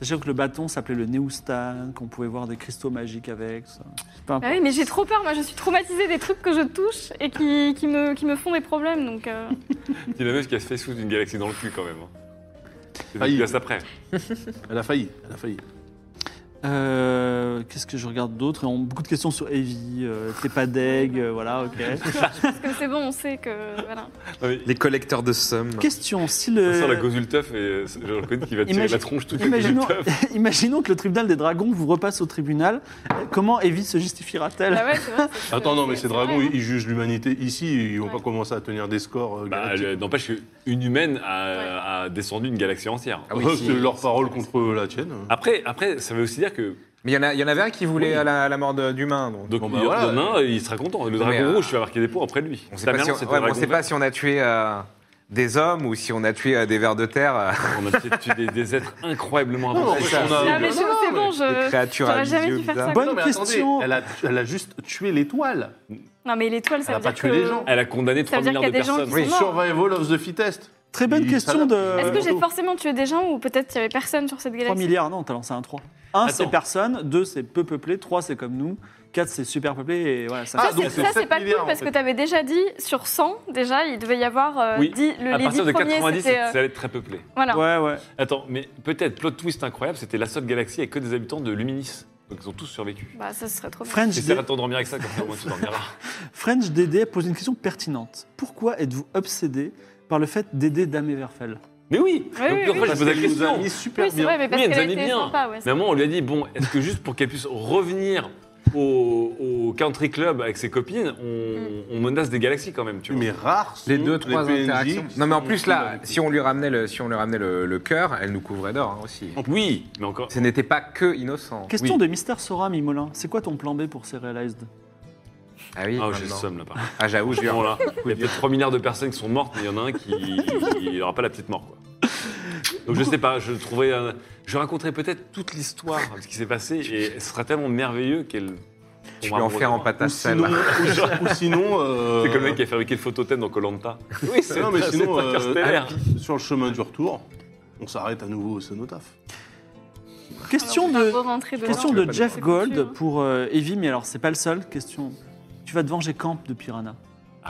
[SPEAKER 1] Sachant que le bâton s'appelait le Neustan, qu'on pouvait voir des cristaux magiques avec. tout Ça. Peu
[SPEAKER 5] Ah.
[SPEAKER 1] importe.
[SPEAKER 2] Bah oui, mais j'ai trop peur, moi je suis traumatisée des trucs que je touche et qui, qui, me, qui me font des problèmes. Donc, euh,
[SPEAKER 3] C'est la meuf qui a se fait sous une galaxie dans le cul, quand même. hein. C'est
[SPEAKER 4] Failli.
[SPEAKER 3] dégueulasse après.
[SPEAKER 4] Elle a failli, elle a failli.
[SPEAKER 1] Euh, Qu'est-ce que je regarde d'autre On- Beaucoup de questions sur Evie, euh, t'es pas deg, euh, voilà, ok.
[SPEAKER 2] parce que c'est bon, on sait que. Voilà.
[SPEAKER 3] Non, mais-
[SPEAKER 5] Les collecteurs de sommes.
[SPEAKER 1] Question, si
[SPEAKER 3] Ça sent la
[SPEAKER 1] le...
[SPEAKER 3] Gozulteuf et euh, je le reconnais qu'il va tirer
[SPEAKER 1] Imagine-
[SPEAKER 3] la tronche toute la
[SPEAKER 1] Imaginons,
[SPEAKER 3] Gozulteuf.
[SPEAKER 1] imaginons que le tribunal des dragons vous repasse au tribunal, euh, comment Evie se justifiera-t-elle
[SPEAKER 2] Bah ouais, c'est vrai, c'est-
[SPEAKER 4] Attends, non, mais
[SPEAKER 2] c'est
[SPEAKER 4] ces dragons,
[SPEAKER 2] vrai, hein.
[SPEAKER 4] ils, ils jugent l'humanité ici, ils vont
[SPEAKER 2] Ouais.
[SPEAKER 4] pas commencer à tenir des scores. euh,
[SPEAKER 3] Bah,
[SPEAKER 4] galactiques.
[SPEAKER 3] le- N'empêche qu'une humaine a, a descendu une galaxie entière.
[SPEAKER 5] Ah oui,
[SPEAKER 4] Hop,
[SPEAKER 5] si.
[SPEAKER 4] c'est leur parole contre la tienne.
[SPEAKER 3] Après, après, ça veut aussi dire que
[SPEAKER 5] Mais il y, en a- il y en avait un qui voulait à la, la mort de- d'humain, donc.
[SPEAKER 3] donc
[SPEAKER 4] Bon,
[SPEAKER 3] il
[SPEAKER 4] bah,
[SPEAKER 3] y en a
[SPEAKER 4] voilà.
[SPEAKER 3] un, il sera content. Le dragon
[SPEAKER 5] mais, euh,
[SPEAKER 3] rouge, tu vas marquer des points après lui.
[SPEAKER 5] on sait
[SPEAKER 3] Ta
[SPEAKER 5] pas
[SPEAKER 3] mère,
[SPEAKER 5] si on,
[SPEAKER 3] c'était le
[SPEAKER 5] ouais, mais on
[SPEAKER 3] dragon
[SPEAKER 5] sait pas si on a tué euh, des hommes ou si on a tué euh, des vers de terre, euh,
[SPEAKER 3] vert. On a peut-être tué des, des êtres incroyablement
[SPEAKER 4] Non,
[SPEAKER 3] avancés.
[SPEAKER 4] n'empêche, on a-
[SPEAKER 2] Ah, mais je-
[SPEAKER 4] Non,
[SPEAKER 2] c'est bon,
[SPEAKER 5] des
[SPEAKER 2] je.
[SPEAKER 5] créatures à
[SPEAKER 2] J'aurais
[SPEAKER 5] humains.
[SPEAKER 2] jamais dû faire ça.
[SPEAKER 1] Bonne
[SPEAKER 4] Non, mais
[SPEAKER 1] question.
[SPEAKER 4] attendez, elle a, elle a juste tué l'étoile.
[SPEAKER 2] Non, mais l'étoile, ça
[SPEAKER 4] Elle a
[SPEAKER 2] veut
[SPEAKER 4] pas
[SPEAKER 2] dire
[SPEAKER 4] tué
[SPEAKER 2] que-
[SPEAKER 4] les gens.
[SPEAKER 3] Elle a condamné
[SPEAKER 2] Ça
[SPEAKER 3] 3
[SPEAKER 2] veut dire
[SPEAKER 3] milliards de
[SPEAKER 2] qu'il y a des gens
[SPEAKER 3] personnes.
[SPEAKER 2] qui sont-
[SPEAKER 4] Oui,
[SPEAKER 2] Non.
[SPEAKER 4] Survival of the fittest.
[SPEAKER 1] Très bonne
[SPEAKER 4] Il
[SPEAKER 1] question
[SPEAKER 4] s'adapte.
[SPEAKER 1] de...
[SPEAKER 2] Est-ce que j'ai
[SPEAKER 4] Surtout.
[SPEAKER 2] forcément tué des gens ou peut-être qu'il y avait personne sur cette
[SPEAKER 1] 3
[SPEAKER 2] galaxie
[SPEAKER 1] milliards, non, t'as lancé un 3. 1, c'est
[SPEAKER 3] Attends.
[SPEAKER 1] personne, 2, c'est peu peuplé, 3, c'est comme nous, 4, c'est super peuplé, et voilà, ça
[SPEAKER 4] Ah,
[SPEAKER 2] Ça,
[SPEAKER 4] donc
[SPEAKER 2] c'est-
[SPEAKER 4] c'est
[SPEAKER 2] ça, c'est
[SPEAKER 4] 7
[SPEAKER 2] pas cool
[SPEAKER 4] milliards, en
[SPEAKER 2] parce
[SPEAKER 4] fait.
[SPEAKER 2] que tu avais déjà dit sur 100, déjà, il devait y avoir euh,
[SPEAKER 3] Oui,
[SPEAKER 2] 10, le,
[SPEAKER 3] à
[SPEAKER 2] les
[SPEAKER 3] partir
[SPEAKER 2] 10
[SPEAKER 3] de
[SPEAKER 2] premiers,
[SPEAKER 3] 90,
[SPEAKER 2] c'était, euh,
[SPEAKER 3] ça allait être très peuplé.
[SPEAKER 2] voilà.
[SPEAKER 1] Ouais, ouais.
[SPEAKER 3] Attends, mais peut-être, plot twist incroyable, c'était la seule galaxie avec que des habitants de Luminis. Donc ils ont tous survécu.
[SPEAKER 2] Bah, ça serait trop bien.
[SPEAKER 1] French,
[SPEAKER 3] J'essaierai
[SPEAKER 1] D-
[SPEAKER 3] de t'endormir avec ça, comme ça au moins tu dormiras.
[SPEAKER 1] French DD pose une question pertinente. Pourquoi êtes-vous obsédé par le fait d'aider Dame Everfell
[SPEAKER 3] Mais oui
[SPEAKER 2] Oui, oui,
[SPEAKER 3] Donc en
[SPEAKER 2] oui.
[SPEAKER 3] fait, je pose la
[SPEAKER 4] Elle nous a
[SPEAKER 3] question.
[SPEAKER 4] mis super
[SPEAKER 2] oui, c'est
[SPEAKER 4] bien.
[SPEAKER 2] vrai, mais parce
[SPEAKER 3] Oui, elle nous a
[SPEAKER 2] qu'elle
[SPEAKER 3] mis
[SPEAKER 2] était
[SPEAKER 3] bien.
[SPEAKER 2] sympa. Ouais,
[SPEAKER 3] Mais à un moment, on lui a dit bon, est-ce que juste pour qu'elle puisse revenir au, au country club avec ses copines, on,
[SPEAKER 2] Mm.
[SPEAKER 3] on menace des galaxies quand même, tu vois
[SPEAKER 4] Mais rares sont
[SPEAKER 5] Les deux, trois
[SPEAKER 4] PNJ
[SPEAKER 5] interactions.
[SPEAKER 4] qui
[SPEAKER 5] Non, mais en
[SPEAKER 4] sont
[SPEAKER 5] plus,
[SPEAKER 4] cool
[SPEAKER 5] là,
[SPEAKER 4] avec
[SPEAKER 5] si
[SPEAKER 4] eux.
[SPEAKER 5] on lui ramenait le, si on lui ramenait le, le cœur, elle nous couvrait d'or hein, aussi.
[SPEAKER 3] Oui, mais encore.
[SPEAKER 5] Ce n'était pas que innocent.
[SPEAKER 1] Question
[SPEAKER 5] Oui.
[SPEAKER 1] de Mister Sora Mimolin. C'est quoi ton plan B pour Serialized
[SPEAKER 5] Ah
[SPEAKER 3] Ah,
[SPEAKER 5] oui,
[SPEAKER 3] j'ai le
[SPEAKER 5] maintenant.
[SPEAKER 3] somme là-bas.
[SPEAKER 5] Ah, j'avoue, je
[SPEAKER 3] Il
[SPEAKER 5] lui
[SPEAKER 3] y
[SPEAKER 5] ai-
[SPEAKER 3] a peut-être 3 milliards de personnes qui sont mortes, mais il y en a un qui il n'aura pas la petite mort. Quoi. Donc je sais pas, je trouverai, un- je raconterai peut-être toute l'histoire de ce qui s'est passé et ce sera tellement merveilleux qu'elle.
[SPEAKER 5] je lui en faire en pâte à
[SPEAKER 4] Ou
[SPEAKER 5] sel.
[SPEAKER 4] sinon, ou, ou sinon euh,
[SPEAKER 3] C'est comme le mec qui a fabriqué le photothème dans Colanta.
[SPEAKER 4] Oui, c'est non, mais
[SPEAKER 3] c'est
[SPEAKER 4] sinon,
[SPEAKER 3] un cœur
[SPEAKER 4] euh,
[SPEAKER 5] Ah,
[SPEAKER 3] stellaire.
[SPEAKER 4] sur le chemin du retour, on s'arrête à nouveau au Cenotaph.
[SPEAKER 1] Question de, question
[SPEAKER 5] tu veux
[SPEAKER 1] de
[SPEAKER 5] pas
[SPEAKER 1] Jeff
[SPEAKER 2] nous-
[SPEAKER 1] Gold
[SPEAKER 2] C'est foutu, hein.
[SPEAKER 1] pour euh, Evie, mais alors c'est pas le seul. Question. Tu vas te venger Camp de Piranha.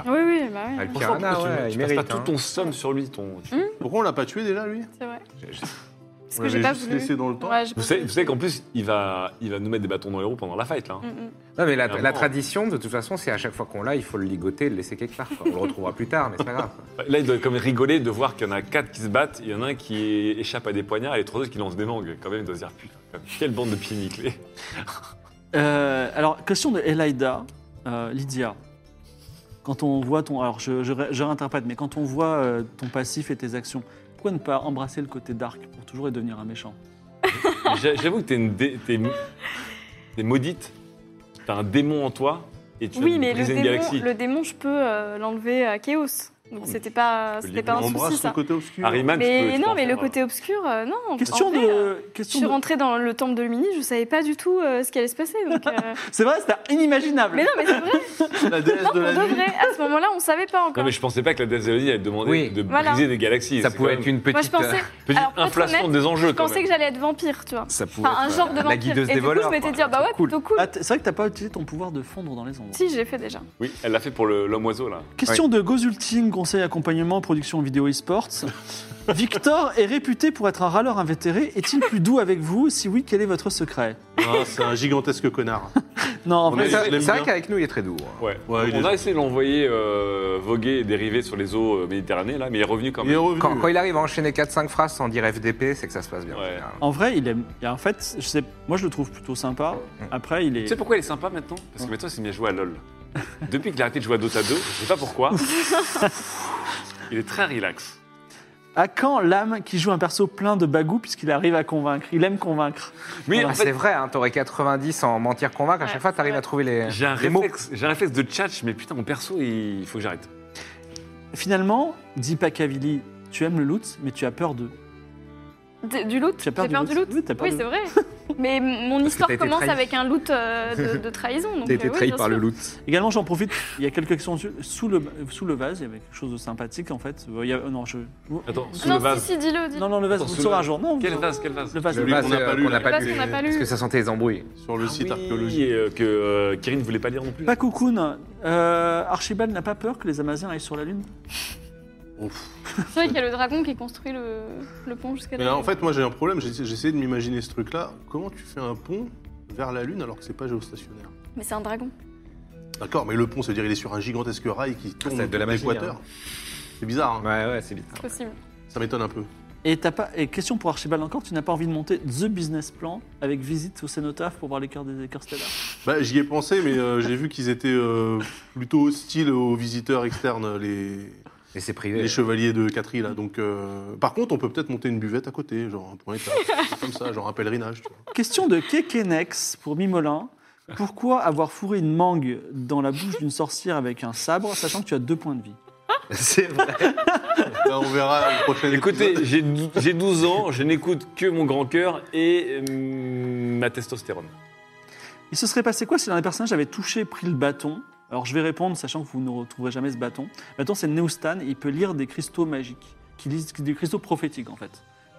[SPEAKER 2] Oui, oui, bah
[SPEAKER 5] Ah,
[SPEAKER 2] oui,
[SPEAKER 3] Franchement,
[SPEAKER 5] Alpiranha,
[SPEAKER 3] pourquoi tu-
[SPEAKER 5] ouais, il
[SPEAKER 3] tu passes pas
[SPEAKER 5] mérite.
[SPEAKER 3] tout
[SPEAKER 5] hein.
[SPEAKER 3] ton somme sur lui. Ton... tu-
[SPEAKER 2] Hum,
[SPEAKER 4] Pourquoi on l'a pas tué déjà, lui
[SPEAKER 2] c'est vrai. Parce
[SPEAKER 4] On
[SPEAKER 2] que j'ai
[SPEAKER 4] l'avait
[SPEAKER 2] pas
[SPEAKER 4] juste
[SPEAKER 2] voulu.
[SPEAKER 4] laissé dans le temps.
[SPEAKER 2] Ouais, j'ai
[SPEAKER 3] Vous
[SPEAKER 2] pas
[SPEAKER 3] savez,
[SPEAKER 2] voulu.
[SPEAKER 3] vous savez qu'en plus, il va, il va nous mettre des bâtons dans les roues pendant la fight, là. hein.
[SPEAKER 2] Hum, hum.
[SPEAKER 5] Non, mais la,
[SPEAKER 3] Mais
[SPEAKER 5] la
[SPEAKER 3] avant-
[SPEAKER 5] tradition, de toute façon, c'est à chaque fois qu'on l'a, il faut le ligoter et le laisser quelque part. quoi. On le retrouvera plus tard, mais c'est pas grave.
[SPEAKER 3] Là, il doit comme rigoler de voir qu'il y en a quatre qui se battent, il y en a un qui échappe à des poignards et les trois autres qui lancent des mangues. Quand même, il doit se dire putain, quand même, quelle bande de pieds nickelés.
[SPEAKER 1] Euh, alors, question de Elaida, euh, Lydia. Quand on voit ton. Alors, je, je, ré- je réinterprète, mais quand on voit euh, ton passif et tes actions, pourquoi ne pas embrasser le côté dark pour toujours et devenir un méchant
[SPEAKER 3] Mais j'a- J'avoue que t'es une dé- t'es mo- t'es maudite, t'as un démon en toi et tu
[SPEAKER 2] Oui,
[SPEAKER 3] vas
[SPEAKER 2] mais le
[SPEAKER 3] briser une
[SPEAKER 2] démon,
[SPEAKER 3] galaxie.
[SPEAKER 2] le démon, je peux euh, l'enlever à Chaos. Donc c'était pas, c'était pas un
[SPEAKER 4] embrasse
[SPEAKER 2] souci,
[SPEAKER 4] son
[SPEAKER 2] ça.
[SPEAKER 4] côté obscur.
[SPEAKER 3] Harryman, tu peux-
[SPEAKER 2] Mais
[SPEAKER 3] tu peux
[SPEAKER 2] non,
[SPEAKER 3] en
[SPEAKER 2] mais le
[SPEAKER 3] faire un.
[SPEAKER 2] côté obscur, euh, non.
[SPEAKER 1] Question
[SPEAKER 2] en vrai, euh,
[SPEAKER 1] de.
[SPEAKER 2] Je suis
[SPEAKER 1] Question de-
[SPEAKER 2] rentrée dans le temple de Lumini, je savais pas du tout euh, ce qui allait se passer. donc, euh,
[SPEAKER 1] C'est vrai, c'était inimaginable.
[SPEAKER 2] Mais non, mais c'est vrai,
[SPEAKER 4] La déesse
[SPEAKER 2] non,
[SPEAKER 4] de
[SPEAKER 2] pour
[SPEAKER 4] la
[SPEAKER 2] de
[SPEAKER 4] nuit.
[SPEAKER 2] vrai, à ce moment-là, on savait pas
[SPEAKER 3] Non,
[SPEAKER 2] encore.
[SPEAKER 3] mais je pensais pas que la Death Zelody allait te demander
[SPEAKER 5] Oui.
[SPEAKER 3] de
[SPEAKER 2] Voilà.
[SPEAKER 3] briser des galaxies.
[SPEAKER 5] Ça
[SPEAKER 3] C'est
[SPEAKER 5] pouvait
[SPEAKER 3] quand
[SPEAKER 5] être
[SPEAKER 3] même
[SPEAKER 5] une petite.
[SPEAKER 2] Moi, je pensais,
[SPEAKER 5] euh,
[SPEAKER 3] une petite
[SPEAKER 2] alors, pour être
[SPEAKER 3] inflation
[SPEAKER 2] honnête,
[SPEAKER 3] des enjeux
[SPEAKER 2] je
[SPEAKER 3] quand
[SPEAKER 2] pensais
[SPEAKER 3] même.
[SPEAKER 2] que j'allais être vampire, tu vois.
[SPEAKER 5] Ça pouvait
[SPEAKER 2] Enfin, un
[SPEAKER 5] être,
[SPEAKER 2] genre
[SPEAKER 5] euh,
[SPEAKER 2] de
[SPEAKER 5] La
[SPEAKER 2] vampire.
[SPEAKER 5] guideuse
[SPEAKER 2] Et
[SPEAKER 5] des
[SPEAKER 2] du coup,
[SPEAKER 5] voleurs.
[SPEAKER 2] je m'étais
[SPEAKER 5] quoi.
[SPEAKER 2] dit, ah, bah ouais,
[SPEAKER 5] C'est cool.
[SPEAKER 2] plutôt cool.
[SPEAKER 1] Ah, t- c'est vrai que t'as pas utilisé ton pouvoir de fondre dans les ombres.
[SPEAKER 2] Si, j'ai fait déjà.
[SPEAKER 3] Oui, elle l'a fait pour le- l'homme oiseau là.
[SPEAKER 1] Question de Gozulting, conseil accompagnement, production vidéo e-sports. Victor est réputé pour être un râleur invétéré. Est-il plus doux avec vous Si oui, quel est votre secret
[SPEAKER 4] Ah, C'est un gigantesque connard.
[SPEAKER 1] Non, en
[SPEAKER 4] On
[SPEAKER 5] Mais
[SPEAKER 1] vrai,
[SPEAKER 4] est-
[SPEAKER 5] ça-
[SPEAKER 4] je
[SPEAKER 5] C'est
[SPEAKER 4] l'aime
[SPEAKER 5] vrai
[SPEAKER 4] bien.
[SPEAKER 5] qu'avec nous, il est très doux. hein.
[SPEAKER 3] Ouais.
[SPEAKER 4] Ouais, il
[SPEAKER 3] on
[SPEAKER 4] est-
[SPEAKER 3] a essayé de l'envoyer euh, voguer et dériver sur les eaux euh, méditerranéennes là, mais il est revenu quand
[SPEAKER 4] Il est
[SPEAKER 3] même.
[SPEAKER 4] revenu.
[SPEAKER 5] Quand, quand il arrive à enchaîner 4-5 phrases sans dire FDP, c'est que ça se passe bien. en
[SPEAKER 3] Ouais.
[SPEAKER 5] général.
[SPEAKER 1] en vrai, il aime. et En fait, je sais, moi je le trouve plutôt sympa.
[SPEAKER 4] Mm.
[SPEAKER 1] Après, il
[SPEAKER 3] Tu
[SPEAKER 1] est.
[SPEAKER 3] sais pourquoi il est sympa maintenant Parce que maintenant, il s'est mis à jouer à LoL. Depuis qu'il a arrêté de jouer à Dota 2, je sais pas pourquoi. il est très relax.
[SPEAKER 1] À quand l'âme qui joue un perso plein de bagou puisqu'il arrive à convaincre Il aime convaincre.
[SPEAKER 3] Oui,
[SPEAKER 5] Ah,
[SPEAKER 3] en
[SPEAKER 5] c'est
[SPEAKER 3] fait,
[SPEAKER 5] vrai, hein, t'aurais 90 en mentir convaincre. À
[SPEAKER 2] Ouais,
[SPEAKER 5] chaque fois, t'arrives
[SPEAKER 2] c'est
[SPEAKER 5] à trouver les,
[SPEAKER 3] j'ai un,
[SPEAKER 5] les mots.
[SPEAKER 3] réflexe- j'ai un réflexe de tchatch, mais putain, mon perso, il faut que j'arrête.
[SPEAKER 1] Finalement, dit Pacavili, tu aimes le loot, mais tu as peur d'eux.
[SPEAKER 2] D- Du loot
[SPEAKER 1] Tu as
[SPEAKER 2] J'ai
[SPEAKER 1] peur
[SPEAKER 2] peur
[SPEAKER 1] du
[SPEAKER 2] du
[SPEAKER 1] loot
[SPEAKER 2] loot
[SPEAKER 1] Oui, t'as peur
[SPEAKER 2] Oui,
[SPEAKER 1] du
[SPEAKER 2] c'est vrai. Mais m- mon
[SPEAKER 5] que
[SPEAKER 2] histoire
[SPEAKER 5] t'as été
[SPEAKER 2] commence
[SPEAKER 5] trahi.
[SPEAKER 2] avec un loot euh, de, de trahison. donc,
[SPEAKER 5] T'as été
[SPEAKER 2] euh, oui,
[SPEAKER 5] trahi
[SPEAKER 2] bien
[SPEAKER 5] par
[SPEAKER 2] sûr.
[SPEAKER 5] le loot.
[SPEAKER 1] Également, j'en profite, il y a quelques questions dessus. sous le, sous le vase, il y avait quelque chose de sympathique en fait. Euh, Il y a- non, je...
[SPEAKER 3] Attends, sous le
[SPEAKER 2] Non, si,
[SPEAKER 3] vase.
[SPEAKER 2] si, dis-le, dis-le.
[SPEAKER 1] non, non, le vase,
[SPEAKER 3] Attends,
[SPEAKER 1] vous
[SPEAKER 3] sous
[SPEAKER 1] le saurez
[SPEAKER 3] le-
[SPEAKER 1] un jour. Non,
[SPEAKER 3] Quel
[SPEAKER 1] vous-
[SPEAKER 3] vase Quel vase
[SPEAKER 1] Le vase,
[SPEAKER 4] Le
[SPEAKER 1] oui.
[SPEAKER 4] vase.
[SPEAKER 5] euh, qu'on
[SPEAKER 4] qu'on n'a pas lu,
[SPEAKER 5] n'a
[SPEAKER 4] là.
[SPEAKER 5] pas
[SPEAKER 2] Le
[SPEAKER 5] lu.
[SPEAKER 2] vase qu'on n'a pas lu.
[SPEAKER 5] Parce que ça sentait les embrouilles.
[SPEAKER 4] Sur le site
[SPEAKER 3] Ah Oui,
[SPEAKER 4] archéologique.
[SPEAKER 3] et, euh, que euh, Kirin ne voulait pas lire non plus.
[SPEAKER 1] Pas Cocoon, euh, Archibald n'a pas peur que les Amaziens aillent sur la Lune
[SPEAKER 2] C'est vrai qu'il y a le dragon qui construit le, le pont jusqu'à
[SPEAKER 4] Mais
[SPEAKER 2] la-
[SPEAKER 4] là, en fait, moi j'ai un problème, j'ai j'ai essayé de m'imaginer ce truc-là. Comment tu fais un pont vers la Lune alors que c'est pas géostationnaire
[SPEAKER 2] Mais c'est un dragon.
[SPEAKER 4] D'accord, mais le pont, ça veut dire il est sur un gigantesque rail qui tourne
[SPEAKER 5] doit être de
[SPEAKER 4] autour
[SPEAKER 5] la magie,
[SPEAKER 4] l'équateur.
[SPEAKER 5] hein.
[SPEAKER 4] C'est bizarre,
[SPEAKER 2] Mmh.
[SPEAKER 4] hein
[SPEAKER 5] Ouais, ouais, c'est bizarre.
[SPEAKER 2] C'est possible.
[SPEAKER 4] ça m'étonne un peu.
[SPEAKER 1] et, t'as pas, et question pour Archibald encore, tu n'as pas envie de monter The Business Plan avec visite au cénotaphe pour voir les cœurs des écœurs stellaires
[SPEAKER 4] Bah, J'y ai pensé, mais euh, j'ai vu qu'ils étaient euh, plutôt hostiles aux visiteurs externes, les,
[SPEAKER 5] Et c'est privé.
[SPEAKER 4] les chevaliers de Catry. Là. Donc, euh, Par contre, on peut peut-être monter une buvette à côté, genre un point étage, comme ça, genre un pèlerinage. tu vois.
[SPEAKER 1] Question de Kekenex pour Mimolin. Pourquoi avoir fourré une mangue dans la bouche d'une sorcière avec un sabre, sachant que tu as deux points de vie
[SPEAKER 5] C'est vrai.
[SPEAKER 4] Là, on verra le prochain
[SPEAKER 3] Écoutez,
[SPEAKER 4] épisode.
[SPEAKER 3] j'ai dou- j'ai 12 ans, je n'écoute que mon grand cœur et euh, ma testostérone.
[SPEAKER 1] Il se serait passé quoi si l'un des personnages avait touché, pris le bâton Alors je vais répondre, sachant que vous ne retrouverez jamais ce bâton. Le bâton, c'est Neustan, et il peut lire des cristaux magiques, qui lisent des cristaux prophétiques en fait.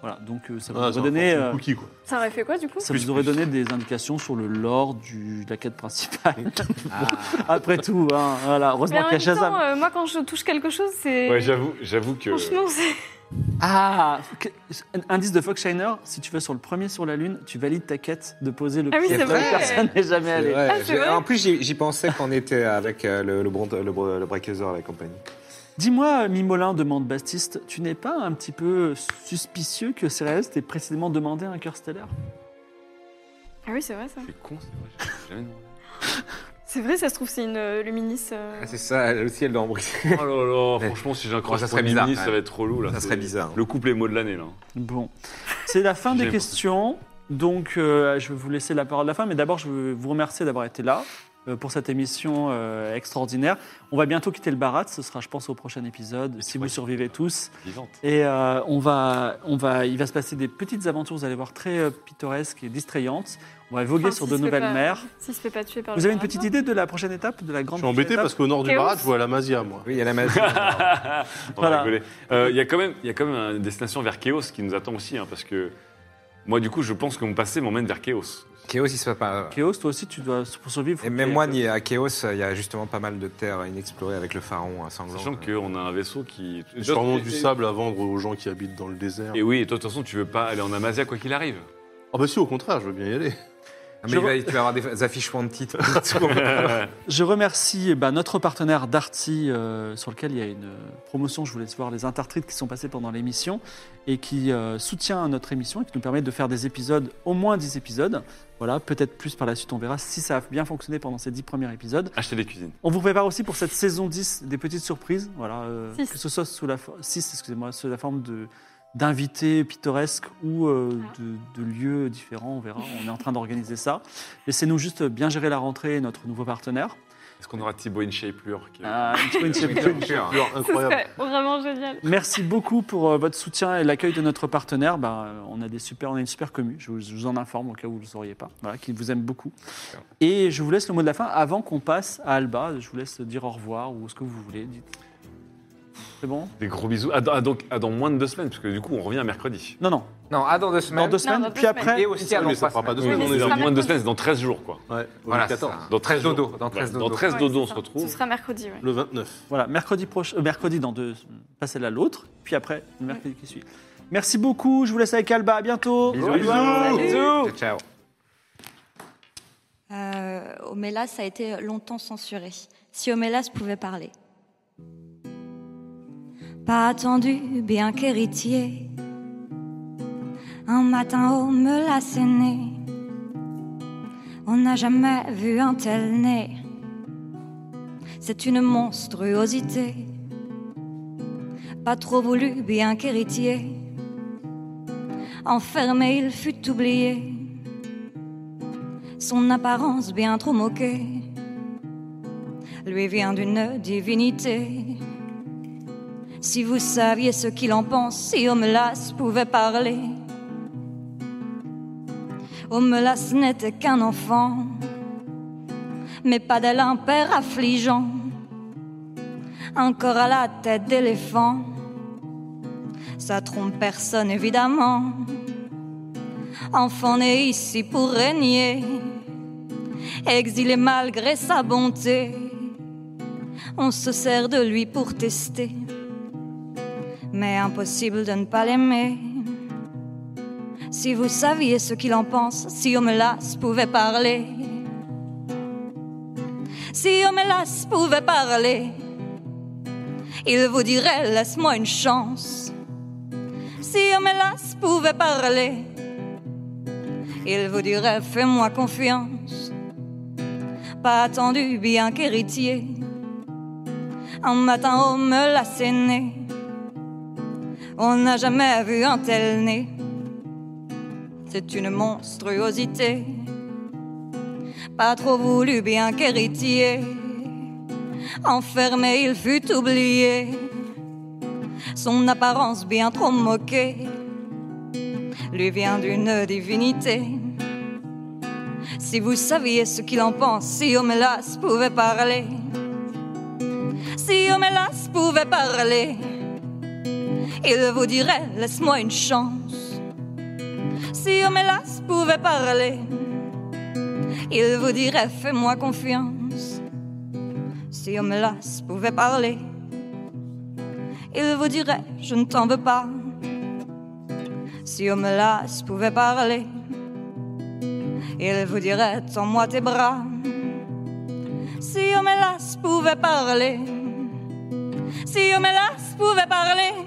[SPEAKER 1] Voilà, donc euh, ça va
[SPEAKER 4] Ah,
[SPEAKER 1] vous
[SPEAKER 4] c'est un
[SPEAKER 1] donner.
[SPEAKER 4] fortune
[SPEAKER 1] euh,
[SPEAKER 4] cookie, quoi.
[SPEAKER 2] Ça aurait fait quoi du coup
[SPEAKER 1] Ça vous aurait donné des indications sur le lore du, de la quête principale. Après tout, hein, voilà.
[SPEAKER 2] Mais
[SPEAKER 1] heureusement qu'il y
[SPEAKER 2] en
[SPEAKER 1] a
[SPEAKER 2] même
[SPEAKER 1] Shazam.
[SPEAKER 2] temps, euh, moi quand je touche quelque chose, c'est.
[SPEAKER 3] Ouais, j'avoue, j'avoue que.
[SPEAKER 2] Franchement, c'est.
[SPEAKER 1] Ah que- Indice de Fox Shiner, si tu vas sur le premier sur la Lune, tu valides ta quête de poser le
[SPEAKER 2] Ah oui,
[SPEAKER 1] pied là
[SPEAKER 2] c'est
[SPEAKER 1] où
[SPEAKER 2] vrai.
[SPEAKER 1] personne n'est jamais
[SPEAKER 5] C'est
[SPEAKER 1] allé.
[SPEAKER 5] vrai.
[SPEAKER 2] Ah, c'est
[SPEAKER 5] J'ai-
[SPEAKER 2] vrai
[SPEAKER 5] En plus, j'y j'y pensais quand on était avec euh, le, le, bron- le, bro- le Breakesaur et la compagnie.
[SPEAKER 1] Dis-moi, Mimolin, demande Baptiste, tu n'es pas un petit peu suspicieux que Cérès t'ait précédemment demandé un cœur stellaire
[SPEAKER 2] Ah oui, c'est vrai ça.
[SPEAKER 3] C'est con, c'est vrai, j'ai jamais demandé.
[SPEAKER 2] C'est vrai, ça se trouve, c'est une euh, luminis. euh,
[SPEAKER 5] Ah, c'est ça, elle aussi, elle doit embrouiller.
[SPEAKER 3] Oh là là,
[SPEAKER 5] Mais-
[SPEAKER 3] franchement, si j'ai un crush
[SPEAKER 5] ça
[SPEAKER 3] ça
[SPEAKER 5] serait
[SPEAKER 3] serait
[SPEAKER 5] bizarre,
[SPEAKER 3] ça
[SPEAKER 5] ouais.
[SPEAKER 3] va être relou là.
[SPEAKER 5] Ça
[SPEAKER 3] C'est-
[SPEAKER 5] serait bizarre.
[SPEAKER 3] Le couple est mot de l'année là.
[SPEAKER 1] Bon, c'est la fin des
[SPEAKER 3] J'ai-
[SPEAKER 1] questions, donc euh, je vais vous laisser la parole à la fin, mais d'abord je veux vous remercier d'avoir été là euh, pour cette émission euh, extraordinaire. On va bientôt quitter le barat, ce sera je pense au prochain épisode, si vous survivez tous.
[SPEAKER 3] Vivante.
[SPEAKER 1] Et euh, on va, on va, il va se passer des petites aventures, vous allez voir, très euh, pittoresques et distrayantes. On va voguer
[SPEAKER 2] enfin,
[SPEAKER 1] sur
[SPEAKER 2] s'il
[SPEAKER 1] de
[SPEAKER 2] se fait
[SPEAKER 1] nouvelles
[SPEAKER 2] pas-
[SPEAKER 1] mers.
[SPEAKER 2] S'il se fait pas tuer par
[SPEAKER 1] Vous
[SPEAKER 2] le
[SPEAKER 1] avez une
[SPEAKER 2] dragon.
[SPEAKER 1] petite idée de la prochaine étape, de la grande
[SPEAKER 4] Je suis embêté
[SPEAKER 1] prochaine
[SPEAKER 4] parce qu'au nord du
[SPEAKER 2] Chaos.
[SPEAKER 4] barat, je vois la Mazia, moi.
[SPEAKER 5] Oui, il y a la magie.
[SPEAKER 3] On
[SPEAKER 1] Voilà.
[SPEAKER 3] va rigoler. Euh, Il y a quand même, il y a quand même une destination vers Chaos qui nous attend aussi, hein, parce que Moi, du coup, je pense que mon passé m'emmène vers Chaos.
[SPEAKER 5] Chaos, il se passe pas.
[SPEAKER 1] Chaos, toi aussi, tu dois pour survivre. faut
[SPEAKER 5] Et
[SPEAKER 1] que
[SPEAKER 5] même
[SPEAKER 1] t'aies-
[SPEAKER 5] moi, ni à Chaos, il y a justement pas mal de terres inexplorées avec le pharaon hein, sanglant.
[SPEAKER 3] Sachant qu'on a un vaisseau qui.
[SPEAKER 4] J'ai vraiment du sable à vendre aux gens qui habitent dans le désert.
[SPEAKER 3] Et oui, et toi, de toute façon, tu veux pas aller en Amazia quoi qu'il arrive.
[SPEAKER 4] Ah bah si, au contraire, je veux bien y aller.
[SPEAKER 5] Ah, mais il va- tu vas avoir des affiches wanted partout.
[SPEAKER 1] Je remercie eh ben, notre partenaire Darty, euh, sur lequel il y a une euh, promotion. Je vous laisse voir les intertrites qui sont passés pendant l'émission et qui euh, soutient notre émission et qui nous permet de faire des épisodes, au moins 10 épisodes. Voilà, peut-être plus par la suite, on verra si ça a bien fonctionné pendant ces 10 premiers épisodes.
[SPEAKER 3] Acheter des cuisines.
[SPEAKER 1] On vous prépare aussi pour cette saison 10 des petites surprises. Voilà, euh,
[SPEAKER 2] Six.
[SPEAKER 1] que ce soit sous la, for- six, excusez-moi, sous la forme de d'invités pittoresques ou euh, de, de lieux différents, on verra. On est en train d'organiser ça. Laissez-nous juste bien gérer la rentrée et notre nouveau partenaire.
[SPEAKER 3] Est-ce qu'on aura Thibaut Inchaplure qui...
[SPEAKER 1] Ah, une petite- une petite-
[SPEAKER 4] Alors,
[SPEAKER 2] Ce
[SPEAKER 4] incroyable.
[SPEAKER 2] serait vraiment génial.
[SPEAKER 1] Merci beaucoup pour euh, votre soutien et l'accueil de notre partenaire. Bah, euh, on, a des super, on a une super commu, je vous, je vous en informe au cas où vous ne le sauriez pas, voilà, qui vous aime beaucoup. Et je vous laisse le mot de la fin avant qu'on passe à Alba. Je vous laisse dire au revoir ou ce que vous voulez. Dites. C'est bon
[SPEAKER 3] Des gros bisous. Ah, dans- ah, donc, ah, dans moins de deux semaines, parce que du coup, on revient mercredi.
[SPEAKER 1] Non, non,
[SPEAKER 5] Non, à dans deux
[SPEAKER 1] dans
[SPEAKER 5] semaines.
[SPEAKER 1] deux semaines,
[SPEAKER 2] dans deux
[SPEAKER 1] puis
[SPEAKER 2] semaines.
[SPEAKER 1] après.
[SPEAKER 5] Et aussi à
[SPEAKER 4] Oui,
[SPEAKER 5] dans
[SPEAKER 4] mais ça
[SPEAKER 5] trois
[SPEAKER 4] fera pas deux
[SPEAKER 3] Oui,
[SPEAKER 2] Oui, mais
[SPEAKER 4] secondes,
[SPEAKER 3] on
[SPEAKER 2] ce
[SPEAKER 3] est dans
[SPEAKER 2] sera
[SPEAKER 3] moins de deux
[SPEAKER 2] mercredi.
[SPEAKER 3] semaines, dans 13 jours, quoi.
[SPEAKER 4] Ouais, on
[SPEAKER 5] Voilà,
[SPEAKER 4] est 14.
[SPEAKER 5] c'est ça.
[SPEAKER 3] Dans 13
[SPEAKER 5] dodo,
[SPEAKER 3] jours.
[SPEAKER 5] dans 13 dodo.
[SPEAKER 3] Dans 13
[SPEAKER 2] Ouais,
[SPEAKER 3] dodo, on
[SPEAKER 2] c'est
[SPEAKER 3] se
[SPEAKER 2] ça.
[SPEAKER 3] retrouve.
[SPEAKER 2] Ce sera mercredi, ouais.
[SPEAKER 4] Le 29.
[SPEAKER 1] Voilà, mercredi prochain, euh, mercredi dans deux, passer là l'autre, puis après le mercredi qui suit. Merci beaucoup, je vous laisse avec Alba, à bientôt.
[SPEAKER 5] Bisous. Ciao, ciao.
[SPEAKER 7] Euh, Omélas a été longtemps censuré. Si Omélas pouvait parler. Pas attendu, bien qu'héritier. Un matin, Omélas est né. On n'a jamais vu un tel nez. C'est une monstruosité. Pas trop voulu, bien qu'héritier. Enfermé, il fut oublié son apparence bien trop moquée, lui vient d'une divinité. Si vous saviez ce qu'il en pense, si Omelas pouvait parler. Omelas n'était qu'un enfant, mais pas d'elle un père affligeant. Un corps à la tête d'éléphant, ça trompe personne évidemment. Enfant né ici pour régner, exilé malgré sa bonté, on se sert de lui pour tester, mais impossible de ne pas l'aimer. Si vous saviez ce qu'il en pense, si Omelas pouvait parler, si Omelas pouvait parler, il vous dirait laisse-moi une chance. Si Omelas pouvait parler, il vous dirait fais-moi confiance. Pas attendu, bien qu'héritier. Un matin, on me l'a né. On n'a jamais vu un tel nez. C'est une monstruosité. Pas trop voulu, bien qu'héritier. Enfermé, il fut oublié. Son apparence bien trop moquée lui vient d'une divinité. Si vous saviez ce qu'il en pense, si Omelas pouvait parler, si Omelas pouvait parler, il vous dirait laisse-moi une chance. Si Omelas pouvait parler, il vous dirait fais-moi confiance. Si Omelas pouvait parler, il vous dirait je ne t'en veux pas. Si Omelas pouvait parler, il vous dirait Tends-moi tes bras. Si Omelas pouvait parler, si Omelas pouvait parler,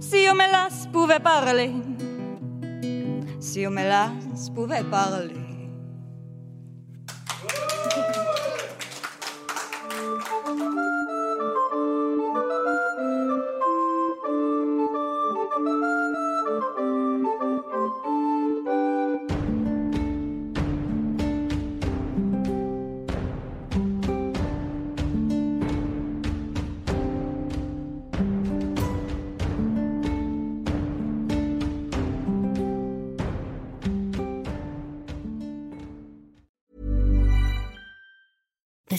[SPEAKER 7] si Omelas pouvait parler, si Omelas pouvait parler.
[SPEAKER 8] The